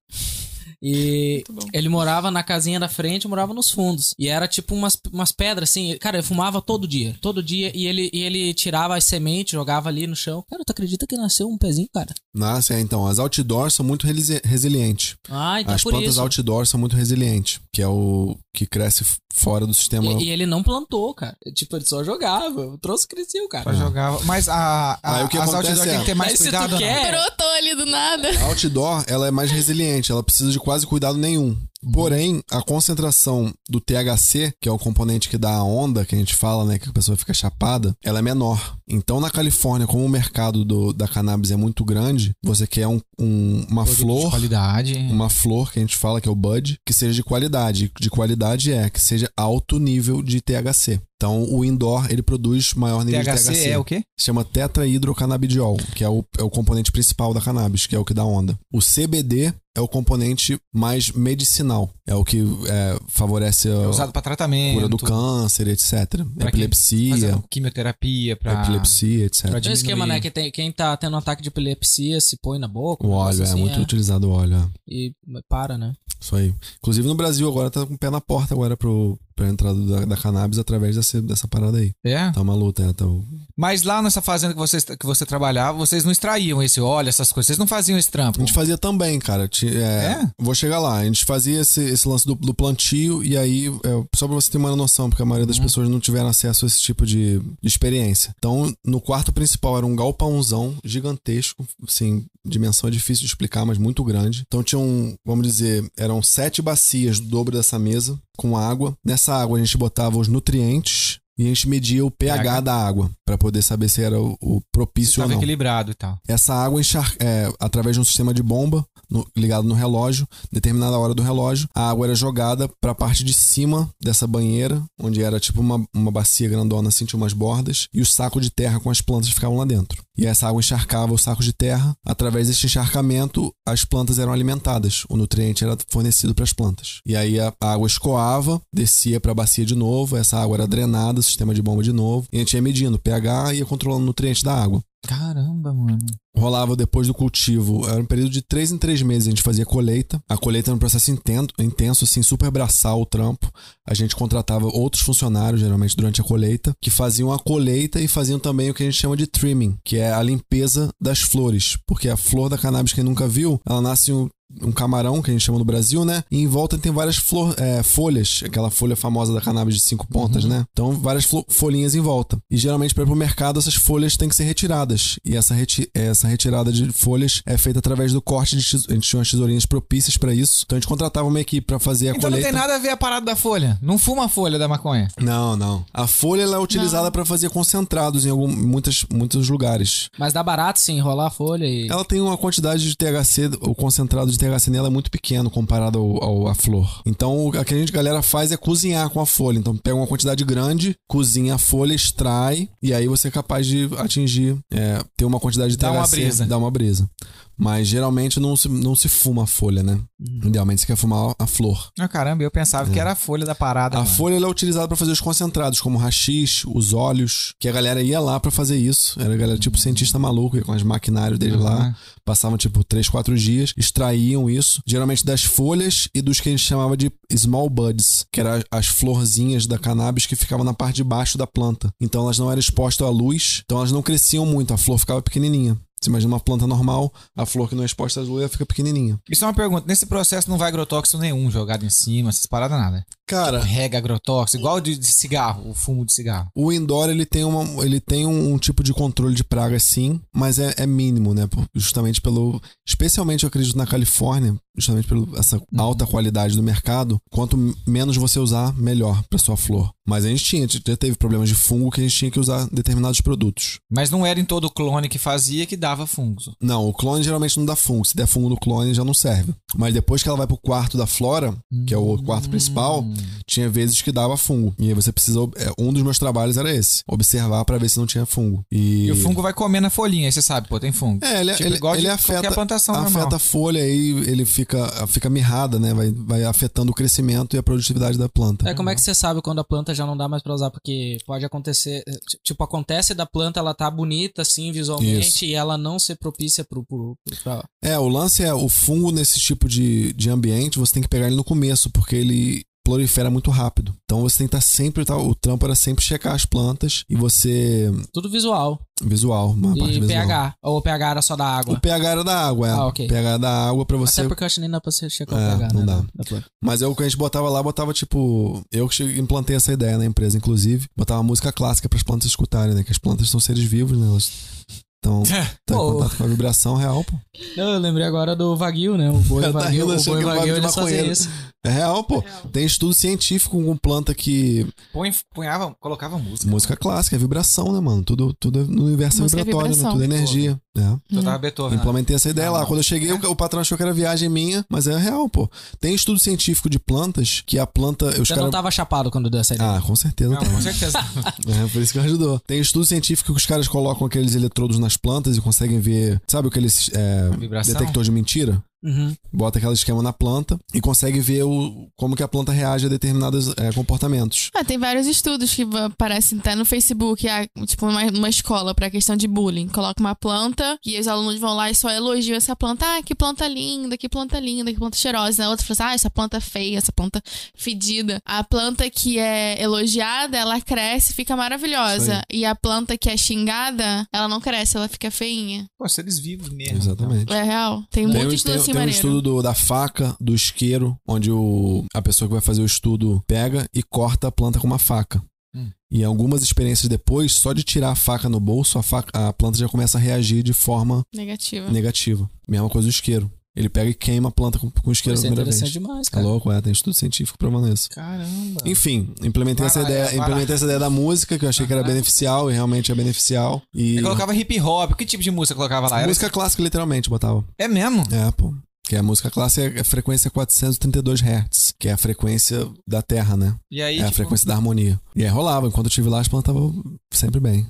Speaker 4: E
Speaker 2: Muito bom.
Speaker 4: ele morava na casinha da frente, morava nos fundos. E era tipo umas, umas pedras assim. Cara, ele fumava todo dia. Todo dia. E ele, e ele tirava as sementes, jogava ali no chão. Cara, tu acredita que nasceu um pezinho, cara?
Speaker 1: Nasce, é, então, as outdoors são muito relisi- resilientes.
Speaker 4: Ah, então
Speaker 1: as
Speaker 4: por
Speaker 1: plantas
Speaker 4: isso.
Speaker 1: outdoor são muito resilientes, que é o que cresce f- fora do sistema.
Speaker 4: E, e ele não plantou, cara. Tipo, ele só jogava. O troço cresceu, cara.
Speaker 3: Pra jogar. Mas a, a,
Speaker 1: né? Aí o que
Speaker 3: as
Speaker 1: acontece
Speaker 3: outdoor
Speaker 1: é-
Speaker 3: tem que ter mais
Speaker 4: Mas se tu
Speaker 3: cuidado. né? não?
Speaker 4: quer-
Speaker 2: Brotou ali do nada.
Speaker 1: A outdoor, ela é mais resiliente, ela precisa de quase cuidado nenhum. Porém, a concentração do THC, que é o componente que dá a onda, que a gente fala, né, que a pessoa fica chapada, ela é menor. Então, na Califórnia, como o mercado do- da cannabis é muito grande, você quer um- um- uma
Speaker 3: Produto de
Speaker 1: flor
Speaker 3: Qualidade.
Speaker 1: uma flor que a gente fala que é o bud, que seja de qualidade. De qualidade é que seja alto nível de THC. Então, o indoor, ele produz maior nível de
Speaker 3: THC
Speaker 1: THC.
Speaker 3: é o quê?
Speaker 1: Se chama tetrahidrocannabidiol, que é o, é o componente principal da cannabis, que é o que dá onda. O CBD é o componente mais medicinal, é o que é, favorece
Speaker 3: É
Speaker 1: a
Speaker 3: usado pra tratamento.
Speaker 1: cura do câncer, etc.
Speaker 3: Pra quem-
Speaker 1: epilepsia,
Speaker 3: fazendo quimioterapia, pra.
Speaker 1: epilepsia, etc.
Speaker 3: pra
Speaker 4: Tem um esquema,
Speaker 3: diminuir.
Speaker 4: né? Que tem- quem tá tendo um ataque de epilepsia se põe na
Speaker 1: O
Speaker 4: boca. um negócio
Speaker 1: óleo, é
Speaker 4: assim,
Speaker 1: muito utilizado o óleo. é.
Speaker 4: E para, né?
Speaker 1: Isso aí. Inclusive no Brasil agora tá com o pé na porta agora pro, pra entrada da, da cannabis através dessa, dessa parada aí.
Speaker 3: É.
Speaker 1: Tá uma luta, né? Tá o-
Speaker 3: Mas lá nessa fazenda que você, que você trabalhava, vocês não extraíam esse óleo, essas coisas. Vocês não faziam esse
Speaker 1: A
Speaker 3: trampo. Tipo,
Speaker 1: gente fazia também, cara. Ti- é,
Speaker 3: É?
Speaker 1: Vou chegar lá. A gente fazia esse, esse lance do, do plantio e aí, é, só pra você ter uma noção, porque a maioria das pessoas não tiveram acesso a esse tipo de, de experiência. Então, no quarto principal era um galpãozão gigantesco, assim, dimensão é difícil de explicar, mas muito grande. Então tinham, vamos dizer, eram sete bacias do dobro dessa mesa com água. Nessa água a gente botava os nutrientes. E a gente media o pH,
Speaker 3: pH.
Speaker 1: da água, pra poder saber se era o, o propício ou
Speaker 3: Estava
Speaker 1: não
Speaker 3: equilibrado e tal.
Speaker 1: essa água enchar, é, através de um sistema de bomba no- ligado no relógio, determinada hora do relógio, a água era jogada para a parte de cima dessa banheira, onde era tipo uma, uma bacia grandona assim, tinha umas bordas, e o saco de terra com as plantas ficavam lá dentro. E essa água encharcava o saco de terra. Através desse encharcamento, as plantas eram alimentadas. O nutriente era fornecido para as plantas. E aí a a água escoava, descia para a bacia de novo, essa água era drenada, sistema de bomba de novo, e a gente ia medindo o pH e ia controlando o nutriente da água.
Speaker 3: Caramba, mano.
Speaker 1: rolava depois do cultivo. Era um período de três em três meses. A gente fazia colheita. A colheita era um processo intenso, intenso assim, super braçal o trampo. A gente contratava outros funcionários, geralmente durante a colheita, que faziam a colheita e faziam também o que a gente chama de trimming, que é a limpeza das flores. Porque a flor da cannabis, quem nunca viu, ela nasce um. Um camarão, que a gente chama no Brasil, né? E em volta tem várias flor- é, folhas, aquela folha famosa da cannabis de cinco
Speaker 3: Uhum.
Speaker 1: pontas, né? Então, várias flo- folhinhas em volta. E geralmente, para ir pro mercado, essas folhas têm que ser retiradas. E essa, reti- é, essa retirada de folhas é feita através do corte de tes- A gente tinha umas tesourinhas propícias para isso. Então, a gente contratava uma equipe para fazer a
Speaker 3: Então não
Speaker 1: colheita.
Speaker 3: tem nada a ver a parada da folha. Não fuma a folha da maconha.
Speaker 1: Não, não. A folha ela é utilizada para fazer concentrados em algum, muitas, muitos lugares.
Speaker 4: Mas dá barato, sim, enrolar a folha e.
Speaker 1: Ela tem uma quantidade de THC, o concentrado de THC nela é muito pequeno comparado ao, ao- à flor. Então, o que a gente galera faz é cozinhar com a folha. Então, pega uma quantidade grande, cozinha a folha, extrai, e aí você é capaz de atingir, é, ter uma quantidade de
Speaker 3: Dá
Speaker 1: THC.
Speaker 3: uma brisa.
Speaker 1: Dá uma brisa. Mas geralmente não se, não se fuma a folha, né?
Speaker 3: Uhum.
Speaker 1: Idealmente você quer fumar a flor.
Speaker 3: Ah, caramba, eu pensava que era a folha da parada.
Speaker 1: A
Speaker 3: mano.
Speaker 1: folha ela é utilizada pra fazer os concentrados, como rachis, os óleos, que a galera ia lá pra fazer isso. Era a galera tipo cientista maluco, ia com as maquinários dele lá, passavam tipo 3, 4 dias, extraíam isso, geralmente das folhas e dos que a gente chamava de small buds, que eram as florzinhas da cannabis que ficavam na parte de baixo da planta. Então elas não eram expostas à luz, então elas não cresciam muito, a flor ficava pequenininha. Você imagina uma planta normal, a flor que não é exposta à luz, ela fica pequenininha.
Speaker 3: E só é uma pergunta: nesse processo não vai agrotóxico nenhum jogado em cima, essas paradas nada.
Speaker 1: Cara,
Speaker 3: Rega agrotóxico, igual de, de cigarro, o fumo de cigarro.
Speaker 1: O indoor ele tem, uma, ele tem um, um tipo de controle de praga, sim, mas é, é mínimo, né? Por- Justamente pelo. Especialmente eu acredito na Califórnia, justamente pela essa alta qualidade do mercado. Quanto m- menos você usar, melhor pra sua flor. Mas a gente tinha, a gente já teve problemas de fungo que a gente tinha que usar determinados produtos.
Speaker 3: Mas não era em todo clone que fazia que dava fungos.
Speaker 1: Não, o clone geralmente não dá fungo. Se der fungo no clone, já não serve. Mas depois que ela vai pro quarto da flora, que é o
Speaker 3: Hum.
Speaker 1: quarto principal, tinha vezes que dava fungo. E aí você precisa. ob- é, Um dos meus trabalhos era esse: observar pra ver se não tinha fungo. E,
Speaker 3: E o fungo vai comer na folhinha, aí você sabe, pô, tem fungo.
Speaker 1: É, ele,
Speaker 3: Tipo,
Speaker 1: ele,
Speaker 3: igual de
Speaker 1: ele
Speaker 3: qualquer
Speaker 1: afeta,
Speaker 3: plantação normal.
Speaker 1: afeta a folha aí, ele fica, fica mirrada, né? Vai, vai afetando o crescimento e a produtividade da planta.
Speaker 4: É, como é que você sabe quando a planta já não dá mais pra usar? Porque pode acontecer. eh, ti- Tipo, acontece da planta, ela tá bonita, assim, visualmente,
Speaker 1: Isso.
Speaker 4: e ela não ser propícia pro. pro, pro pra-
Speaker 1: É, o lance é o fungo nesse tipo de, de ambiente, você tem que pegar ele no começo, porque ele prolifera muito rápido. Então você tem que estar sempre, tá, o trampo era sempre checar as plantas e você.
Speaker 4: Tudo visual.
Speaker 1: Visual, uma parte
Speaker 4: e
Speaker 1: visual.
Speaker 4: pH. Ou o pH era só da
Speaker 1: O
Speaker 4: água.
Speaker 1: pH era da água, é.
Speaker 4: Ah, ok.
Speaker 1: pH era da água pra você.
Speaker 4: Até porque eu acho que nem dá pra você checar
Speaker 1: É,
Speaker 4: o pH,
Speaker 1: não
Speaker 4: né?
Speaker 1: dá.
Speaker 4: da- da planta.
Speaker 1: Mas eu, o que a gente botava lá, botava tipo. Eu que cheguei- implantei essa ideia na empresa, inclusive. Botava música clássica para as plantas escutarem, né? Que as plantas são seres vivos, né? Elas estão em
Speaker 4: Pô.
Speaker 1: contato com a vibração é real, pô.
Speaker 4: Eu lembrei agora do Wagyu, né? O
Speaker 1: *laughs*
Speaker 4: boi
Speaker 1: Tá
Speaker 4: Wagyu,
Speaker 1: rindo,
Speaker 4: o
Speaker 1: achou
Speaker 4: boi
Speaker 1: que era
Speaker 4: Wagyu,
Speaker 1: de
Speaker 4: eles fazem
Speaker 1: maconheiro.
Speaker 4: isso.
Speaker 1: É real, pô.
Speaker 2: Real.
Speaker 1: Tem estudo científico com planta que.
Speaker 3: *laughs* Põe, punhava, colocava música.
Speaker 1: Música clássica, é vibração, né, mano? Tudo, tudo é no universo
Speaker 2: Música é
Speaker 1: vibratório, né?
Speaker 2: vibração.
Speaker 1: Tudo é energia. É.
Speaker 3: Então tava Beethoven. né?
Speaker 1: Implementei essa ideia
Speaker 3: Ah,
Speaker 1: lá.
Speaker 3: não.
Speaker 1: Quando eu
Speaker 2: é.
Speaker 1: cheguei, o, o patrão achou que era viagem minha, mas é real, pô. Tem estudo científico de plantas que a planta. Os
Speaker 4: Você não tá-
Speaker 1: caras.
Speaker 4: tava chapado quando deu essa ideia.
Speaker 1: Ah, com certeza.
Speaker 3: Não,
Speaker 1: tava.
Speaker 3: com certeza.
Speaker 1: *laughs* É, por isso que ajudou. Tem estudo científico que os caras colocam aqueles eletrodos nas plantas e conseguem ver. Sabe aqueles é,
Speaker 3: A vibração?
Speaker 1: detector de mentira?
Speaker 4: Uhum.
Speaker 1: Bota aquele esquema na planta e consegue ver o, como que a planta reage a determinados é, comportamentos.
Speaker 2: Ah, tem vários estudos que va- aparecem até no Facebook, ah, tipo uma, uma escola pra questão de bullying. Coloca uma planta e os alunos vão lá e só elogiam essa planta. Ah, que planta linda, que planta linda, que planta cheirosa. A outra fala assim, ah, essa planta é feia, essa planta fedida. A planta que é elogiada, ela cresce e fica
Speaker 1: Isso
Speaker 2: maravilhosa. E a planta que é xingada, ela não cresce, ela fica feinha.
Speaker 3: Pô, seres vivos mesmo.
Speaker 1: Exatamente.
Speaker 2: É real. Tem,
Speaker 1: Tem,
Speaker 2: muito
Speaker 1: um-
Speaker 2: estudo
Speaker 1: tem-
Speaker 2: assim
Speaker 1: tem um
Speaker 2: maneiro.
Speaker 1: estudo do- da faca, do isqueiro, onde o, a pessoa que vai fazer o estudo pega e corta a planta com uma faca.
Speaker 3: Hum.
Speaker 1: E algumas experiências depois, só de tirar a faca no bolso, a, faca- a planta já começa a reagir de forma
Speaker 2: Negativo.
Speaker 1: negativa. Mesma coisa do isqueiro. Ele pega e queima a planta com, com o isqueiro
Speaker 4: Isso
Speaker 1: a
Speaker 4: é
Speaker 1: primeira
Speaker 4: interessante
Speaker 1: vez.
Speaker 4: demais,
Speaker 1: Tá
Speaker 4: cara.
Speaker 1: louco, é, tem estudo científico provando isso.
Speaker 3: Caramba.
Speaker 1: Enfim, implementei
Speaker 3: Tá.
Speaker 1: essa
Speaker 3: Vai lá,
Speaker 1: ideia,
Speaker 3: vai lá.
Speaker 1: implementei essa ideia da música, que eu achei que era beneficial e realmente é beneficial. E
Speaker 3: Eu colocava hip hop. Que tipo de música eu colocava lá? Era-
Speaker 1: música clássica literalmente botava.
Speaker 3: É mesmo?
Speaker 1: É, pô. Que a música clássica é a frequência 432 Hz, que é a frequência da Terra, né?
Speaker 3: E aí,
Speaker 1: é a
Speaker 3: tipo,
Speaker 1: frequência da harmonia. E aí rolava, enquanto eu estive lá, as plantas estavam sempre bem.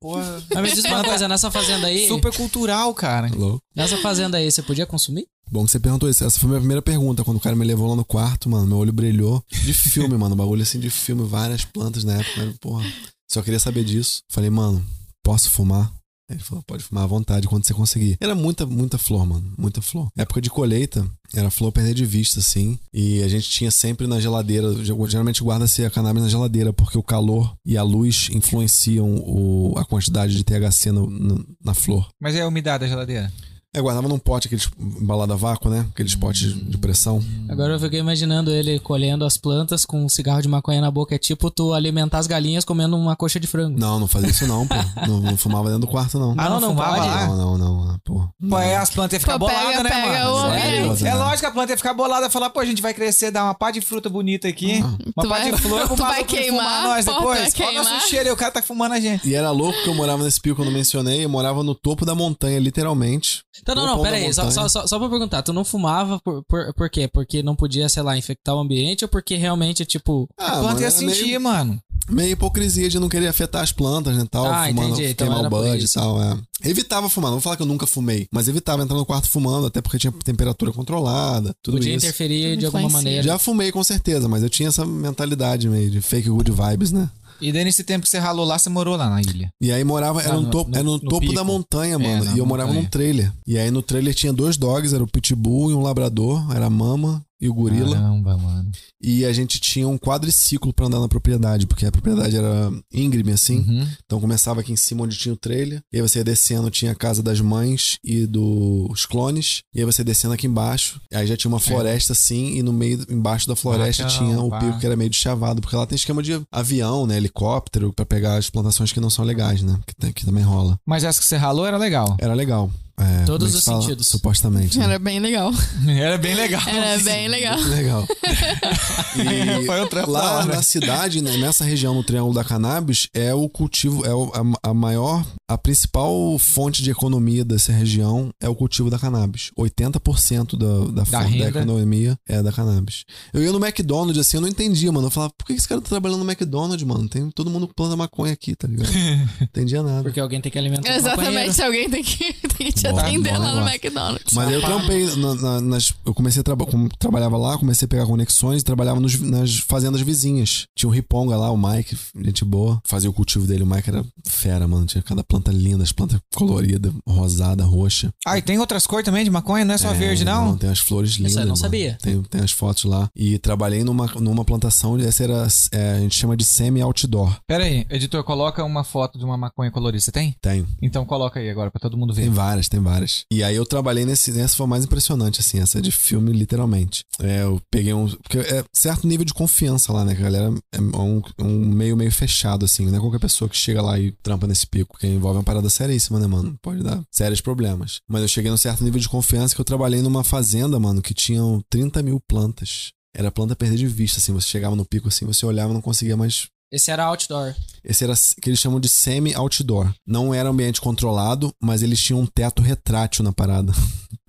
Speaker 3: porra,
Speaker 4: Mas me diz *laughs* uma coisa, nessa fazenda aí.
Speaker 3: super cultural, cara.
Speaker 1: Louco.
Speaker 4: Nessa fazenda aí, você podia consumir?
Speaker 1: Bom que você perguntou isso. Essa foi a minha primeira pergunta. Quando o cara me levou lá no quarto, mano, meu olho brilhou. De filme, mano. Bagulho assim de filme, várias plantas na época. né? Porra, só queria saber disso. Falei, mano, posso fumar? Ele falou, pode fumar à vontade quando você conseguir. Era muita, muita flor, mano. Muita flor. Época de colheita, era flor perder de vista, assim. E a gente tinha sempre na geladeira, geralmente guarda-se a cannabis na geladeira, porque o calor e a luz influenciam o- a quantidade de THC no- no- na flor.
Speaker 3: Mas é a umidade da geladeira.
Speaker 1: É, guardava num pote, aqueles balada a vácuo, né? Aqueles potes de pressão.
Speaker 4: Agora eu fiquei imaginando ele colhendo as plantas com um cigarro de maconha na boca. É tipo tu alimentar as galinhas comendo uma coxa de frango.
Speaker 1: Não, não fazia isso
Speaker 4: *laughs*
Speaker 1: não, pô. Não, não fumava dentro do quarto, não.
Speaker 3: Ah, não, não
Speaker 4: fumava
Speaker 3: pode?
Speaker 4: lá?
Speaker 1: Não, não, não, ah, pô.
Speaker 3: Pô, aí as plantas iam ficar
Speaker 2: Pô, pega-
Speaker 3: boladas, né,
Speaker 2: pega
Speaker 3: mano?
Speaker 2: o
Speaker 3: É,
Speaker 1: ambiente.
Speaker 3: é lógico que a planta ia ficar bolada e falar, pô, a gente vai crescer, dar uma pá de fruta bonita aqui, uma
Speaker 2: Tu
Speaker 3: pá
Speaker 2: vai-
Speaker 3: de
Speaker 2: *laughs*
Speaker 3: flor,
Speaker 2: tu
Speaker 3: uma
Speaker 2: vai queimar,
Speaker 3: nós
Speaker 2: pô, tu
Speaker 3: depois.
Speaker 2: vai
Speaker 3: Olha o nosso
Speaker 2: queimar.
Speaker 3: cheiro, aí o cara tá fumando a gente.
Speaker 1: E era louco que eu morava nesse pico, eu não mencionei. Eu morava no topo da montanha, literalmente.
Speaker 4: Então, não,
Speaker 1: No
Speaker 4: não,
Speaker 1: pão da
Speaker 4: pera aí. Só,
Speaker 1: montanha.
Speaker 4: só, só, só pra perguntar, tu não fumava por, por, por quê? Porque não podia, sei lá, infectar o ambiente ou porque realmente, tipo.
Speaker 1: Ah,
Speaker 3: A planta ia
Speaker 1: era
Speaker 3: sentir,
Speaker 1: Meio,
Speaker 3: mano.
Speaker 1: meio hipocrisia de não querer afetar as plantas, né, tal.
Speaker 4: Ah,
Speaker 1: fumando,
Speaker 4: entendi, então
Speaker 1: queimar
Speaker 4: era
Speaker 1: o
Speaker 4: por
Speaker 1: bud e
Speaker 4: isso.
Speaker 1: tal, é. Evitava fumar, não vou falar que eu nunca fumei. Mas evitava entrar no quarto fumando, até porque tinha temperatura controlada, tudo
Speaker 4: podia
Speaker 1: isso.
Speaker 4: interferir né?
Speaker 2: Tudo
Speaker 4: de alguma
Speaker 2: influencia.
Speaker 4: maneira.
Speaker 1: Já fumei com certeza, mas eu tinha essa mentalidade meio de fake good vibes, né?
Speaker 3: E daí nesse tempo que você ralou lá, você morou lá na ilha.
Speaker 1: E aí morava, era
Speaker 4: Ah,
Speaker 1: no,
Speaker 4: no-
Speaker 1: topo,
Speaker 4: no-
Speaker 1: era no
Speaker 4: no
Speaker 1: topo
Speaker 4: pico.
Speaker 1: da montanha,
Speaker 3: É,
Speaker 1: mano.
Speaker 3: na
Speaker 1: e eu morava
Speaker 3: montanha.
Speaker 1: num trailer. E aí no trailer tinha dois dogs, era o Pitbull e um Labrador, era a Mama e o Gorila.
Speaker 3: Caramba, mano.
Speaker 1: E a gente tinha um quadriciclo pra andar na propriedade, porque a propriedade era íngreme, assim.
Speaker 3: Uhum.
Speaker 1: Então começava aqui em cima onde tinha o trailer. E aí você ia descendo, tinha a casa das mães e dos clones. E aí você descendo aqui embaixo. Aí já tinha
Speaker 4: É.
Speaker 1: uma floresta assim. E no meio, embaixo da floresta
Speaker 4: Ah,
Speaker 3: Barracão,
Speaker 1: tinha o
Speaker 3: pá.
Speaker 1: pico que era meio de chavado. Porque lá tem esquema de avião, né? Helicóptero pra pegar as plantações que não são legais, né? Que, tem- que também rola.
Speaker 3: Mas essa que você ralou
Speaker 1: *laughs*
Speaker 3: era legal.
Speaker 1: Era legal. É, como
Speaker 4: Todos
Speaker 1: é que
Speaker 4: os
Speaker 1: se fala?
Speaker 4: sentidos.
Speaker 1: Supostamente. né?
Speaker 4: *laughs*
Speaker 2: Era bem legal.
Speaker 3: Era bem legal.
Speaker 2: Era É bem legal.
Speaker 1: *laughs* Legal.
Speaker 3: Foi um trampo da
Speaker 1: lá
Speaker 3: hora.
Speaker 1: na cidade, né, nessa região no Triângulo da Cannabis, é o cultivo, é o- a, a maior, a principal fonte de economia dessa região é o cultivo da cannabis. 80% da, da, fonte da
Speaker 3: renda.
Speaker 1: economia é da cannabis. Eu ia no McDonald's, assim, eu não entendia, mano. Eu falava, por que esse cara tá trabalhando no McDonald's, mano? Tem todo mundo que planta maconha aqui, tá *laughs* ligado? Entendia nada.
Speaker 4: Porque alguém tem que alimentar os maconheiros.
Speaker 2: Exatamente, alguém tem que, tem que te
Speaker 1: Bora,
Speaker 2: atender
Speaker 1: bora
Speaker 2: lá no
Speaker 1: lá.
Speaker 2: McDonald's.
Speaker 1: Mas eu trampei, na- na- nas, eu comecei a trabalhar, trabalhava lá, comecei a pegar conexões e trabalhava nos- nas fazendas vizinhas. Tinha um riponga lá, o Mike, gente boa, fazia o cultivo dele, o Mike era fera, mano, tinha cada planta linda, as plantas coloridas, rosada, roxa.
Speaker 3: Ah, e tem outras cores também de maconha? Não é
Speaker 4: Tá
Speaker 3: só verde, não?
Speaker 1: Tem as flores lindas.
Speaker 4: eu não
Speaker 1: mano.
Speaker 4: sabia.
Speaker 1: Tem, tem as fotos lá. E trabalhei numa, numa plantação, essa era, é, a gente chama de semi-outdoor.
Speaker 3: Pera aí, editor, coloca uma foto de uma maconha colorida. Você tem?
Speaker 1: Tem.
Speaker 3: Então coloca aí agora pra todo mundo ver.
Speaker 1: Tem várias, tem várias. E aí eu trabalhei nesse. Nessa foi a mais impressionante, assim, essa de filme, literalmente. É, eu peguei um. Porque é certo nível de confiança lá, né? Que a galera é um, um meio, meio fechado, assim. Não é qualquer pessoa que chega lá e trampa nesse pico, que envolve uma parada seríssima, né, mano? Pode dar sérios problemas. Mas eu cheguei num certo nível de confiança que eu trabalhei numa fazenda, mano, que tinham 30 mil plantas. Era planta a perder de vista, assim. Você chegava no pico, assim, você olhava e não conseguia mais
Speaker 4: Esse era outdoor.
Speaker 1: esse era s- que eles chamam de semi-outdoor. Não era ambiente controlado, mas eles tinham um teto retrátil na parada.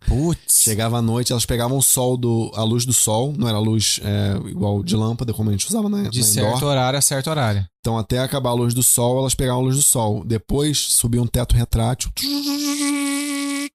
Speaker 3: Putz.
Speaker 1: Chegava à noite, elas pegavam o sol do, a luz do sol, não era luz é, igual de lâmpada, como a gente usava na,
Speaker 3: De
Speaker 1: na
Speaker 3: certo
Speaker 1: indoor.
Speaker 3: horário a certo horário.
Speaker 1: Então, até acabar a luz do sol, elas pegavam a luz do sol. Depois subia um teto retrátil.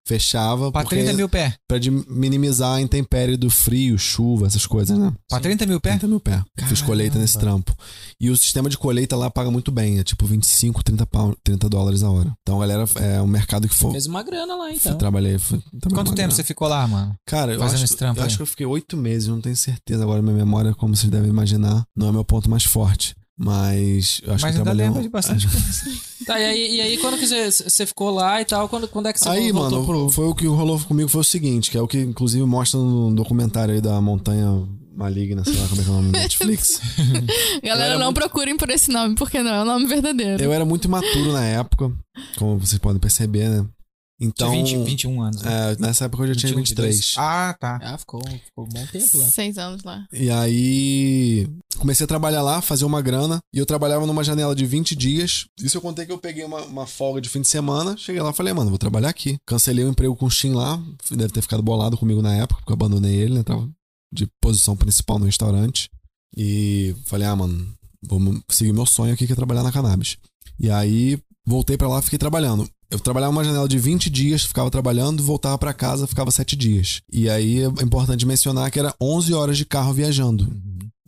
Speaker 1: Fechava
Speaker 3: Pra
Speaker 1: porque-
Speaker 3: 30 mil pé.
Speaker 1: pra de- minimizar a intempérie do frio, chuva, essas coisas, né?
Speaker 3: Pra 30 mil pé?
Speaker 1: 30 mil pé. Fiz
Speaker 3: Caramba.
Speaker 1: colheita nesse trampo. E o sistema de colheita lá paga muito bem. É tipo 25, 30, pau, 30 dólares a hora. Então, galera, é um mercado que foi.
Speaker 4: Fez uma grana lá,
Speaker 1: Eu
Speaker 4: então.
Speaker 1: trabalhei. Foi, também
Speaker 3: Quanto
Speaker 1: uma
Speaker 3: tempo
Speaker 1: grana.
Speaker 3: você ficou lá, mano?
Speaker 1: Cara, eu,
Speaker 3: fazendo
Speaker 1: acho,
Speaker 3: esse trampo
Speaker 1: eu
Speaker 3: aí?
Speaker 1: acho que eu fiquei oito meses, eu não tenho certeza. Agora, minha memória, é como vocês devem imaginar, não é meu ponto mais forte. Mas eu acho
Speaker 3: Mas
Speaker 1: que eu
Speaker 3: ainda
Speaker 1: trabalhei.
Speaker 3: lembra
Speaker 1: um-
Speaker 3: de bastante coisa.
Speaker 4: Tá, e aí, e aí quando que você- você ficou lá e tal? Quando, quando é que você
Speaker 1: Aí,
Speaker 4: voltou
Speaker 1: mano,
Speaker 4: pro...
Speaker 1: foi o que rolou comigo foi o seguinte, que é o que inclusive mostra no documentário aí da Montanha Maligna, sei lá como é que é o
Speaker 3: *laughs*
Speaker 1: nome, Netflix.
Speaker 2: Galera,
Speaker 1: era
Speaker 2: não
Speaker 1: muito-
Speaker 2: procurem por esse nome, porque não é o nome verdadeiro.
Speaker 1: Eu era muito imaturo na época, como vocês podem perceber, né? Então,
Speaker 3: Tinha 20, 21 anos. Né?
Speaker 1: é, nessa época eu já tinha
Speaker 3: 21,
Speaker 1: 23.
Speaker 3: 22. Ah, tá.
Speaker 4: Ah, ficou, ficou um bom tempo lá.
Speaker 2: Seis anos lá.
Speaker 1: E aí comecei a trabalhar lá, fazer uma grana, e eu trabalhava numa janela de 20 dias. Isso eu contei que eu peguei uma, uma folga de fim de semana, cheguei lá e falei, mano, vou trabalhar aqui. Cancelei o emprego com o Shin lá, deve ter ficado bolado comigo na época, porque eu abandonei ele, né? Tava de posição principal no restaurante. E falei, ah, mano, vou seguir meu sonho aqui que é trabalhar na cannabis. E aí voltei pra lá, fiquei trabalhando. Eu trabalhava uma janela de 20 dias, ficava trabalhando, voltava pra casa, ficava 7 dias. E aí é importante mencionar que era 11 horas de carro viajando.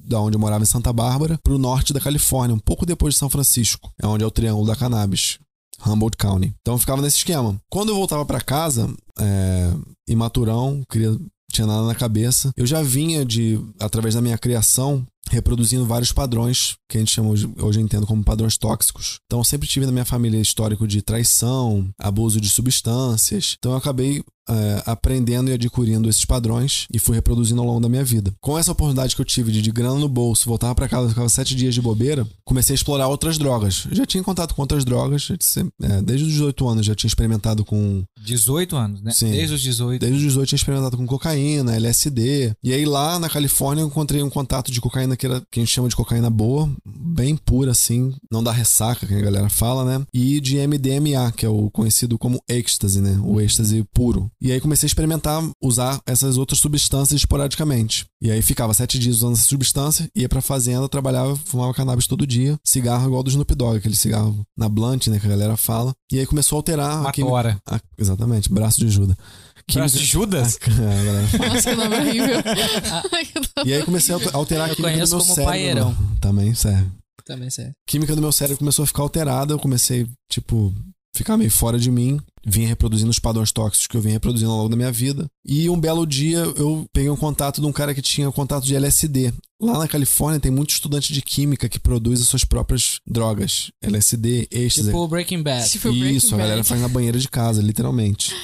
Speaker 1: Da onde eu morava em Santa Bárbara, pro norte da Califórnia, um pouco depois de São Francisco. É onde é o Triângulo da Cannabis. Humboldt County. Então eu ficava nesse esquema. Quando eu voltava pra casa, é, imaturão, queria, tinha nada na cabeça, eu já vinha de, através da minha criação, reproduzindo vários padrões que a gente chama hoje, hoje eu entendo como padrões tóxicos. Então eu sempre tive na minha família histórico de traição, abuso de substâncias. Então eu acabei é, aprendendo e adquirindo esses padrões e fui reproduzindo ao longo da minha vida. Com essa oportunidade que eu tive de, de grana no bolso, voltava pra casa, ficava sete dias de bobeira, comecei a explorar outras drogas. Eu já tinha contato com outras drogas, já tinha- é, desde os 18 anos já tinha experimentado com
Speaker 3: 18 anos, né?
Speaker 1: Sim.
Speaker 3: Desde os 18.
Speaker 1: Desde os 18 eu tinha experimentado com cocaína, LSD. E aí lá na Califórnia eu encontrei um contato de cocaína que era que a gente chama de cocaína boa, bem pura assim, não dá ressaca, que a galera fala, né? E de MDMA, que é o conhecido como êxtase, né? O êxtase puro. E aí comecei a experimentar usar essas outras substâncias esporadicamente. E aí ficava sete dias usando essa substância, ia pra fazenda, trabalhava, fumava cannabis todo dia, cigarro igual do Snoop Dogg, aquele cigarro na blunt, né, que a galera fala. E aí começou a alterar a química.
Speaker 3: Matora.
Speaker 1: a- Ah, exatamente, braço de Judas.
Speaker 3: Braço de Judas?
Speaker 1: *laughs* É, galera.
Speaker 2: Nossa, que nome horrível.
Speaker 1: *laughs* E aí eu comecei a alterar a
Speaker 4: Eu
Speaker 1: química do meu
Speaker 4: conheço
Speaker 1: cérebro. né?
Speaker 4: como paeirão.
Speaker 1: Também serve.
Speaker 4: Também sério.
Speaker 1: Química do meu cérebro começou a ficar alterada, eu comecei, tipo, ficar meio fora de mim. Vinha reproduzindo os padrões tóxicos que eu vinha reproduzindo ao longo da minha vida. E um belo dia eu peguei um contato de um cara que tinha contato de LSD. Lá na Califórnia tem muito estudante de química que produz as suas próprias drogas. LSD, êxtase,
Speaker 4: Tipo Breaking Bad.
Speaker 2: *laughs* Tipo Breaking
Speaker 1: é isso, a galera
Speaker 2: Bad.
Speaker 1: faz na banheira de casa, literalmente.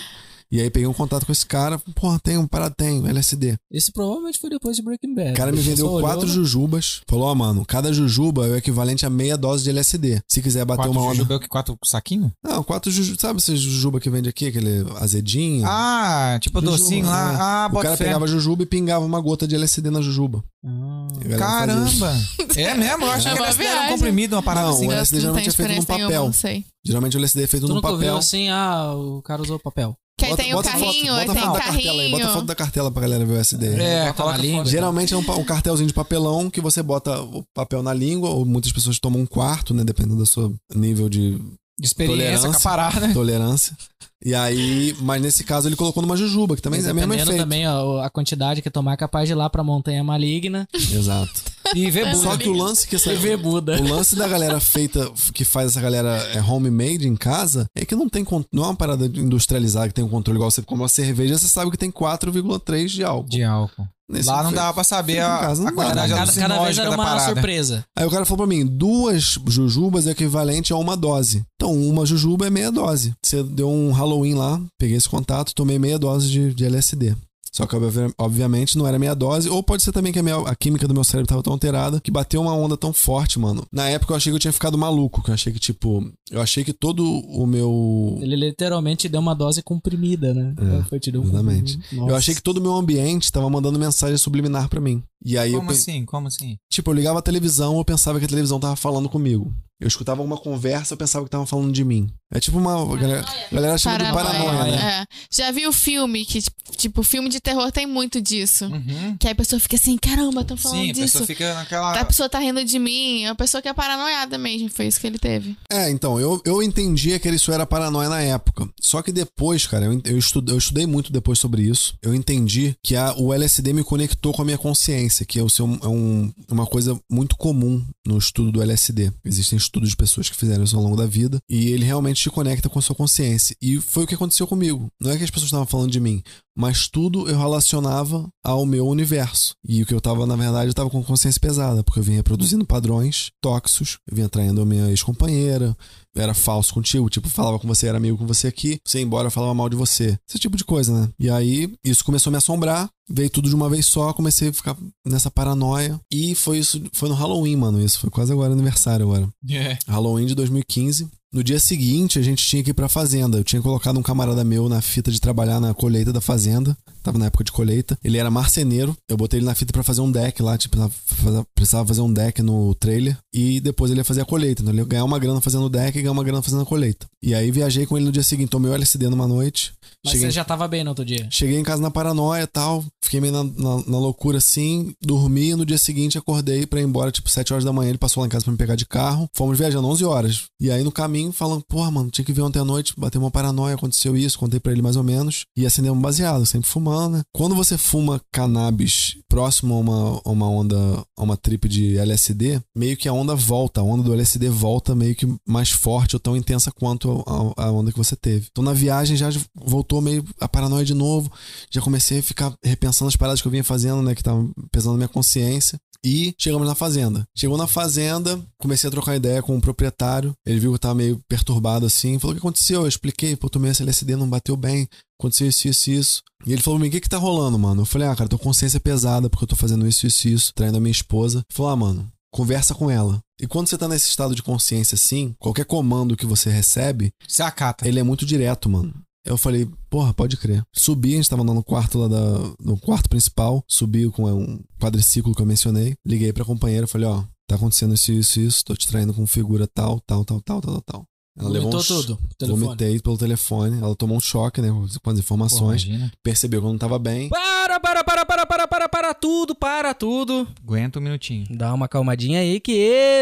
Speaker 1: E aí peguei um contato com esse cara, porra, tem um parada, tem, LSD.
Speaker 4: Isso provavelmente foi depois de Breaking Bad.
Speaker 1: O cara me
Speaker 4: Só
Speaker 1: vendeu
Speaker 4: olhou,
Speaker 1: quatro
Speaker 4: né?
Speaker 1: jujubas. Falou, ó, mano, cada jujuba é o equivalente a meia dose de LSD. Se quiser bater
Speaker 3: Quatro
Speaker 1: uma onda.
Speaker 3: jujuba é o que? Quatro saquinho?
Speaker 1: Não, quatro jujubas. Sabe esse jujuba que vende aqui, aquele azedinho?
Speaker 3: Ah, tipo
Speaker 1: Jujuba,
Speaker 3: docinho
Speaker 1: né?
Speaker 3: lá. Ah,
Speaker 1: o
Speaker 3: bota
Speaker 1: cara
Speaker 3: fé.
Speaker 1: pegava a jujuba e pingava uma gota de LSD na jujuba.
Speaker 4: Ah.
Speaker 1: E a galera fazia isso.
Speaker 3: Caramba! É mesmo? Eu acho
Speaker 2: É
Speaker 3: que
Speaker 2: uma
Speaker 3: elas deram um
Speaker 2: viagem.
Speaker 3: comprimido, uma parada
Speaker 1: Não,
Speaker 3: assim.
Speaker 1: o
Speaker 2: Eu
Speaker 1: LSD
Speaker 2: não
Speaker 1: geralmente é
Speaker 2: tenho
Speaker 1: feito num
Speaker 2: experiência nenhuma,
Speaker 1: papel.
Speaker 2: não sei.
Speaker 1: Geralmente o LSD é feito
Speaker 4: Tu
Speaker 1: num
Speaker 4: nunca ouviu
Speaker 1: papel.
Speaker 4: assim, ah, o cara usou papel.
Speaker 2: Que aí tem o um carrinho,
Speaker 1: foto, bota
Speaker 2: aí tem
Speaker 1: foto da cartela aí,
Speaker 2: carrinho.
Speaker 1: bota foto da cartela pra galera ver o LSD.
Speaker 3: É,
Speaker 4: Bota
Speaker 3: coloca
Speaker 4: na língua.
Speaker 3: fora.
Speaker 1: Geralmente é um, pa- um cartelzinho de papelão que você bota o papel na língua, ou muitas pessoas tomam um quarto, né? Dependendo do seu nível
Speaker 3: *laughs*
Speaker 1: de
Speaker 3: De experiência com a
Speaker 1: Tolerância.
Speaker 3: parada. né?
Speaker 1: tolerância. E aí, mas nesse caso ele colocou numa jujuba, que também
Speaker 4: Mas
Speaker 1: é o mesmo
Speaker 4: dependendo
Speaker 1: efeito.
Speaker 4: também ó, a quantidade que tomar é capaz de ir lá pra
Speaker 1: *laughs*
Speaker 4: Montanha Maligna
Speaker 3: *laughs*
Speaker 1: Exato.
Speaker 3: E vê
Speaker 1: Só
Speaker 3: bunda.
Speaker 1: que o lance que essa,
Speaker 4: e ver
Speaker 1: *laughs*
Speaker 4: Buda.
Speaker 1: o lance da galera feita que faz essa galera é, homemade em casa é que não tem con- não é uma parada industrializada que tem um controle igual você como uma cerveja, você sabe que tem 4,3 de álcool.
Speaker 3: De álcool.
Speaker 1: Nesse
Speaker 3: lá não
Speaker 1: foi-
Speaker 3: dava pra saber a,
Speaker 1: Em casa não
Speaker 3: a
Speaker 1: dá.
Speaker 3: qualidade
Speaker 4: Cada,
Speaker 3: alucinógena
Speaker 4: cada vez era
Speaker 3: da
Speaker 4: uma
Speaker 3: parada.
Speaker 4: surpresa.
Speaker 1: Aí o cara falou pra mim, duas jujubas é equivalente a uma dose. Então, uma jujuba é meia dose. Você deu um Halloween lá, peguei esse contato, tomei meia dose de, de LSD. Só que, obvi- obviamente, não era meia dose. Ou pode ser também que a, minha- a química do meu cérebro tava tão alterada que bateu uma onda tão forte, mano. Na época eu achei que eu tinha ficado maluco. Que eu achei que, tipo, eu achei que todo o meu.
Speaker 4: Ele literalmente deu uma dose comprimida, né?
Speaker 1: É,
Speaker 4: Foi te deu um
Speaker 1: exatamente.
Speaker 4: comprimido.
Speaker 1: Eu
Speaker 4: Nossa.
Speaker 1: achei que todo o meu ambiente tava mandando mensagem subliminar pra mim. E aí eu
Speaker 3: Como
Speaker 1: pe-
Speaker 3: assim? Como assim?
Speaker 1: Tipo, eu ligava a televisão, eu pensava que a televisão tava falando comigo. Eu escutava uma conversa, eu pensava que tava falando de mim. É tipo uma. A galera, a galera chama de paranoia, né?
Speaker 2: É. Já vi o filme que, tipo, filme de terror tem muito
Speaker 1: Hum.
Speaker 2: disso.
Speaker 3: Uhum.
Speaker 2: Que aí a pessoa fica assim, caramba, estão falando
Speaker 3: Sim, a
Speaker 2: disso.
Speaker 3: pessoa fica naquela.
Speaker 2: A pessoa tá rindo de mim. É uma pessoa que é paranoiada mesmo. Foi isso que ele teve.
Speaker 1: É, então, eu, eu entendia que isso era paranoia na época. Só que depois, cara, eu, en- eu, estudei, eu estudei muito depois sobre isso. Eu entendi que a, o LSD me conectou com a minha consciência, que é, o seu, é um- uma coisa muito comum no estudo do LSD. Existem estudos de pessoas que fizeram isso ao longo da vida, e ele realmente te conecta com a sua consciência. E foi o que aconteceu comigo. Não é que as pessoas estavam falando de mim, mas tudo eu relacionava ao meu universo. E o que eu tava, na verdade, eu tava com consciência pesada, porque eu vinha reproduzindo padrões tóxicos, eu vinha traindo a minha ex-companheira, eu era falso contigo, tipo, falava com você, era amigo com você aqui, você ia embora, eu falava mal de você. Esse tipo de coisa, né? E aí, isso começou a me assombrar, veio tudo de uma vez só, comecei a ficar nessa paranoia. E foi isso, foi no Halloween, mano, isso, foi quase agora, aniversário agora.
Speaker 3: *laughs* É.
Speaker 1: Halloween de 2015. No dia seguinte, a gente tinha que ir pra fazenda. Eu tinha colocado um camarada meu na fita de trabalhar na colheita da fazenda. Tava na época de colheita. Ele era marceneiro. Eu botei ele na fita pra fazer um deck lá. Tipo, precisava fazer- precisava fazer um deck no trailer. E depois ele ia fazer a colheita. Então ele ia ganhar uma grana fazendo o deck e ganhar uma grana fazendo a colheita. E aí viajei com ele no dia seguinte. Tomei o LSD numa noite.
Speaker 4: Mas você já tava bem no outro dia.
Speaker 1: Cheguei em casa na paranoia e tal, fiquei meio na, na- na loucura assim, dormi, no dia seguinte acordei pra ir embora, tipo, 7 horas da manhã, ele passou lá em casa pra me pegar de carro, fomos viajando 11 horas. E aí no caminho falando, porra, mano, tinha que ver ontem à noite, bateu uma paranoia, aconteceu isso, contei pra ele mais ou menos, e acendemos um baseado, sempre fumando normal, né? Quando você fuma cannabis próximo a uma, a uma onda, a uma trip de LSD, meio que a onda volta, a onda do LSD volta meio que mais forte ou tão intensa quanto a, a onda que você teve. Então na viagem já voltou meio a paranoia de novo, já comecei a ficar repensando as paradas que eu vinha fazendo, né? Que tava pesando na minha consciência. E chegamos na fazenda. Chegou na fazenda, comecei a trocar ideia com o proprietário. Ele viu que eu tava meio perturbado assim. Falou: O que aconteceu? Eu expliquei, pô, tomei essa LSD, não bateu bem. Aconteceu isso, isso, isso. E ele falou pra mim: O que que tá rolando, mano? Eu falei: Ah, cara, tô com consciência pesada porque eu tô fazendo isso, isso, isso, traindo a minha esposa. Ele falou: Ah, mano, conversa com ela. E quando você tá nesse estado de consciência assim, qualquer comando que você recebe,
Speaker 3: Você
Speaker 4: Tá.
Speaker 3: acata.
Speaker 1: ele é muito direto, mano. Eu falei, porra, pode crer. Subi, a gente tava andando no quarto lá da, no quarto principal, subi com um quadriciclo que eu mencionei, liguei pra companheira, falei, ó, tá acontecendo isso, isso, isso, tô te traindo com figura tal, tal, tal, tal, tal, tal, tal. Ela levou um
Speaker 4: Vomitou
Speaker 1: cho-
Speaker 4: tudo. Telefone.
Speaker 1: Vomitei pelo telefone, ela tomou um choque, né, com as informações, percebeu que eu não tava bem.
Speaker 4: Para, para, para, para, para, para, para tudo, para tudo.
Speaker 3: Aguenta um minutinho.
Speaker 4: Dá uma calmadinha aí que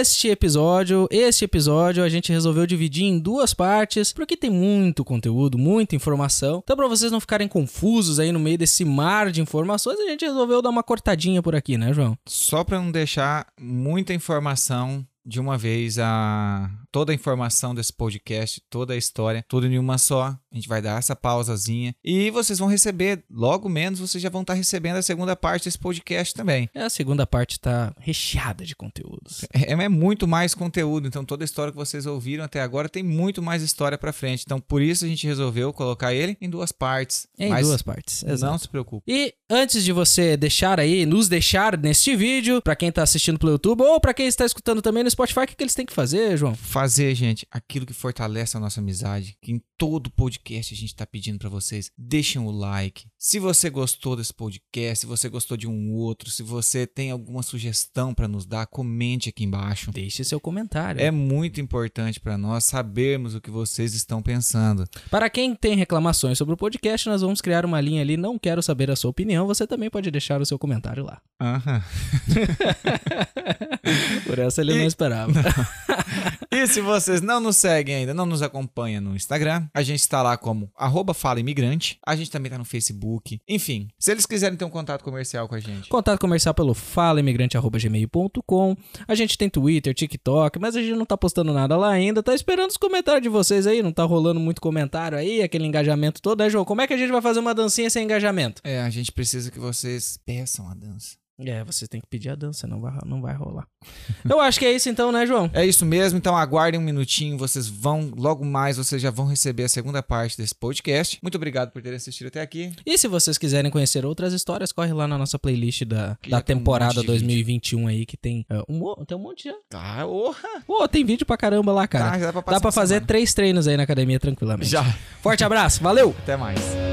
Speaker 4: este episódio, este episódio a gente resolveu dividir em duas partes, porque tem muito conteúdo, muita informação. Então pra vocês não ficarem confusos aí no meio desse mar de informações, a gente resolveu dar uma cortadinha por aqui, né, João?
Speaker 3: Só pra não deixar muita informação de uma vez, a toda a informação desse podcast, toda a história, tudo em uma só. A gente vai dar essa pausazinha e vocês vão receber, logo menos vocês já vão estar recebendo a segunda parte desse podcast também.
Speaker 4: É, A segunda parte tá recheada de conteúdos.
Speaker 3: É, é muito mais conteúdo, então toda a história que vocês ouviram até agora tem muito mais história pra frente. Então por isso a gente resolveu colocar ele em duas partes.
Speaker 4: É, Em
Speaker 3: Mas
Speaker 4: duas partes. Exato.
Speaker 3: Não se preocupe.
Speaker 4: E antes de você deixar aí, nos deixar neste vídeo, pra quem tá assistindo pelo YouTube ou pra quem está escutando também no Spotify, o que, que eles têm que fazer, João?
Speaker 3: fazer, gente, aquilo que fortalece a nossa amizade, que em todo podcast a gente tá pedindo pra vocês, deixem o like. Se você gostou desse podcast, se você gostou de um outro, se você tem alguma sugestão pra nos dar, comente aqui embaixo.
Speaker 4: Deixe seu comentário.
Speaker 3: É muito importante pra nós sabermos o que vocês estão pensando.
Speaker 4: Para quem tem reclamações sobre o podcast, nós vamos criar uma linha ali. Não quero saber a sua opinião. Você também pode deixar o seu comentário lá. *laughs*
Speaker 3: Aham.
Speaker 4: Por essa ele
Speaker 3: E-
Speaker 4: não esperava.
Speaker 3: E se vocês não nos seguem ainda, não nos acompanham no Instagram, a gente está lá como arroba Fala Imigrante, a gente também tá no Facebook. Enfim, se eles quiserem ter um contato comercial com a gente,
Speaker 4: Contato comercial pelo falaimigrante.gmail.com. A gente tem Twitter, TikTok, mas a gente não tá postando nada lá ainda. Tá esperando os comentários de vocês aí. Não tá rolando muito comentário aí, aquele engajamento todo, né, João? Como é que a gente vai fazer uma dancinha sem engajamento?
Speaker 3: É, a gente precisa que vocês peçam a dança.
Speaker 4: É, você tem que pedir a dança, não vai, não vai rolar. Eu acho que é isso então, né, João?
Speaker 3: É isso mesmo, então aguardem um minutinho, vocês vão, logo mais, vocês já vão receber a segunda parte desse podcast. Muito obrigado por terem assistido até aqui.
Speaker 4: E se vocês quiserem conhecer outras histórias, corre lá na nossa playlist da,
Speaker 3: Que
Speaker 4: da
Speaker 3: já tem um
Speaker 4: temporada
Speaker 3: monte de
Speaker 4: 2021 aí, que tem é, um, mo- tem um monte já.
Speaker 3: Tá, orra!
Speaker 4: Pô, tem vídeo pra caramba lá, cara.
Speaker 3: já dá pra
Speaker 4: Dá pra
Speaker 3: uma
Speaker 4: fazer
Speaker 3: semana.
Speaker 4: três treinos aí na academia tranquilamente.
Speaker 3: Já,
Speaker 4: Forte abraço, valeu!
Speaker 3: até mais.